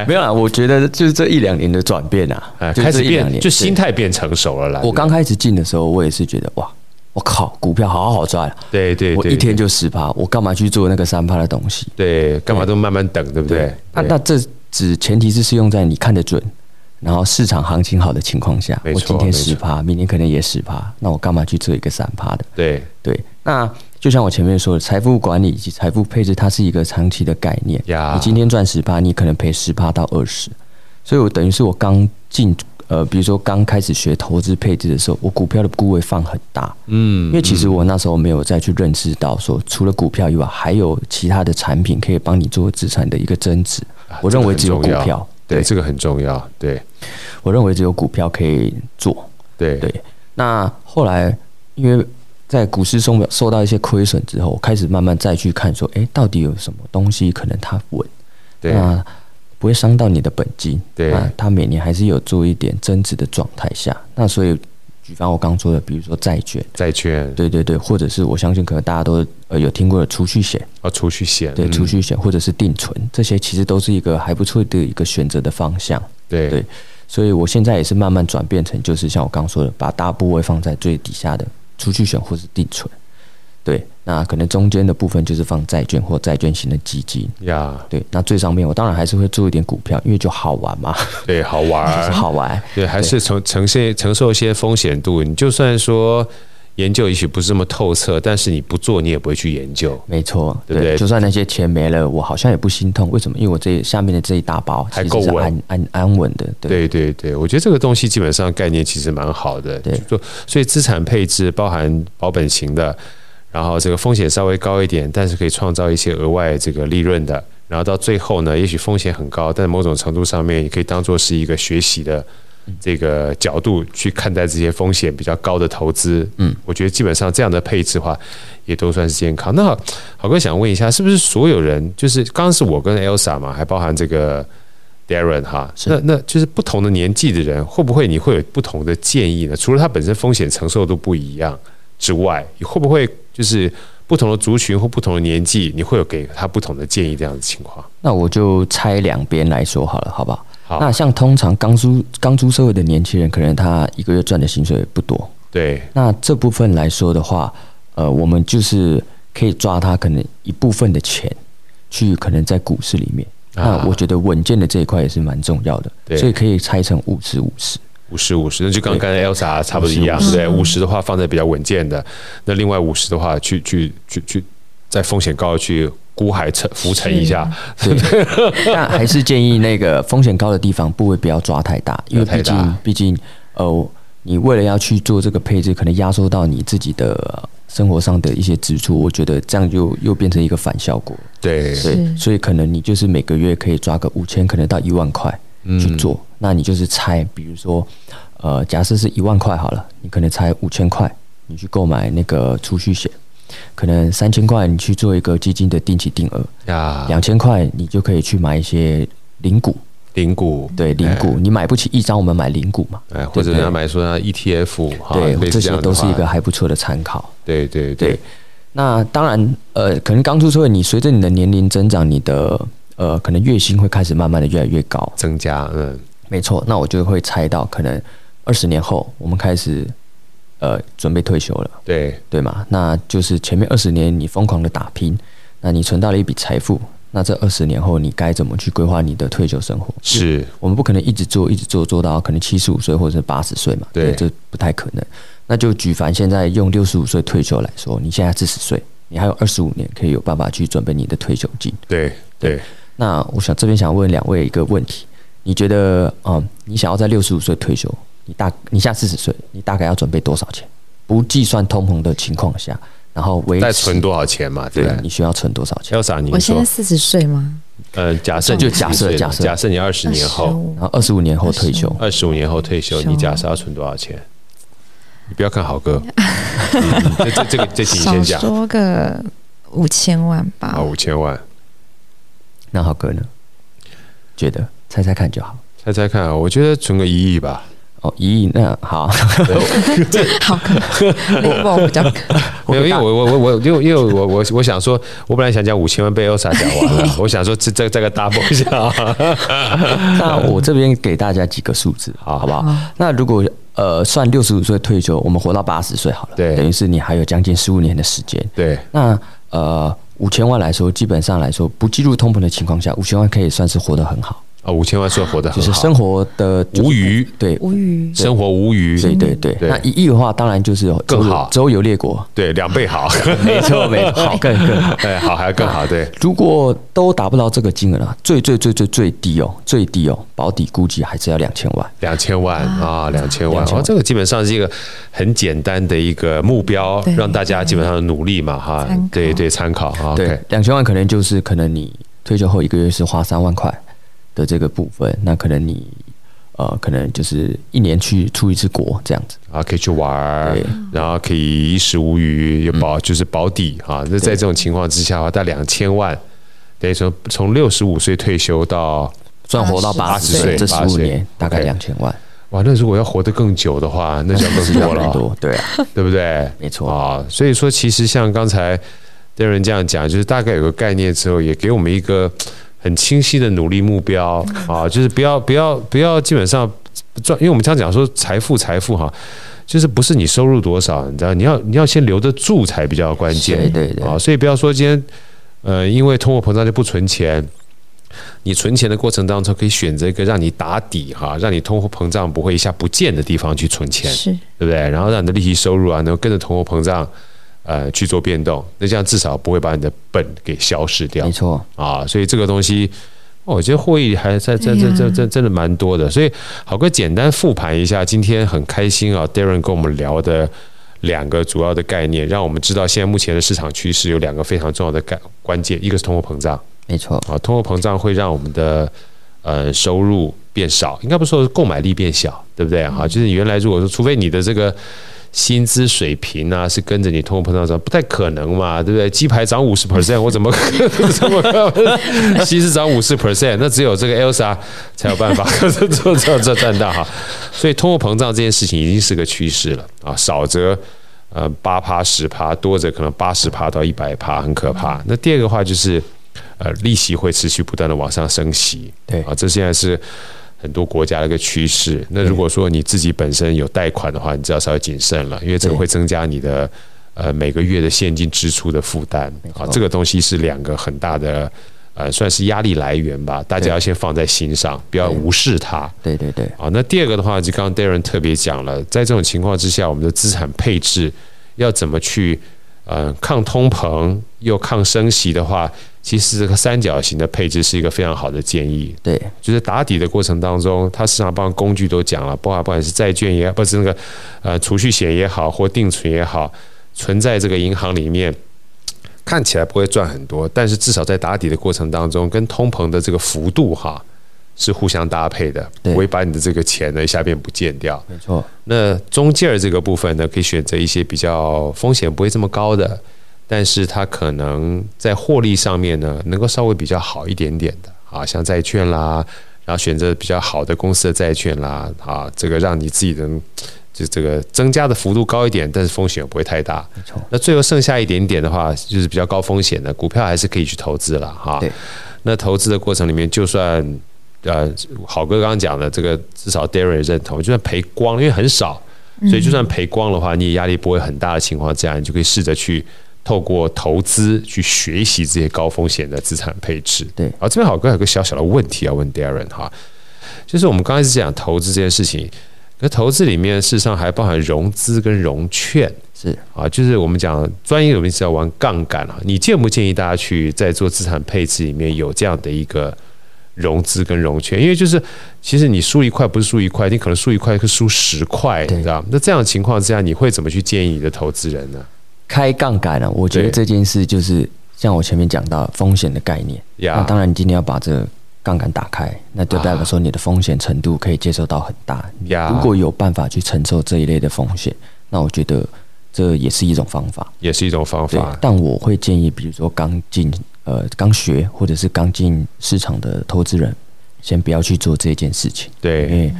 [SPEAKER 3] 没有啦，我觉得就是这一两年的转变啊
[SPEAKER 1] 哎，
[SPEAKER 3] 就
[SPEAKER 1] 开
[SPEAKER 3] 这
[SPEAKER 1] 始
[SPEAKER 3] 一两
[SPEAKER 1] 变
[SPEAKER 3] 年
[SPEAKER 1] 就心。
[SPEAKER 3] 对
[SPEAKER 1] 态变成熟了啦。
[SPEAKER 3] 我刚开始进的时候，我也是觉得哇，我靠，股票好好赚啊！
[SPEAKER 1] 对对，对
[SPEAKER 3] 我一天就十趴，我干嘛去做那个三趴的东西？
[SPEAKER 1] 对，干嘛都慢慢等，对不对？
[SPEAKER 3] 那那这只前提是适用在你看得准，然后市场行情好的情况下。
[SPEAKER 1] 没
[SPEAKER 3] 我
[SPEAKER 1] 错
[SPEAKER 3] 今天
[SPEAKER 1] 没
[SPEAKER 3] 十
[SPEAKER 1] 错
[SPEAKER 3] 趴，明天可能也十趴，那我干嘛去做一个三趴的？
[SPEAKER 1] 对
[SPEAKER 3] 对，那就像我前面说的，财富管理以及财富配置，它是一个长期的概念。
[SPEAKER 1] 呀
[SPEAKER 3] 你今天赚十趴，你可能赔十趴到二十，所以我等于是我刚进呃，比如说刚开始学投资配置的时候，我股票的部位放很大，嗯，因为其实我那时候没有再去认识到说，除了股票以外，还有其他的产品可以帮你做资产的一个增值。我认为只有
[SPEAKER 1] 啊这
[SPEAKER 3] 股
[SPEAKER 1] 个很重
[SPEAKER 3] 票
[SPEAKER 1] 要，对，这个很重要，对
[SPEAKER 3] 我认为只有股票可以做，
[SPEAKER 1] 对
[SPEAKER 3] 对，那后来因为在股市中受到一些亏损之后，我开始慢慢再去看说，诶，到底有什么东西可能它稳，
[SPEAKER 1] 对
[SPEAKER 3] 那不会伤到你的本金，
[SPEAKER 1] 对
[SPEAKER 3] 那它每年还是有做一点增值的状态下，那所以举凡我刚说的，比如说债券。
[SPEAKER 1] 债券
[SPEAKER 3] 对对对，或者是我相信可能大家都呃有听过的储蓄险，
[SPEAKER 1] 啊，储蓄险，
[SPEAKER 3] 对
[SPEAKER 1] 嗯
[SPEAKER 3] 储蓄险或者是定存，这些其实都是一个还不错的一个选择的方向。
[SPEAKER 1] 对
[SPEAKER 3] 对所以我现在也是慢慢转变成，就是像我刚说的，把大部位放在最底下的储蓄险或是定存。对，那可能中间的部分就是放债券或债券型的基金。
[SPEAKER 1] 呀，
[SPEAKER 3] 对，那最上面我当然还是会做一点股票，因为就好啊玩嘛，
[SPEAKER 1] 对，好玩
[SPEAKER 3] (laughs) 就是
[SPEAKER 1] 儿，
[SPEAKER 3] 好玩。
[SPEAKER 1] 对，还是承承现承受一些风险度。你就算说研究也许不是这么透彻，但是你不做，你也不会去研究，
[SPEAKER 3] 没错，
[SPEAKER 1] 对不对
[SPEAKER 3] 就算那些钱没了，我好像也不心痛。为什么？因为我这下面的这一大包
[SPEAKER 1] 还
[SPEAKER 3] 其实是
[SPEAKER 1] 够稳
[SPEAKER 3] 安安安稳的。
[SPEAKER 1] 对
[SPEAKER 3] 对，
[SPEAKER 1] 对对，我觉得这个东西基本上概念其实蛮好的。
[SPEAKER 3] 对
[SPEAKER 1] 就所以资产配置包含保本型的，然后这个风险稍微高一点，但是可以创造一些额外这个利润的。然后到最后呢，也许风险很高，但某种程度上面也可以当做是一个学习的
[SPEAKER 3] 嗯
[SPEAKER 1] 这个角度去看待这些风险比较高的投资。
[SPEAKER 3] 嗯，
[SPEAKER 1] 我觉得基本上这样的配置的话，也都算是健康。那好好哥想问一下，是不是所有人就是刚刚是我跟 Elsa 嘛，还包含这个 Darren 哈？
[SPEAKER 3] 是
[SPEAKER 1] 那那就是不同的年纪的人，会不会你会有不同的建议呢？除了他本身风险承受度不一样之外，你会不会就是不同的族群或不同的年纪，你会有给他不同的建议这样的情况？
[SPEAKER 3] 那我就拆两边来说好了，好不好？
[SPEAKER 1] 好，
[SPEAKER 3] 那像通常刚出刚出社会的年轻人，可能他一个月赚的薪水不多。
[SPEAKER 1] 对
[SPEAKER 3] 那这部分来说的话，呃，我们就是可以抓他可能一部分的钱，去可能在股市里面。
[SPEAKER 1] 啊
[SPEAKER 3] 那我觉得稳健的这一块也是蛮重要的，
[SPEAKER 1] 对
[SPEAKER 3] 所以可以拆成五十五十。
[SPEAKER 1] 五十五十，那就跟刚才 Elsa 差不多一样，
[SPEAKER 2] 50
[SPEAKER 1] 对，五十的话放在比较稳健的，那另外五十的话去去去去在风险高的去孤海沉浮沉一下，
[SPEAKER 3] 对， (laughs) 但还是建议那个风险高的地方部位不要抓太大，因为
[SPEAKER 1] 不要太
[SPEAKER 3] 毕
[SPEAKER 1] 大
[SPEAKER 3] 竟毕竟呃，你为了要去做这个配置，可能压缩到你自己的呃生活上的一些支出，我觉得这样又又变成一个反效果。
[SPEAKER 1] 对，
[SPEAKER 3] 对，所以可能你就是每个月可以抓个五千，可能到一万块
[SPEAKER 1] 嗯
[SPEAKER 3] 去做。那你就是拆，比如说，呃，假设是一万块好了，你可能拆五千块，你去购买那个储蓄险，可能三千块你去做一个基金的定期定额，
[SPEAKER 1] 呀，
[SPEAKER 3] 两千块你就可以去买一些零股，
[SPEAKER 1] 零股，
[SPEAKER 3] 对零股，你买不起一张，我们买零股嘛，
[SPEAKER 1] 哎，或者
[SPEAKER 3] 对不对
[SPEAKER 1] 人家买说像 ETF 哈，类
[SPEAKER 3] 对，
[SPEAKER 1] 似这
[SPEAKER 3] 这些
[SPEAKER 1] 样的
[SPEAKER 3] 都是一
[SPEAKER 1] 话
[SPEAKER 3] 个还不错的参考。
[SPEAKER 1] 对对
[SPEAKER 3] 对，那当然，呃，可能刚出社会，你随着你的年龄增长，你的呃，可能月薪会开始慢慢的越来越高。
[SPEAKER 1] 增加，嗯，
[SPEAKER 3] 没错，那我就会猜到，可能二十年后我们开始呃准备退休了，
[SPEAKER 1] 对
[SPEAKER 3] 对吗？那就是前面二十年你疯狂的打拼，那你存到了一笔财富，那这二十年后你该怎么去规划你的退休生活？
[SPEAKER 1] 是，
[SPEAKER 3] 我们不可能一直做一直做做到可能七十五岁或者是八十岁嘛，
[SPEAKER 1] 对
[SPEAKER 3] 这不太可能。那就举凡现在用六十五岁退休来说，你现在四十岁，你还有二十五年可以有办法去准备你的退休金。
[SPEAKER 1] 对对，
[SPEAKER 3] 那我想这边想问两位一个问题：你觉得，嗯，你想要在六十五岁退休，你大你现在四十岁，你大概要准备多少钱？不计算通膨的情况下，然后维
[SPEAKER 1] 再
[SPEAKER 3] 持
[SPEAKER 1] 存多少钱嘛，对
[SPEAKER 3] 对
[SPEAKER 1] 不对
[SPEAKER 3] 你需要存多少钱？
[SPEAKER 1] ？Elsa，
[SPEAKER 2] 我
[SPEAKER 1] 您
[SPEAKER 2] 现在
[SPEAKER 1] 说，
[SPEAKER 2] 四十岁吗？
[SPEAKER 1] 呃，假设
[SPEAKER 3] 就
[SPEAKER 1] 你
[SPEAKER 3] 假
[SPEAKER 1] 几
[SPEAKER 3] 设
[SPEAKER 1] 岁呢
[SPEAKER 3] 假设
[SPEAKER 1] 假设你二十年后，
[SPEAKER 2] 25
[SPEAKER 3] 然后二十五年后退休
[SPEAKER 2] 25，
[SPEAKER 1] 二十五年后退休，
[SPEAKER 2] 是
[SPEAKER 1] 你假设要存多少钱？你不要看豪哥，嗯这这这个这题你先
[SPEAKER 2] 少
[SPEAKER 1] 讲
[SPEAKER 2] 说个五千万吧
[SPEAKER 1] 啊，。五千万，
[SPEAKER 3] 那浩哥呢？觉得猜猜看就好。
[SPEAKER 1] 猜猜看啊，我觉得存个一亿吧，
[SPEAKER 3] 哦，一亿那
[SPEAKER 1] (laughs)
[SPEAKER 3] 好，
[SPEAKER 2] 好，可能 level 比较高
[SPEAKER 1] 没有，因为我我我我因为因为我我我想说，我本来想讲五千万被 Elsa 讲完了，我想说这这这个 double 一下啊，
[SPEAKER 3] 那我这边给大家几个数字，好好不好？那如果呃算六十五岁退休，我们活到八十岁好了，
[SPEAKER 1] 对
[SPEAKER 3] 等于是你还有将近十五年的时间。
[SPEAKER 1] 对，
[SPEAKER 3] 那呃五千万来说，基本上来说不计入通膨的情况下，五千万可以算是活得很好，
[SPEAKER 1] 啊，五千万算活得很
[SPEAKER 3] 就是
[SPEAKER 1] 好
[SPEAKER 3] 生，活的就是
[SPEAKER 1] 无余，
[SPEAKER 3] 对，
[SPEAKER 1] (laughs)
[SPEAKER 2] 无语。
[SPEAKER 1] 生活无余，
[SPEAKER 3] 对对对。
[SPEAKER 1] 对
[SPEAKER 3] 那一亿的话，当然就是有
[SPEAKER 1] 更
[SPEAKER 3] 周游
[SPEAKER 1] 好
[SPEAKER 3] 周游列国，
[SPEAKER 1] 对，两倍好，
[SPEAKER 3] (laughs) 没错没错， (laughs) 好更更好。
[SPEAKER 1] (laughs) 哎，好还要更好，对，
[SPEAKER 3] 如果都达不到这个金额呢，最最最最最低哦，最低哦，保底估计还是要两千万。
[SPEAKER 1] 两千万啊，两千万，
[SPEAKER 3] 2000万
[SPEAKER 1] 哦，这个基本上是一个很简单的一个目标，
[SPEAKER 2] 对
[SPEAKER 1] 让大家基本上努力嘛，哈
[SPEAKER 2] 参考，
[SPEAKER 1] 对对，参考啊
[SPEAKER 3] 对
[SPEAKER 1] ，OK，，
[SPEAKER 3] 两千万可能就是可能你退休后一个月是花三万块的这个部分，那可能你呃可能就是一年去出一次国这样子。
[SPEAKER 1] 啊，可以去玩儿
[SPEAKER 3] 对，嗯
[SPEAKER 1] 然后可以衣食无余，有保、就是保底啊。那在这种情况之下的话，大概两千万，等于说从六十五岁退休到
[SPEAKER 3] 算活到八
[SPEAKER 2] 80
[SPEAKER 3] 十岁，
[SPEAKER 1] 岁
[SPEAKER 3] 这十五
[SPEAKER 1] 80
[SPEAKER 3] 年大概
[SPEAKER 1] OK
[SPEAKER 3] 两千万，
[SPEAKER 1] 哇，那如果要活得更久的话，那就要更
[SPEAKER 3] (laughs)
[SPEAKER 1] 多
[SPEAKER 3] 很
[SPEAKER 1] 了，
[SPEAKER 3] 多对啊，
[SPEAKER 1] 对不对？
[SPEAKER 3] 没错
[SPEAKER 1] 啊，所以说其实像刚才 Darren 这样讲，就是大概有个概念之后，也给我们一个很清晰的努力目标啊，就是不要不要不要，基本上赚，因为我们常讲说财富财富哈，就是不是你收入多少，你知道，你要你要先留得住才比较关键。
[SPEAKER 3] 对对对
[SPEAKER 1] 啊，所以不要说今天，呃，因为通货膨胀就不存钱。你存钱的过程当中，可以选择一个让你打底哈，让你通货膨胀不会一下不见的地方去存钱，
[SPEAKER 2] 是
[SPEAKER 1] 对不对？然后让你的利息收入啊，能够跟着通货膨胀，呃，去做变动，那这样至少不会把你的本给消失掉
[SPEAKER 3] 没。错，
[SPEAKER 1] 啊，所以这个东西，哦我觉得获益还在在在
[SPEAKER 2] 对呀
[SPEAKER 1] 在在真的蛮多的。所以好哥简单复盘一下，今天很开心啊，Darren 跟我们聊的两个主要的概念，让我们知道现在目前的市场趋势有两个非常重要的概关键，一个是通货膨胀
[SPEAKER 3] 没错，
[SPEAKER 1] 啊，通货膨胀会让我们的呃收入变少，应该不是说购买力变小，对不对？啊哈、就是你原来如果说，除非你的这个。薪资水平啊，是跟着你通货膨胀涨，不太可能嘛，对不对？鸡排涨五十 percent，我怎么可怎么可能？ (laughs) 西施涨五十 percent，那只有这个 Elsa 才有办法这这这这赚到哈。所以通货膨胀这件事情已经是个趋势了啊，少则呃八趴十趴，多则可能八十趴到一百趴，很可怕。那第二个话就是呃利息会持续不断的往上升息，
[SPEAKER 3] 对
[SPEAKER 1] 啊，这现在是。很多国家的一个趋势。那如果说你自己本身有贷款的话，你就要稍微谨慎了，因为这个
[SPEAKER 3] 对
[SPEAKER 1] 会增加你的呃每个月的现金支出的负担啊
[SPEAKER 3] 错。
[SPEAKER 1] 这个东西是两个很大的呃算是压力来源吧，大家
[SPEAKER 3] 对
[SPEAKER 1] 要先放在心上，不要无视它。
[SPEAKER 3] 对对对，
[SPEAKER 1] 啊，那第二个的话，就刚刚 Darren 特别讲了，在这种情况之下，我们的资产配置要怎么去呃抗通膨又抗升息的话，其实这个三角形的配置是一个非常好的建议。
[SPEAKER 3] 对
[SPEAKER 1] 就是打底的过程当中，它市场帮工具都讲了，包含不管是债券也好，不是那个呃储蓄险也好，或定存也好，存在这个银行里面，看起来不会赚很多，但是至少在打底的过程当中，跟通膨的这个幅度哈是互相搭配的，
[SPEAKER 3] 对
[SPEAKER 1] 不会把你的这个钱呢一下变不见掉。
[SPEAKER 3] 没错，
[SPEAKER 1] 那中介儿这个部分呢，可以选择一些比较风险不会这么高的，但是它可能在获利上面呢，能够稍微比较好一点点的啊，像债券啦，然后选择比较好的公司的债券啦，啊，这个让你自己的就这个增加的幅度高一点，但是风险也不会太大。
[SPEAKER 3] 没错，
[SPEAKER 1] 那最后剩下一点点的话，就是比较高风险的股票还是可以去投资了哈
[SPEAKER 3] 对。
[SPEAKER 1] 那投资的过程里面，就算呃，好哥刚刚讲的这个，至少 Darren 也认同，就算赔光，因为很少，
[SPEAKER 3] 嗯
[SPEAKER 1] 所以就算赔光的话，你也压力不会很大的情况下，你就可以试着去透过投资去学习这些高风险的资产配置。
[SPEAKER 3] 对
[SPEAKER 1] 啊，这边好哥有个小小的问题要问 Darren 哈，就是我们刚开始讲投资这件事情，可投资里面事实上还包含融资跟融券。
[SPEAKER 3] 是
[SPEAKER 1] 啊，就是我们讲专业有名词要玩杠杆啊，你建不建议大家去在做资产配置里面有这样的一个融资跟融券？因为就是其实你输一块不是输一块，你可能输一块是输十块，
[SPEAKER 3] 对
[SPEAKER 1] 你知道吗？那这样的情况之下，你会怎么去建议你的投资人呢？
[SPEAKER 3] 开杠杆啊，我觉得
[SPEAKER 1] 对
[SPEAKER 3] 这件事就是像我前面讲到风险的概念，那
[SPEAKER 1] 呀、
[SPEAKER 3] 当然你今天要把这个杠杆打开，那就代表说你的风险程度可以接受到很大，
[SPEAKER 1] 呀，
[SPEAKER 3] 如果有办法去承受这一类的风险，那我觉得这也是一种方法。
[SPEAKER 1] 也是一种方
[SPEAKER 3] 对
[SPEAKER 1] 法，，
[SPEAKER 3] 但我会建议，比如说刚进呃刚学或者是刚进市场的投资人，先不要去做这件事情，
[SPEAKER 1] 对
[SPEAKER 3] 因为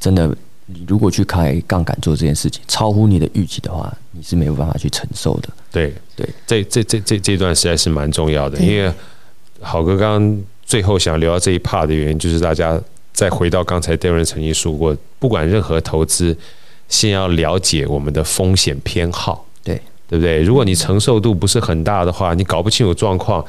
[SPEAKER 3] 真的，你如果去开杠杆做这件事情，超乎你的预期的话，你是没有办法去承受的。
[SPEAKER 1] 对
[SPEAKER 3] 对，
[SPEAKER 1] 这这这这这段实在是蛮重要的，
[SPEAKER 2] 对
[SPEAKER 1] 因为好哥刚刚最后想聊到这一 part 的原因，就是大家再回到刚才 Darren 曾经说过，不管任何投资，先要了解我们的风险偏好，
[SPEAKER 3] 对
[SPEAKER 1] 对不对？如果你承受度不是很大的话，你搞不清楚状况。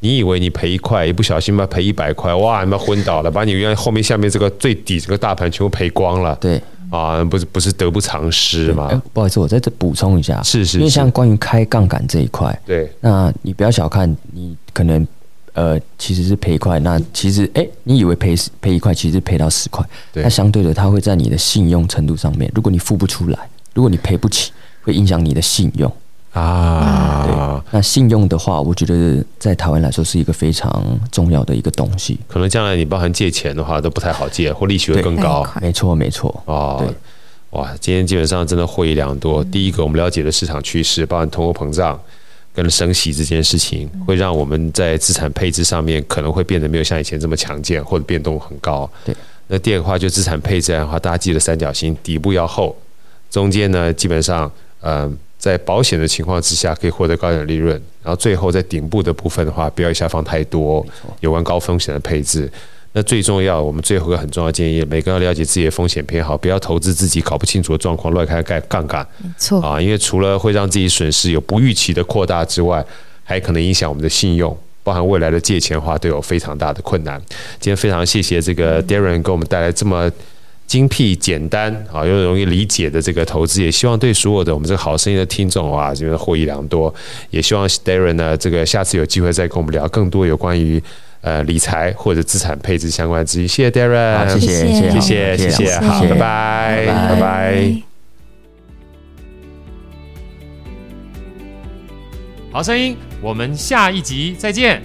[SPEAKER 1] 你以为你赔一块，一不小心嘛赔一百块，哇，你妈昏倒了，把你原来后面下面这个最底这个大盘全部赔光了
[SPEAKER 3] 对，
[SPEAKER 1] 啊！不是不是得不偿失嘛？
[SPEAKER 3] 哎不好意思，我在这补充一下，啊
[SPEAKER 1] 是是
[SPEAKER 3] 因为
[SPEAKER 1] 是
[SPEAKER 3] 像关于开杠杆这一块，
[SPEAKER 1] 对
[SPEAKER 3] 那你不要小看，你可能呃其实是赔一块，
[SPEAKER 1] 嗯
[SPEAKER 3] 那其实哎、你以为赔十赔一块，其实赔到十块。
[SPEAKER 1] 对
[SPEAKER 3] 那相对的，它会在你的信用程度上面，如果你付不出来，如果你赔不起，会影响你的信用。
[SPEAKER 1] 啊，
[SPEAKER 3] 那信用的话，我觉得在台湾来说是一个非常重要的一个东西。
[SPEAKER 1] 可能将来你包含借钱的话都不太好借，或利息会
[SPEAKER 3] 对
[SPEAKER 1] 更高
[SPEAKER 2] 贷款
[SPEAKER 3] 没错，没错，
[SPEAKER 1] 哦
[SPEAKER 3] 对。
[SPEAKER 1] 哇，今天基本上真的获益良多。第一个，我们了解了市场趋势，包含通货膨胀跟升息这件事情，会让我们在资产配置上面可能会变得没有像以前这么强健，或者变动很高。
[SPEAKER 3] 对。
[SPEAKER 1] 那第二个话，就资产配置的话，大家记得三角形底部要厚，中间呢基本上，嗯、在保险的情况之下可以获得高点利润，然后最后在顶部的部分的话，不要一下放太多，有关高风险的配置。那那最重要，我们最后一个很重要的建议，每个人要了解自己的风险偏好，不要投资自己搞不清楚的状况乱开杠杠杆
[SPEAKER 2] 没错，
[SPEAKER 1] 啊，因为除了会让自己损失有不预期的扩大之外，还可能影响我们的信用。包含未来的借钱话都有非常大的困难。今天非常谢谢这个 Darren 给我们带来这么精辟、简单啊又容易理解的这个投资，也希望对所有的我们这个好声音的听众啊，这个获益良多。也希望 Darren 呢，这个下次有机会再跟我们聊更多有关于呃理财或者资产配置相关的资讯。谢谢 Darren，
[SPEAKER 3] 好，谢谢，
[SPEAKER 2] 谢
[SPEAKER 1] 嗯
[SPEAKER 2] 谢
[SPEAKER 1] 谢
[SPEAKER 3] 好
[SPEAKER 1] 谢谢谢，
[SPEAKER 2] 谢
[SPEAKER 1] 好，
[SPEAKER 2] 谢
[SPEAKER 1] 拜拜，拜拜。
[SPEAKER 4] 好声音，我们下一集再见。